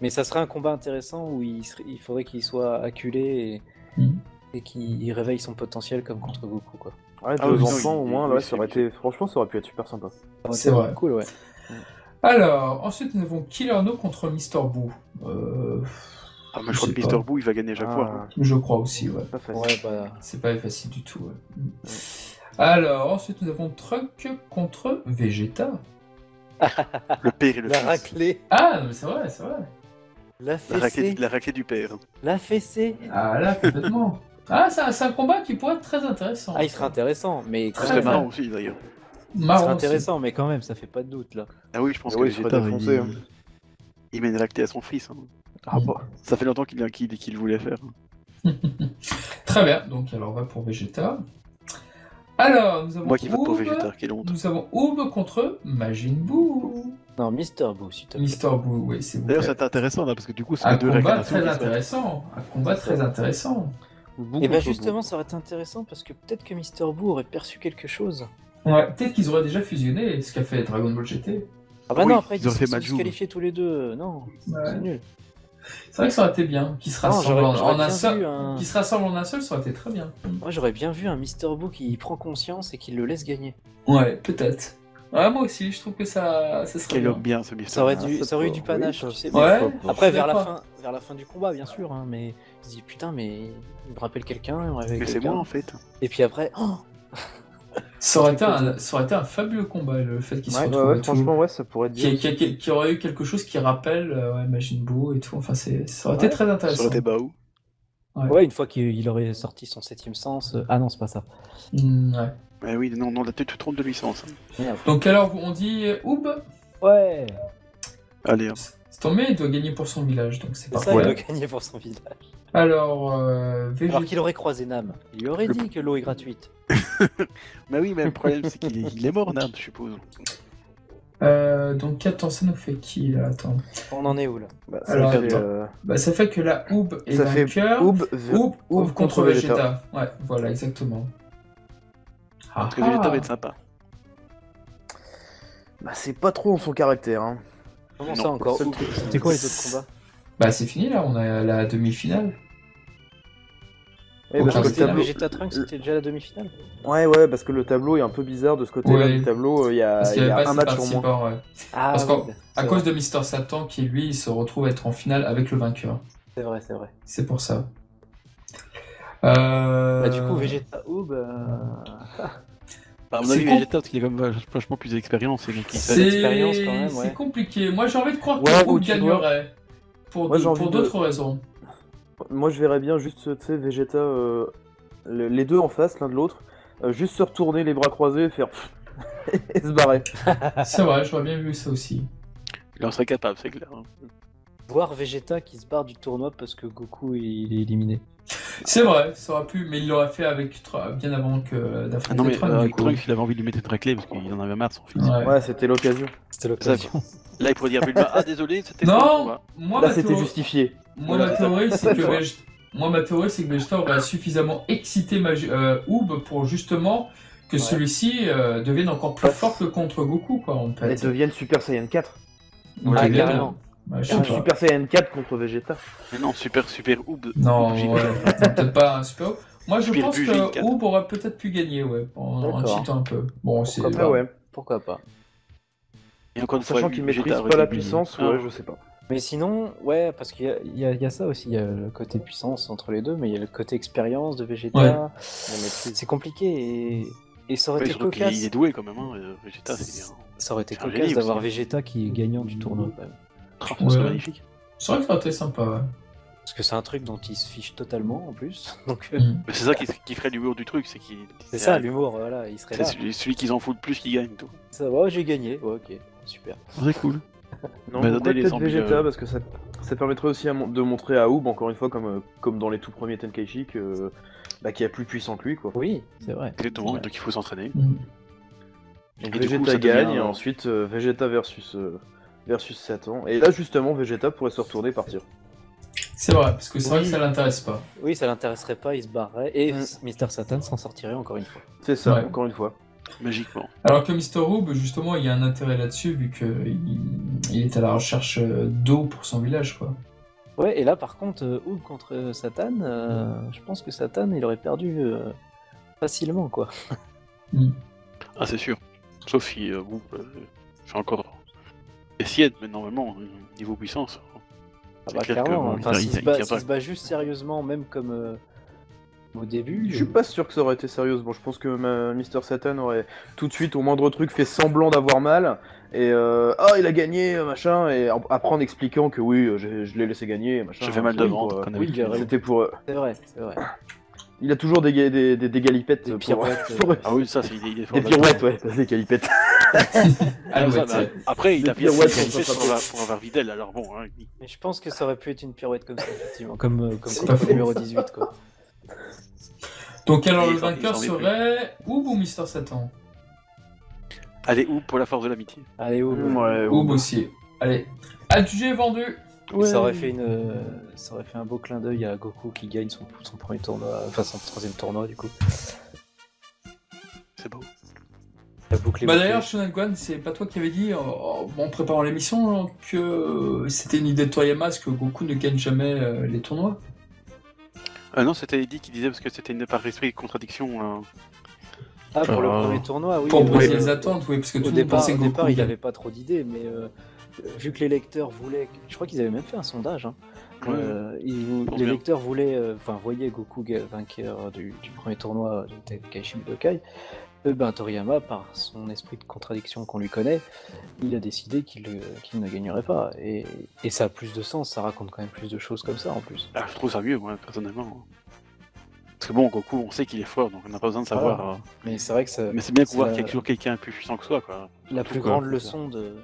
Speaker 1: Mais ça serait un combat intéressant où il, serait- il faudrait qu'il soit acculé et,
Speaker 3: Mhm.
Speaker 1: et qu'il il réveille son potentiel comme contre Goku. Quoi.
Speaker 2: Ouais,
Speaker 4: Ah
Speaker 2: deux
Speaker 4: oui,
Speaker 2: enfants
Speaker 4: non, il-
Speaker 2: au
Speaker 4: il-
Speaker 2: moins,
Speaker 4: il
Speaker 2: là,
Speaker 4: fait
Speaker 2: ça aurait été. Franchement, ça aurait pu être super sympa.
Speaker 1: Ça aurait
Speaker 3: C'est
Speaker 1: été
Speaker 3: vrai.
Speaker 1: Cool, ouais.
Speaker 3: Alors, ensuite, nous avons Killer No contre Mister Boo. Euh,
Speaker 4: Ah, mais je crois
Speaker 3: sais
Speaker 4: que
Speaker 3: pas.
Speaker 4: Mister Boo, il va gagner à chaque
Speaker 2: Ah,
Speaker 4: fois. hein.
Speaker 3: Je crois aussi, ouais.
Speaker 2: Pas facile.
Speaker 1: Ouais, bah,
Speaker 3: C'est pas facile du tout. ouais. Alors, ensuite, nous avons Trunk contre Vegeta.
Speaker 4: Le père et le
Speaker 1: la
Speaker 4: fils.
Speaker 1: raclée,
Speaker 3: Ah, non, mais c'est vrai, c'est vrai.
Speaker 1: la
Speaker 4: La raclée,
Speaker 1: fessée,
Speaker 4: la raclée du père.
Speaker 1: la fessée.
Speaker 3: Ah, là, complètement. (laughs) ah, c'est un, c'est un combat qui pourrait être très intéressant.
Speaker 1: Ah, il serait intéressant, mais
Speaker 4: Ce
Speaker 1: quand
Speaker 3: Très
Speaker 4: serait
Speaker 1: même,
Speaker 4: marrant aussi d'ailleurs.
Speaker 1: il
Speaker 3: Marrant
Speaker 1: serait
Speaker 3: aussi.
Speaker 1: intéressant, mais quand même, ça fait pas de doute là.
Speaker 4: Ah oui, je pense
Speaker 2: Ah
Speaker 4: que
Speaker 2: oui, il se ferait
Speaker 4: Vegeta, il,
Speaker 2: défoncer, hein.
Speaker 4: il met une lactée à son fils. hein.
Speaker 2: Ah bah.
Speaker 4: Ça fait longtemps qu'il qu'il qu'il voulait faire. hein.
Speaker 3: Très bien, donc alors on va pour Vegeta. Alors, nous avons
Speaker 4: Moi qui vote pour
Speaker 3: Oob.
Speaker 4: Vegeta, quelle honte.
Speaker 3: Nous avons Oob contre Majin Buu.
Speaker 1: Non, Mister Boo, si t'as
Speaker 3: Mister Buu, oui, c'est vous.
Speaker 4: D'ailleurs, c'est intéressant là, parce que du coup, c'est
Speaker 3: Un
Speaker 4: les deux
Speaker 3: combat
Speaker 4: réincarnations
Speaker 3: très
Speaker 4: qui se-
Speaker 3: intéressant. Un combat très intéressant.
Speaker 1: Et bah, justement, ça aurait été intéressant parce que peut-être que Mister Boo aurait perçu quelque chose.
Speaker 3: Ouais, peut-être qu'ils auraient déjà fusionné ce qu'a fait Dragon Ball GT.
Speaker 1: Ah bah
Speaker 4: Oui,
Speaker 1: non, après,
Speaker 4: ils
Speaker 1: ils
Speaker 4: auraient
Speaker 1: se
Speaker 4: fait
Speaker 1: sont
Speaker 4: Majou.
Speaker 1: disqualifiés tous les deux. Non, c'est nul.
Speaker 3: C'est vrai que Ah, ça aurait été bien. Qu'ils se
Speaker 1: Non,
Speaker 3: rassemblent en, en
Speaker 1: bien
Speaker 3: un seul.
Speaker 1: vu hein. un-
Speaker 3: Qu'ils se rassemblent en un seul, ça aurait été très bien.
Speaker 1: Moi, j'aurais bien vu un Mister Boo qui prend conscience et qui le laisse gagner.
Speaker 3: Ouais, peut-être. Ouais, moi aussi, je trouve que ça, ça serait
Speaker 4: Quel
Speaker 3: bien.
Speaker 4: homme bien ce Mister
Speaker 1: Ça aurait,
Speaker 4: Boo.
Speaker 1: dû,
Speaker 2: Ah, ça
Speaker 1: ça aurait eu
Speaker 2: peut-
Speaker 1: du panache,
Speaker 2: oui,
Speaker 1: tu sais.
Speaker 2: ça-
Speaker 3: Ouais.
Speaker 1: Après, vers la,
Speaker 3: D'accord.
Speaker 1: fin, vers la fin du combat, bien sûr, hein, mais il se dit putain, mais il me rappelle quelqu'un, il me rappelle
Speaker 4: Mais c'est
Speaker 1: quelqu'un.
Speaker 4: moi en fait.
Speaker 1: Et puis après, oh,
Speaker 3: Ça aurait, été un, ça aurait été un fabuleux combat, le fait qu'ils se
Speaker 2: Ouais,
Speaker 3: retrouvent.
Speaker 2: ouais, franchement, ouais, ça pourrait être
Speaker 3: Qui,
Speaker 2: bien.
Speaker 3: qui, qui- qui aurait eu quelque chose qui rappelle euh, ouais, Majin Buu et tout. Enfin, c'est, ça aurait été
Speaker 1: Ouais,
Speaker 3: très
Speaker 4: Ça
Speaker 3: intéressant.
Speaker 4: aurait été Baou.
Speaker 1: Ouais, une fois qu'il aurait sorti son septième sens. euh, Ah non, c'est pas ça.
Speaker 3: Mm, ouais.
Speaker 4: Mais Bah oui, non, non, là, tu te trompes de licence. hein.
Speaker 3: Donc, alors, on dit euh, Oub
Speaker 1: Ouais,
Speaker 4: Allez, hein.
Speaker 3: C'est tombé, il doit gagner pour son village, donc c'est
Speaker 1: c'est
Speaker 3: parfait.
Speaker 1: ça,
Speaker 4: Ah, Ouais.
Speaker 1: il doit gagner pour son village.
Speaker 3: Alors, euh, Vegeta-
Speaker 1: Alors qu'il aurait croisé Nam. Il lui aurait dit que l'eau est gratuite.
Speaker 4: Mais Bah oui, mais le problème, c'est qu'il est, il est mort, Nam, je suppose.
Speaker 3: euh, donc, attends, ça nous fait qui là Attends.
Speaker 1: On en est où là
Speaker 2: Bah, ça
Speaker 3: Alors,
Speaker 2: fait,
Speaker 3: attends.
Speaker 2: euh,
Speaker 3: Bah, ça fait que la Oub est
Speaker 2: Ça fait
Speaker 3: vainqueur.
Speaker 2: Oub, v-
Speaker 3: Oub,
Speaker 2: Oub
Speaker 3: contre,
Speaker 2: contre
Speaker 3: Vegeta.
Speaker 2: Vegeta.
Speaker 3: Ouais, voilà, exactement. Ah,
Speaker 4: Parce que Vegeta
Speaker 3: ah.
Speaker 4: va être sympa.
Speaker 2: bah, c'est pas trop en son caractère. Hein.
Speaker 1: Comment
Speaker 4: Non,
Speaker 1: ça encore
Speaker 4: seul
Speaker 1: Ouh,
Speaker 4: truc-
Speaker 1: C'était quoi les autres combats
Speaker 3: Bah, c'est fini là, on a la demi-finale.
Speaker 2: Bah, Ouais, Eh,
Speaker 3: Aucun
Speaker 2: bah, parce que le
Speaker 3: style,
Speaker 1: C'était
Speaker 3: hein.
Speaker 1: la
Speaker 2: tableau...
Speaker 1: Vegeta Trunks, c'était déjà la demi-finale
Speaker 2: ouais, ouais, parce que le tableau est un peu bizarre de ce côté-là
Speaker 3: Ouais.
Speaker 2: du tableau. euh, Il y a,
Speaker 3: Parce qu'il y
Speaker 2: il y
Speaker 3: avait
Speaker 2: a
Speaker 3: pas
Speaker 2: un
Speaker 3: assez de
Speaker 2: match sur moins.
Speaker 3: participants, ouais.
Speaker 1: Ah
Speaker 3: Parce qu'en-
Speaker 1: oui,
Speaker 3: À
Speaker 1: c'est
Speaker 3: cause
Speaker 1: vrai,
Speaker 3: de Mister Satan qui lui il se retrouve à être en finale avec le vainqueur.
Speaker 1: C'est vrai, c'est vrai.
Speaker 3: C'est pour ça. Euh,
Speaker 1: Bah, du coup, Vegeta Oob. euh,
Speaker 4: Bah, à mon
Speaker 3: C'est
Speaker 4: avis,
Speaker 3: con.
Speaker 4: Vegeta, parce qu'il a quand même vachement plus d'expérience. et donc il
Speaker 3: c'est
Speaker 4: sait-
Speaker 1: l'expérience, quand même, ouais.
Speaker 3: c'est compliqué. Moi j'ai envie de croire
Speaker 2: Ouais,
Speaker 3: que Oub
Speaker 2: ou tu vois.
Speaker 3: gagnerait. Pour
Speaker 2: Moi,
Speaker 3: deux-
Speaker 2: j'ai envie
Speaker 3: pour
Speaker 2: de-
Speaker 3: d'autres
Speaker 2: (laughs)
Speaker 3: raisons.
Speaker 2: Moi, je verrais bien juste, tu sais, Vegeta, euh, le- les deux en face, l'un de l'autre, euh, juste se retourner, les bras croisés, et faire pfff (laughs) et se barrer.
Speaker 3: C'est vrai, j'aurais bien vu ça aussi.
Speaker 4: Il en serait capable, c'est clair. hein.
Speaker 1: Voir Vegeta qui se barre du tournoi parce que Goku il est éliminé.
Speaker 3: C'est vrai, ça aurait pu, mais il l'aurait fait avec Tra- bien avant que euh,
Speaker 4: Ah
Speaker 3: d'affronter
Speaker 4: non, mais
Speaker 3: Trunks,
Speaker 4: euh,
Speaker 3: du
Speaker 4: avec
Speaker 3: coup.
Speaker 4: Trunks, il avait envie de lui mettre une raclée parce qu'il en avait marre de son fils.
Speaker 3: Ouais.
Speaker 2: Ouais, c'était l'occasion.
Speaker 1: C'était
Speaker 4: Ça, Là, il pourrait dire à Bulma Ah, désolé, c'était pas le
Speaker 3: Non,
Speaker 4: combat.
Speaker 3: moi,
Speaker 2: Là,
Speaker 3: ma
Speaker 2: c'était
Speaker 3: théorie-
Speaker 2: justifié.
Speaker 3: moi,
Speaker 4: Voilà,
Speaker 3: ma
Speaker 4: c'est ça.
Speaker 3: théorie, c'est que Veg- moi, ma théorie, c'est que Vegeta aurait suffisamment excité Maj- euh, Oob pour justement que
Speaker 1: Ouais.
Speaker 3: celui-ci euh, devienne encore plus fort que contre Goku, quoi, en
Speaker 2: Elles
Speaker 3: fait.
Speaker 2: deviennent Super Saiyan 4.
Speaker 3: Donc,
Speaker 1: Ah,
Speaker 3: il est-
Speaker 1: carrément. Ah,
Speaker 3: Ouais, Bah, je sais
Speaker 2: Ou
Speaker 3: pas.
Speaker 2: Super Saiyan 4 contre Vegeta.
Speaker 4: Mais non, super, super Oob.
Speaker 3: Non,
Speaker 4: J'ai-
Speaker 3: ouais, c'est peut-être pas un super. Moi, je
Speaker 4: Super
Speaker 3: pense
Speaker 4: Buu,
Speaker 3: que
Speaker 4: 24.
Speaker 3: Oob aurait peut-être pu gagner, ouais, en, en
Speaker 1: D'accord.
Speaker 3: cheatant un peu. Bon, c'est.
Speaker 1: Pourquoi
Speaker 2: Ah ouais.
Speaker 1: Pourquoi pas
Speaker 4: Et encore une fois,
Speaker 2: Sachant qu'il
Speaker 4: Vegeta
Speaker 2: maîtrise
Speaker 4: aurait
Speaker 2: pas la
Speaker 4: été oublié.
Speaker 2: puissance,
Speaker 4: Ah,
Speaker 2: ouais, je sais pas.
Speaker 1: Mais sinon, ouais, parce qu'il y a- il y, a- il y a ça aussi, il y a le côté puissance entre les deux, mais il y a le côté expérience de Vegeta.
Speaker 3: Ouais.
Speaker 1: C'est compliqué et, et ça aurait
Speaker 4: ouais,
Speaker 1: été
Speaker 4: surtout qu'il est-
Speaker 1: cocasse.
Speaker 4: il est doué quand même, hein, euh, Vegeta, c'est bien.
Speaker 1: Ça aurait été
Speaker 4: C'est un génie
Speaker 1: cocasse
Speaker 4: aussi.
Speaker 1: d'avoir Vegeta qui est gagnant du tournoi. quand même.
Speaker 4: Ah, ça serait
Speaker 3: Ouais.
Speaker 4: magnifique.
Speaker 3: C'est vrai que ça aurait été sympa, ouais.
Speaker 1: Parce que c'est un truc dont il se fiche totalement en plus. (laughs) Donc euh,
Speaker 3: Mm.
Speaker 4: Mais c'est ça qui, qui ferait l'humour du truc, c'est qu'il.
Speaker 1: c'est ça l'humour, voilà, il serait
Speaker 4: C'est
Speaker 1: là.
Speaker 4: celui, celui qu'ils en foutent le plus qui gagne, tout.
Speaker 1: Ça, ouais, j'ai gagné, ouais, ok, super.
Speaker 4: C'est cool.
Speaker 2: Non,
Speaker 4: Bah,
Speaker 2: pourquoi
Speaker 4: donnez les
Speaker 2: peut-être
Speaker 4: zombies,
Speaker 2: Vegeta
Speaker 4: euh.
Speaker 2: parce que ça, ça permettrait aussi à mon- de montrer à Oub, encore une fois, comme, euh, comme dans les tout premiers Tenkaichi, que, bah, qu'il y a plus puissant que lui. Quoi.
Speaker 1: Oui, c'est vrai.
Speaker 4: Exactement,
Speaker 1: Ouais.
Speaker 4: donc il faut s'entraîner.
Speaker 3: Mm.
Speaker 2: Donc
Speaker 4: Et du
Speaker 2: Vegeta
Speaker 4: coup, ça
Speaker 2: gagne,
Speaker 4: devient-
Speaker 2: et ensuite euh, Vegeta versus, euh, versus Satan. Et là, justement, Vegeta pourrait se retourner et partir.
Speaker 3: C'est vrai, parce que c'est vrai
Speaker 1: Oui.
Speaker 3: que ça l'intéresse pas.
Speaker 1: Oui, ça l'intéresserait pas, il se barrerait et
Speaker 2: Mm.
Speaker 1: Mister Satan s'en sortirait encore une fois.
Speaker 2: C'est ça,
Speaker 3: Ouais.
Speaker 2: encore une fois.
Speaker 4: Magiquement.
Speaker 3: Alors que Mr. Rube, justement, il y a un intérêt là-dessus, vu qu'il il est à la recherche euh, d'eau pour son village, quoi.
Speaker 1: Ouais, et là par contre, euh, Hulk contre euh, Satan, euh,
Speaker 3: Mm.
Speaker 1: je pense que Satan il aurait perdu euh, facilement quoi.
Speaker 4: Ah, c'est sûr. Sauf si, euh, bon, euh, c'est encore. C'est Sied, mais normalement, euh, niveau puissance.
Speaker 1: Ah
Speaker 4: C'est
Speaker 1: bah,
Speaker 4: clair que,
Speaker 1: clairement,
Speaker 4: bon,
Speaker 1: enfin,
Speaker 4: il-
Speaker 1: s'il
Speaker 4: il-
Speaker 1: se,
Speaker 4: il
Speaker 1: bat-
Speaker 4: tient
Speaker 1: s'il
Speaker 4: pas.
Speaker 1: se bat juste sérieusement, même comme euh, au début.
Speaker 2: Je suis
Speaker 1: euh,
Speaker 2: pas sûr que ça aurait été sérieux. Bon, je pense que ma- Mister Satan aurait tout de suite, au moindre truc, fait semblant d'avoir mal. Et euh, ah, il a gagné, euh, machin. Et en- après, en expliquant que oui, euh, j'ai- je l'ai laissé gagner, machin.
Speaker 4: Je fais mal de
Speaker 2: Oui,
Speaker 4: ventre,
Speaker 2: pour, euh,
Speaker 4: comme
Speaker 1: oui,
Speaker 4: d'habitude.
Speaker 1: il
Speaker 2: C'était pour. euh,
Speaker 1: C'est vrai, c'est vrai.
Speaker 2: Il a toujours des, ga- des, des, des galipettes.
Speaker 1: Des
Speaker 2: pour-
Speaker 1: pirouettes,
Speaker 2: (laughs) pour-
Speaker 1: euh,
Speaker 4: Ah oui, ça, c'est il est- il est fort
Speaker 2: Des
Speaker 4: là-dedans.
Speaker 2: pirouettes, ouais, des galipettes.
Speaker 3: Ah
Speaker 4: Ah,
Speaker 3: ouais,
Speaker 4: ça, bah,
Speaker 3: t'sais.
Speaker 4: après, il
Speaker 2: Des
Speaker 4: a bien
Speaker 2: pirouettes,
Speaker 4: fait
Speaker 2: on s'en
Speaker 4: pour, avoir- pour avoir Videl, alors bon. hein, il-
Speaker 1: Mais je pense que ça aurait pu être une pirouette comme ça, effectivement. Comme, euh, comme
Speaker 3: C'est
Speaker 1: contre
Speaker 3: pas
Speaker 1: le
Speaker 3: faux.
Speaker 1: numéro 18, quoi.
Speaker 3: Donc alors
Speaker 4: Et
Speaker 3: le
Speaker 4: ils en-
Speaker 3: vainqueur
Speaker 4: ils en met
Speaker 3: serait Oob ou Mister Satan
Speaker 4: Allez, où pour la force de l'amitié
Speaker 1: Allez, Hulk.
Speaker 4: Mm,
Speaker 2: Ouais,
Speaker 3: Oob aussi. Allez. Adjugé vendu
Speaker 1: Et Ça, aurait fait une, euh, ça aurait fait un beau clin d'œil à Goku qui gagne son, son premier tournoi, enfin son troisième tournoi du coup.
Speaker 4: C'est beau.
Speaker 1: La boucle est
Speaker 3: Bah
Speaker 1: bouclée.
Speaker 3: d'ailleurs, Shonaguan, c'est pas toi qui avais dit en, en préparant l'émission hein, que c'était une idée de Toyama parce que Goku ne gagne jamais euh, les tournois
Speaker 4: Ah non, c'était Eddie qui disait parce que c'était une par esprit de contradiction. euh,
Speaker 1: Ah, pour le
Speaker 4: Ah.
Speaker 1: premier tournoi, oui.
Speaker 3: Pour
Speaker 1: euh,
Speaker 3: briser
Speaker 1: euh,
Speaker 3: les attentes, oui, parce que
Speaker 1: Au
Speaker 3: tout le monde
Speaker 1: départ,
Speaker 3: pensait
Speaker 1: au
Speaker 3: que Goku
Speaker 1: départ, il
Speaker 3: gagnait.
Speaker 1: avait pas trop d'idées, mais euh, vu que les lecteurs voulaient, je crois qu'ils avaient même fait un sondage. hein.
Speaker 4: Ouais.
Speaker 1: Euh, ils vou-
Speaker 4: Pense
Speaker 1: les
Speaker 4: bien.
Speaker 1: lecteurs voulaient, euh, enfin, voyaient Goku ga- vainqueur du, du premier tournoi de Tenkaichi Budokai. Eh ben, Toriyama, par son esprit de contradiction qu'on lui connaît, il a décidé qu'il euh, qu'il ne gagnerait pas. Et, et ça a plus de sens, ça raconte quand même plus de choses comme ça en plus.
Speaker 4: Ah, je trouve ça mieux, moi, personnellement. Parce que bon, Goku, on sait qu'il est fort, donc on n'a pas besoin de savoir.
Speaker 1: Voilà.
Speaker 4: hein.
Speaker 1: Mais c'est vrai que ça-
Speaker 4: Mais c'est bien
Speaker 1: ça-
Speaker 4: pour voir qu'il y a toujours quelqu'un plus puissant que soi, quoi.
Speaker 1: la plus
Speaker 4: quoi,
Speaker 1: grande
Speaker 4: c'est
Speaker 1: leçon de,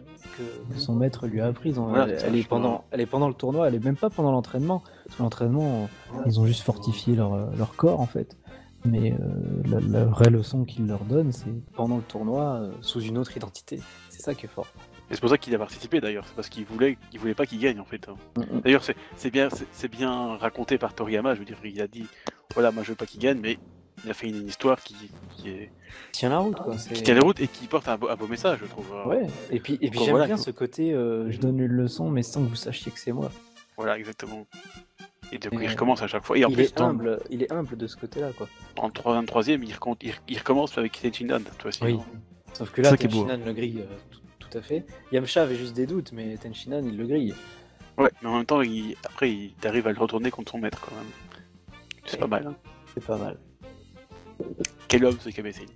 Speaker 1: que
Speaker 5: Son maître lui a appris. hein.
Speaker 4: Voilà,
Speaker 5: elle,
Speaker 4: ça,
Speaker 5: elle
Speaker 4: je
Speaker 5: est pendant, elle est pendant le tournoi, elle est même pas pendant l'entraînement. Parce que l'entraînement, ils ont juste fortifié leur, euh, leur corps en fait. Mais euh, la, la vraie leçon qu'il leur donne, c'est
Speaker 1: pendant le tournoi euh, sous une autre identité. C'est ça qui est fort.
Speaker 4: Et c'est pour ça qu'il a participé d'ailleurs, c'est parce qu'il voulait, il voulait pas qu'il gagne en fait. hein.
Speaker 1: Mhm.
Speaker 4: D'ailleurs, c'est- c'est bien, c'est- c'est bien raconté par Toriyama, je veux dire, il a dit, voilà, moi je veux pas qu'il gagne, mais il a fait une histoire qui, qui, est,
Speaker 1: Tiens la route, quoi. c'est-
Speaker 4: qui tient les routes et qui porte un beau, un beau message, je trouve. hein.
Speaker 1: Ouais. Et puis, et puis
Speaker 4: Bon,
Speaker 1: j'aime
Speaker 4: voilà,
Speaker 1: bien
Speaker 4: quoi.
Speaker 1: ce côté. euh,
Speaker 5: je donne une leçon, mais sans que vous sachiez que c'est moi.
Speaker 4: Voilà, exactement. Et donc
Speaker 1: Et-
Speaker 4: il recommence à chaque fois. Et en
Speaker 1: il
Speaker 4: plus,
Speaker 1: est
Speaker 4: dans-
Speaker 1: humble, il est humble de ce côté-là, quoi.
Speaker 4: en 3 23 e il, recommence- il, il recommence avec Tenchindan, toi aussi.
Speaker 1: Oui.
Speaker 4: hein.
Speaker 1: Sauf que
Speaker 4: C'est
Speaker 1: là,
Speaker 4: ça qui est beau, hein.
Speaker 1: Tenchinan le grille euh, tout, tout à fait. Yamcha avait juste des doutes, mais Tenchinan il le grille.
Speaker 4: Ouais, mais en même temps, il- après, il arrive à le retourner contre son maître quand même. C'est
Speaker 1: Ouais.
Speaker 4: pas mal. hein.
Speaker 1: C'est pas mal.
Speaker 4: Quel homme ce Kabessini.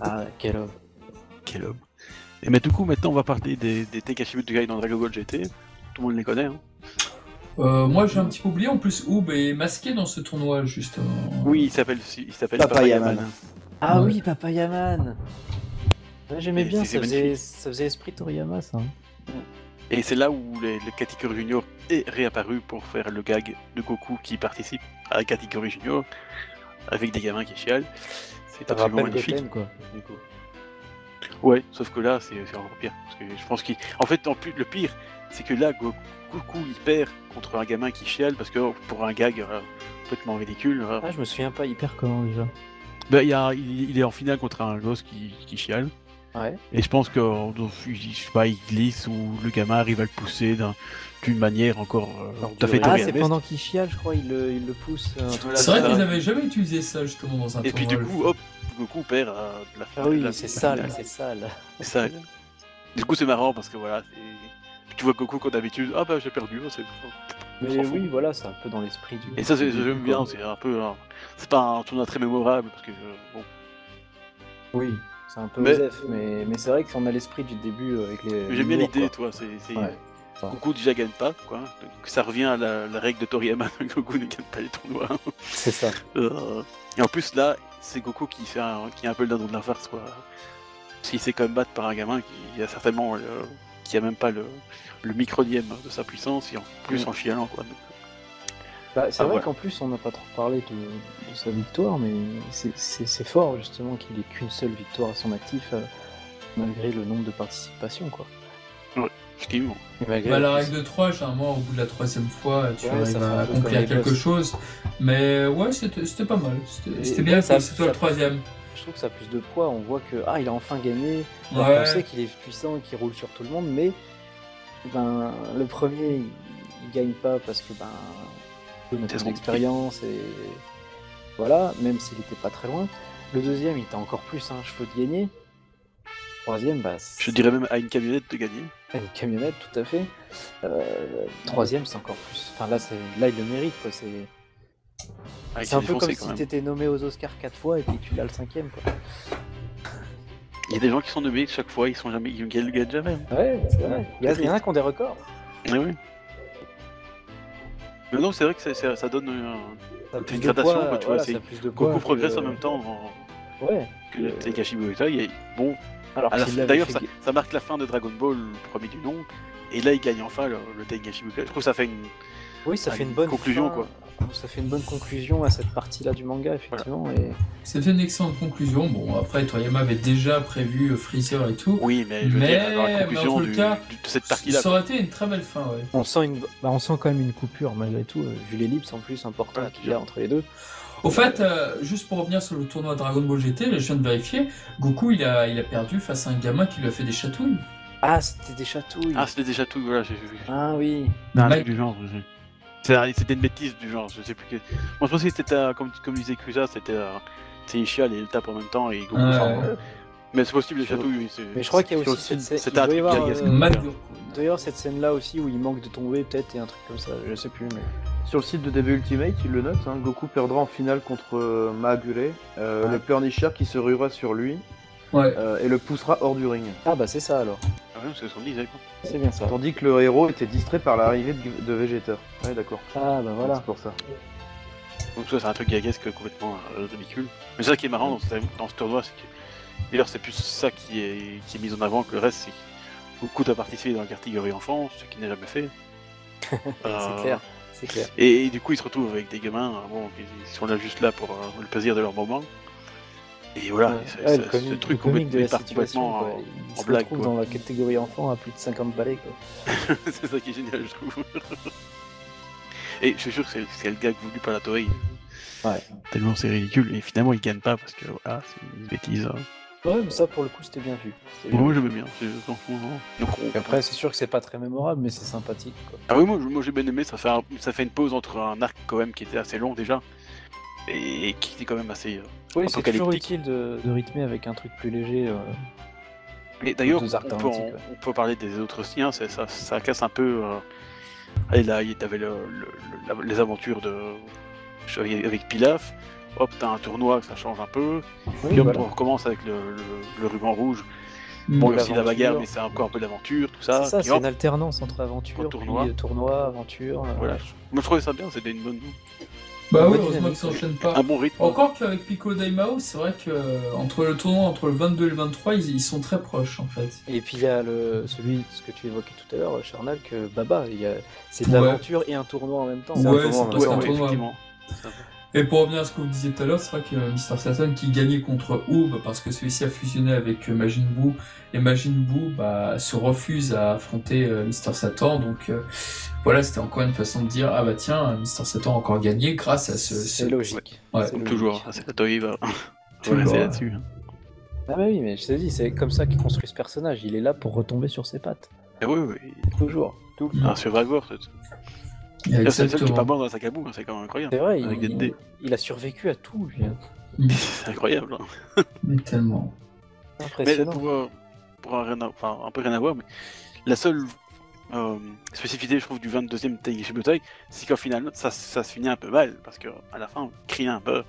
Speaker 1: Ah, quel homme.
Speaker 4: Quel homme. Et mais du coup, maintenant, on va parler des, des Tekashi Budokai dans Dragon Ball GT. Tout le monde les connaît. Hein.
Speaker 3: Euh, moi, j'ai un petit peu oublié. En plus, Oub est masqué dans ce tournoi, justement.
Speaker 4: Oui, il s'appelle, il s'appelle
Speaker 6: Papa
Speaker 4: Papa
Speaker 6: Yaman.
Speaker 4: Yaman.
Speaker 1: Ah
Speaker 5: Ouais.
Speaker 1: oui, Papa Yaman. Ouais, J'aimais
Speaker 4: Et
Speaker 1: bien,
Speaker 4: c'est
Speaker 1: ça faisait, ça faisait esprit Toriyama, ça. hein.
Speaker 4: Et c'est là où les, le Katikuri Junior est réapparu pour faire le gag de Goku qui participe à Katikuri Junior avec des gamins qui chialent. C'est
Speaker 1: Ça
Speaker 4: absolument
Speaker 1: rappelle
Speaker 4: magnifique.
Speaker 1: Goten, quoi. Du coup.
Speaker 4: Ouais, sauf que là, c'est c'est encore pire. Parce que je pense qu'il. En fait, en plus, le pire, c'est que là, Goku, Goku, il perd contre un gamin qui chiale parce que pour un gag euh, complètement ridicule. euh,
Speaker 1: Ah, je me souviens pas hyper.
Speaker 5: Père comment déjà
Speaker 4: bah, il, y a- il- il est en finale contre un gosse qui, qui chiale.
Speaker 1: Ouais.
Speaker 4: Et je pense que euh, je sais pas, il glisse ou le gamin arrive à le pousser d'un- d'une manière encore euh, tout à fait
Speaker 1: Ah,
Speaker 4: Toriyama.
Speaker 1: c'est pendant qu'il chiale, je crois, il le, il le pousse. euh, un truc
Speaker 4: Voilà,
Speaker 3: C'est vrai
Speaker 4: c'est
Speaker 3: qu'ils
Speaker 4: ça.
Speaker 3: n'avaient jamais utilisé ça, justement, dans un
Speaker 4: Et puis
Speaker 3: tournoi.
Speaker 4: du coup, hop, Goku perd euh, de la
Speaker 1: Ah oui,
Speaker 4: la-
Speaker 1: c'est
Speaker 4: la
Speaker 1: sale,
Speaker 4: finale.
Speaker 1: c'est sale.
Speaker 4: C'est sale. Du coup, c'est marrant parce que voilà. c'est- Puis tu vois Goku comme d'habitude, ah bah j'ai perdu, oh, c'est. on s'en
Speaker 1: Mais
Speaker 4: fout.
Speaker 1: oui, voilà, c'est un peu dans l'esprit du.
Speaker 4: Et ça, c'est-
Speaker 1: du-
Speaker 4: j'aime bien, c'est un peu. un- C'est pas un tournoi très mémorable parce que. euh, bon.
Speaker 1: Oui, c'est un peu
Speaker 4: Mais-
Speaker 1: Osef, mais, mais c'est vrai que si on a l'esprit du début euh, avec les.
Speaker 4: Mais J'aime bien
Speaker 1: l'humour,
Speaker 4: l'idée,
Speaker 1: quoi.
Speaker 4: toi. C'est. c'est-
Speaker 1: Ouais.
Speaker 4: Goku déjà gagne pas, quoi. Donc, ça revient à la, la règle de Toriyama, (laughs) Goku ne gagne pas les tournois.
Speaker 1: C'est ça.
Speaker 4: Euh, Et en plus, là, c'est Goku qui, fait un, qui est un peu le dindon de la farce, quoi. S'il sait quand même battre par un gamin qui a certainement. euh, qui a même pas le, le micronième de sa puissance, et en plus
Speaker 1: Mm.
Speaker 4: en chialant, quoi. Donc,
Speaker 1: Bah, c'est
Speaker 4: Ah,
Speaker 1: vrai
Speaker 4: voilà.
Speaker 1: qu'en plus, on n'a pas trop parlé de, de sa victoire, mais c'est- c'est c'est fort justement qu'il ait qu'une seule victoire à son actif, euh, malgré le nombre de participations, quoi.
Speaker 4: effectivement.
Speaker 1: Et malgré
Speaker 3: Bah, la règle de 3, généralement, au bout de la troisième fois, tu
Speaker 1: Ouais, ça
Speaker 3: arrives
Speaker 1: fait
Speaker 3: à
Speaker 1: un peu comme
Speaker 3: accomplir
Speaker 1: les
Speaker 3: quelque
Speaker 1: boss.
Speaker 3: chose. Mais ouais, c'était c'était pas mal. C'était
Speaker 1: Et-
Speaker 3: c'était
Speaker 1: et
Speaker 3: bien
Speaker 1: ça-
Speaker 3: que ce soit
Speaker 1: ça-
Speaker 3: le troisième.
Speaker 1: Je trouve que ça a plus de poids, on voit que ah, il a enfin gagné, Alors, On sait
Speaker 3: Ouais.
Speaker 1: qu'il est puissant, qu'il roule sur tout le monde, mais ben, le premier, il, il gagne pas parce que ben, il a
Speaker 4: C'est
Speaker 1: pas
Speaker 4: son
Speaker 1: d'expérience et voilà, même s'il était pas très loin. Le deuxième, il était encore plus un chevaux de gagner. Le Troisième, bah, c'est
Speaker 4: Je dirais même à une camionnette de gagner.
Speaker 1: une camionnette, tout à fait. Euh, le troisième, c'est encore plus. Enfin là, c'est là, il le mérite quoi. C'est
Speaker 4: Ah, il
Speaker 1: c'est
Speaker 4: s'est
Speaker 1: un peu
Speaker 4: défoncé,
Speaker 1: comme
Speaker 4: quand
Speaker 1: si
Speaker 4: même.
Speaker 1: t'étais nommé aux Oscars quatre fois et puis tu l'as le cinquième quoi.
Speaker 4: Il y a des gens qui sont nommés chaque fois, ils sont jamais, ils gagnent gagnent jamais. hein.
Speaker 1: Ouais, c'est vrai. Il y, a- il y en a qui ont des records.
Speaker 4: Ah oui. Mais non, c'est vrai que ça, ça- ça donne. euh,
Speaker 1: Ça a
Speaker 4: Une
Speaker 1: plus de
Speaker 4: gradation,
Speaker 1: poids,
Speaker 4: quoi, tu vois,
Speaker 1: voilà,
Speaker 4: c'est-
Speaker 1: ça a plus de
Speaker 4: Goku
Speaker 1: poids que-
Speaker 4: progresse en même temps en-
Speaker 1: Ouais.
Speaker 4: que le
Speaker 1: Euh,
Speaker 4: Teikashi Budokai. Et bon,
Speaker 1: Alors
Speaker 4: à la
Speaker 1: qu'il
Speaker 4: fin-
Speaker 1: l'avait
Speaker 4: d'ailleurs,
Speaker 1: fait
Speaker 4: ça,
Speaker 1: ga-
Speaker 4: ça marque la fin de Dragon Ball, le premier du nom. Et là, il gagne enfin le, le Teikashi Budokai. Je trouve que ça fait une.
Speaker 1: oui, ça
Speaker 4: ah,
Speaker 1: fait une
Speaker 4: une
Speaker 1: bonne
Speaker 4: conclusion,
Speaker 1: fin-
Speaker 4: quoi.
Speaker 1: Ça fait une bonne conclusion à cette partie-là du manga, effectivement. Et...
Speaker 3: C'était une excellente conclusion. Bon, après, Toriyama avait déjà prévu euh, Freezer et tout.
Speaker 4: Oui, mais je veux
Speaker 3: Mais-
Speaker 4: dire, dans la
Speaker 3: mais en
Speaker 4: conclusion
Speaker 3: tout
Speaker 4: du-
Speaker 3: cas,
Speaker 4: du- de cette partie-là.
Speaker 3: ça aurait été une très belle fin, ouais.
Speaker 1: On sent une,
Speaker 5: Bah, on sent quand même une coupure malgré tout. euh,
Speaker 1: vu l'ellipse en plus importante
Speaker 4: Ouais,
Speaker 1: qu'il y a entre les deux.
Speaker 3: Au fait, euh, juste pour revenir sur le tournoi Dragon Ball GT, là, je viens de vérifier, Goku il a, il a perdu face à un gamin qui lui a fait des chatouilles.
Speaker 1: Ah, c'était des chatouilles.
Speaker 4: Ah, c'était déjà tout, voilà, j'ai vu.
Speaker 1: Ah oui.
Speaker 4: Un
Speaker 3: Mike-
Speaker 4: truc du genre, je- C'est un- C'était une bêtise du genre, je sais plus que. Moi je pensais que c'était euh, comme, comme disait Cruza, c'était. euh, C'est Ishial et il tape en même temps et Goku
Speaker 3: Ouais.
Speaker 2: Euh,
Speaker 4: s'en- Mais c'est possible, les chatouilles, oui. c'est-
Speaker 1: Mais je crois qu'il y a
Speaker 4: c'est
Speaker 1: aussi cette scène-
Speaker 4: C'était
Speaker 1: il
Speaker 4: un
Speaker 1: doit y
Speaker 4: truc Ah
Speaker 1: avoir,
Speaker 4: gaga,
Speaker 1: euh,
Speaker 4: c'est
Speaker 3: Mal
Speaker 4: clair.
Speaker 3: dur.
Speaker 1: D'ailleurs, cette scène-là aussi où il manque de tomber, peut-être, et un truc comme ça, je sais plus, mais.
Speaker 2: Sur le site de DB Ultimate, il le note, hein, Goku perdra en finale contre euh, Mahagure, euh, le Pleurnichard qui se ruera sur lui
Speaker 3: Ouais.
Speaker 2: euh, et le poussera hors du ring.
Speaker 1: Ah bah c'est ça alors.
Speaker 4: Ah ouais, parce que son lit, ils avaient pas.
Speaker 1: C'est bien ça.
Speaker 2: Tandis que le héros était distrait par l'arrivée de, de Vegeta. Ouais, d'accord.
Speaker 1: Ah bah voilà.
Speaker 2: C'est pour ça.
Speaker 4: Donc ça c'est un truc gagasque complètement euh, ridicule. Mais ça qui est marrant dans, ce- dans ce tournoi, c'est que d'ailleurs c'est plus ça qui est, qui est mis en avant que le reste, c'est que beaucoup t'as participé dans la catégorie enfant, ce qui n'est jamais fait. Euh,
Speaker 1: (laughs) C'est clair. C'est clair.
Speaker 4: Et, et du coup ils se retrouvent avec des gamins, euh, bon, qui qui sont là juste là pour euh, le plaisir de leur moment. Et voilà,
Speaker 1: Ouais.
Speaker 4: c'est-
Speaker 1: Ouais,
Speaker 4: c'est-
Speaker 1: le
Speaker 4: ce
Speaker 1: comique- le
Speaker 4: truc
Speaker 1: comique de la
Speaker 4: complètement-
Speaker 1: situation, quoi.
Speaker 4: complètement en-
Speaker 1: Il
Speaker 4: en
Speaker 1: se
Speaker 4: blague,
Speaker 1: retrouve
Speaker 4: quoi.
Speaker 1: dans la catégorie enfant à plus de 50 balais quoi.
Speaker 4: (laughs) c'est ça qui est génial, je trouve. (laughs) Et je suis sûr que c'est- c'est le gag voulu par la Toei.
Speaker 5: Ouais.
Speaker 4: Tellement c'est ridicule. Et finalement, ils gagnent pas parce que voilà, c'est une bêtise. hein.
Speaker 1: Ouais, mais ça pour le coup c'était bien vu. C'était bien
Speaker 4: Moi,
Speaker 1: vu.
Speaker 4: j'aime bien. c'est- franchement, hein. Donc, on-
Speaker 1: Et Après c'est sûr que c'est pas très mémorable mais c'est sympathique quoi.
Speaker 4: Ah oui, moi, je- moi, j'ai bien aimé. Ça fait, un- ça fait une pause entre un arc quand même qui était assez long déjà et, qui était quand même assez. euh.
Speaker 1: Oui,
Speaker 4: En
Speaker 1: c'est
Speaker 4: tant
Speaker 1: toujours
Speaker 4: qu'alectique.
Speaker 1: utile de, de rythmer avec un truc plus léger. euh.
Speaker 4: Et d'ailleurs,
Speaker 1: Deux arcs
Speaker 4: on, peut en-
Speaker 1: dramatiques, ouais.
Speaker 4: on peut parler des autres siens. c'est- Ça, ça casse un peu. euh, Et là, il- t'avais le, le- le- la- les aventures de avec Pilaf. Hop, t'as un tournoi, ça change un peu. Puis
Speaker 1: Oui,
Speaker 4: hop,
Speaker 1: voilà.
Speaker 4: on recommence avec le, le- le ruban rouge. Bon, il y a aussi la
Speaker 1: l'aventure.
Speaker 4: bagarre, mais c'est encore un peu d'aventure, tout ça.
Speaker 1: C'est ça,
Speaker 4: Puis
Speaker 1: c'est
Speaker 4: hop,
Speaker 1: une alternance entre aventure,
Speaker 4: Tournoi.
Speaker 1: puis, euh, tournoi, aventure. euh,
Speaker 4: voilà. Moi, je trouvais ça bien. C'était une bonne,
Speaker 3: Bah oui,
Speaker 1: Bonne
Speaker 3: heureusement
Speaker 1: dynamique.
Speaker 3: qu'ils s'enchaînent pas.
Speaker 4: un bon rythme.
Speaker 3: Encore qu'avec Pico Daimao, c'est vrai que euh, entre le tournoi, entre le 22 et le 23, ils, ils sont très proches en fait.
Speaker 1: Et puis il y a le, celui, ce que tu évoquais tout à l'heure, Charnal, que Baba, il y a, c'est de
Speaker 3: Ouais.
Speaker 1: l'aventure et un tournoi en même temps.
Speaker 3: Ouais, c'est
Speaker 2: tournoi,
Speaker 3: pas
Speaker 2: ouais,
Speaker 3: un
Speaker 2: ouais,
Speaker 3: tournoi. Et pour revenir à ce que vous disiez tout à l'heure, c'est vrai que euh, Mr. Satan qui gagnait contre Oob parce que celui-ci a fusionné avec euh, Majin Buu et Majin Buu bah, se refuse à affronter euh, Mr. Satan. Donc euh, voilà, c'était encore une façon de dire ah bah tiens, euh, Mr. Satan a encore gagné grâce à ce. ce-
Speaker 1: C'est logique.
Speaker 3: Ouais,
Speaker 1: C'est
Speaker 4: Comme
Speaker 1: logique.
Speaker 4: toujours, hein, c'est la Toei va
Speaker 1: (laughs)
Speaker 3: Toujours,
Speaker 4: rester
Speaker 3: ouais.
Speaker 4: là-dessus. hein.
Speaker 1: Ah bah oui, mais je te dis, c'est comme ça qu'il construit ce personnage. Il est là pour retomber sur ses pattes.
Speaker 4: Et oui, oui.
Speaker 1: Toujours.
Speaker 4: Un survivor, c'est- c'est le seul qui est pas
Speaker 3: Exactement.
Speaker 4: mort dans un sacabou, hein, c'est quand même incroyable.
Speaker 1: C'est vrai,
Speaker 4: Avec
Speaker 1: il,
Speaker 4: des dés.
Speaker 1: il, il a survécu à tout, lui. hein.
Speaker 4: C'est incroyable. hein.
Speaker 3: Mais tellement.
Speaker 4: Mais
Speaker 1: Impressionnant.
Speaker 4: pour, euh, pour un, rien à- enfin, un peu rien à voir, mais la seule euh, spécificité, je trouve, du 22e Tengishi Butai, c'est qu'au final, ça, ça se finit un peu mal, parce que à la fin, on crie un peu.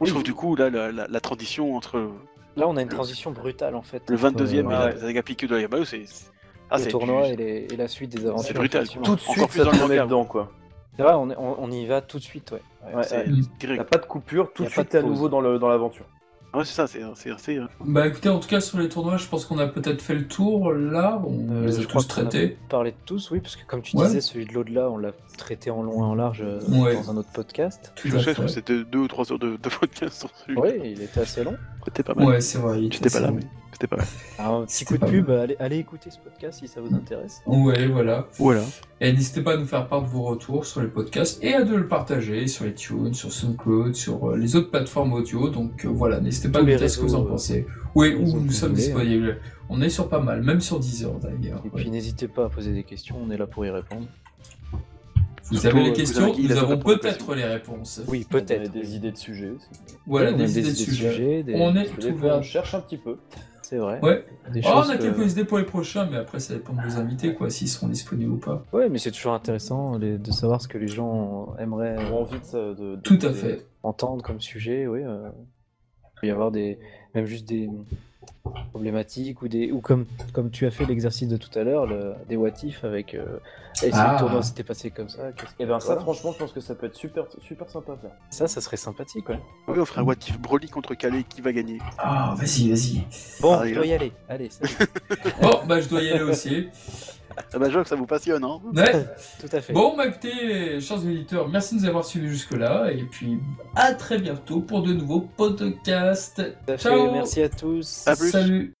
Speaker 4: Je trouve du coup, là, la, la- la transition entre
Speaker 1: Là, on a une transition brutale, en fait.
Speaker 4: le 22e
Speaker 1: Ouais,
Speaker 4: et la
Speaker 1: ouais.
Speaker 4: Saga Piku de Yabao, c'est. c'est- ah,
Speaker 1: le
Speaker 4: c'est
Speaker 1: tournoi
Speaker 4: du-
Speaker 1: et, les- et la suite des aventures.
Speaker 4: C'est brutal.
Speaker 1: effectivement.
Speaker 2: Tout de
Speaker 4: Encore
Speaker 2: suite,
Speaker 4: plus
Speaker 2: ça
Speaker 4: dans
Speaker 2: te
Speaker 4: le
Speaker 2: remet
Speaker 4: manga.
Speaker 2: dedans, quoi.
Speaker 1: C'est vrai, on, est- on- on y va tout de suite, ouais. Ouais.
Speaker 2: Ouais,
Speaker 4: c'est
Speaker 2: ouais. T'as
Speaker 4: direct.
Speaker 2: pas de coupure, tout
Speaker 1: Y
Speaker 2: de
Speaker 1: a pas
Speaker 2: suite
Speaker 1: de
Speaker 2: t'es à
Speaker 1: pause.
Speaker 2: nouveau dans le- dans l'aventure.
Speaker 1: Ah.
Speaker 4: Ouais, c'est ça, c'est c'est assez. euh,
Speaker 3: Bah écoutez, en tout cas sur les tournois, je pense qu'on a peut-être fait le tour là. On
Speaker 1: Euh,
Speaker 3: les a
Speaker 1: je crois
Speaker 3: tous
Speaker 1: qu'on a
Speaker 3: traités.
Speaker 1: parler de tous, oui, parce que comme tu
Speaker 3: Ouais.
Speaker 1: disais, celui de l'au-delà, on l'a traité en long et en large euh,
Speaker 3: Ouais.
Speaker 1: dans un autre podcast.
Speaker 3: Tout
Speaker 4: Je sais,
Speaker 3: à
Speaker 4: je
Speaker 3: fait.
Speaker 4: crois que c'était deux ou trois heures de, (laughs) de podcast sur celui
Speaker 1: Oui, il était assez long.
Speaker 4: C'était pas mal.
Speaker 3: Ouais, c'est vrai. il
Speaker 4: J'étais
Speaker 3: était
Speaker 4: pas là,
Speaker 3: bon.
Speaker 4: mais c'était pas mal.
Speaker 1: Alors, un petit
Speaker 3: C'était
Speaker 1: coup de
Speaker 3: pas
Speaker 1: pub, allez, allez écouter ce podcast si ça vous intéresse.
Speaker 3: Ouais, voilà.
Speaker 4: Voilà.
Speaker 3: Et n'hésitez pas à nous faire part de vos retours sur les podcasts et à de le partager sur iTunes, sur SoundCloud, sur euh, les autres plateformes audio. Donc euh, voilà, n'hésitez pas
Speaker 1: Tous
Speaker 3: à nous
Speaker 1: les
Speaker 3: dire ce que vous
Speaker 1: réseaux,
Speaker 3: en
Speaker 1: euh,
Speaker 3: pensez. Oui,
Speaker 1: les
Speaker 3: où
Speaker 1: réseaux que
Speaker 3: nous
Speaker 1: vous
Speaker 3: sommes
Speaker 1: voulez, hein.
Speaker 3: disponibles. On est sur pas mal, même sur Deezer d'ailleurs.
Speaker 1: Et
Speaker 3: Ouais.
Speaker 1: puis n'hésitez pas à poser des questions, on est là pour y répondre.
Speaker 3: Vous
Speaker 4: surtout,
Speaker 3: avez
Speaker 4: euh,
Speaker 3: les
Speaker 4: vous
Speaker 3: questions,
Speaker 4: avez- il
Speaker 3: nous
Speaker 4: a
Speaker 3: avons
Speaker 4: sa propre
Speaker 3: peut-être
Speaker 4: question.
Speaker 3: les réponses.
Speaker 1: Oui,
Speaker 2: On a
Speaker 1: peut-être.
Speaker 2: des idées de sujets aussi.
Speaker 3: Voilà,
Speaker 1: Oui, on a
Speaker 3: des idées de sujets.
Speaker 1: des-
Speaker 3: On est
Speaker 2: Parce que
Speaker 3: tout
Speaker 2: des fois,
Speaker 3: ouvert.
Speaker 2: on cherche un petit peu.
Speaker 1: C'est vrai.
Speaker 3: Ouais.
Speaker 1: Des
Speaker 3: Oh, on
Speaker 1: choses
Speaker 3: a
Speaker 1: que- Ah,
Speaker 3: quelques idées pour les prochains, mais après ça dépend de vos invités, quoi, s'ils seront disponibles ou pas.
Speaker 1: Ouais, mais c'est toujours intéressant les- de savoir ce que les gens aimeraient
Speaker 2: On a
Speaker 1: euh,
Speaker 2: envie de, ça- de- de-
Speaker 3: Tout à
Speaker 2: de-
Speaker 3: fait.
Speaker 1: entendre comme sujet, oui. euh, il peut y avoir des, même juste des problématiques ou des, ou comme, comme tu as fait l'exercice de tout à l'heure, le- des what if avec, euh, et si
Speaker 3: Ah.
Speaker 1: le tournoi s'était passé comme ça, qu'est-ce que-
Speaker 2: Et ben ça,
Speaker 1: voilà.
Speaker 2: franchement, je pense que ça peut être super, super sympa à faire.
Speaker 1: ça, ça serait sympathique, ouais.
Speaker 4: Oui, on fera un What If Broly contre Calais qui va gagner.
Speaker 3: Ah, vas-y, vas-y.
Speaker 1: Bon,
Speaker 4: Ah,
Speaker 1: je
Speaker 4: il
Speaker 1: dois
Speaker 4: a-
Speaker 1: y aller. Allez, salut.
Speaker 3: Bon, bah je dois y aller aussi.
Speaker 4: Ah bah, je vois que ça vous passionne, hein
Speaker 3: Ouais.
Speaker 1: tout à fait.
Speaker 3: Bon, bah écoutez, chers auditeurs, merci de nous avoir suivis jusque-là. Et puis, à très bientôt pour de nouveaux podcasts.
Speaker 1: Tout à fait.
Speaker 3: Ciao.
Speaker 1: Merci à tous.
Speaker 4: À plus.
Speaker 3: Salut.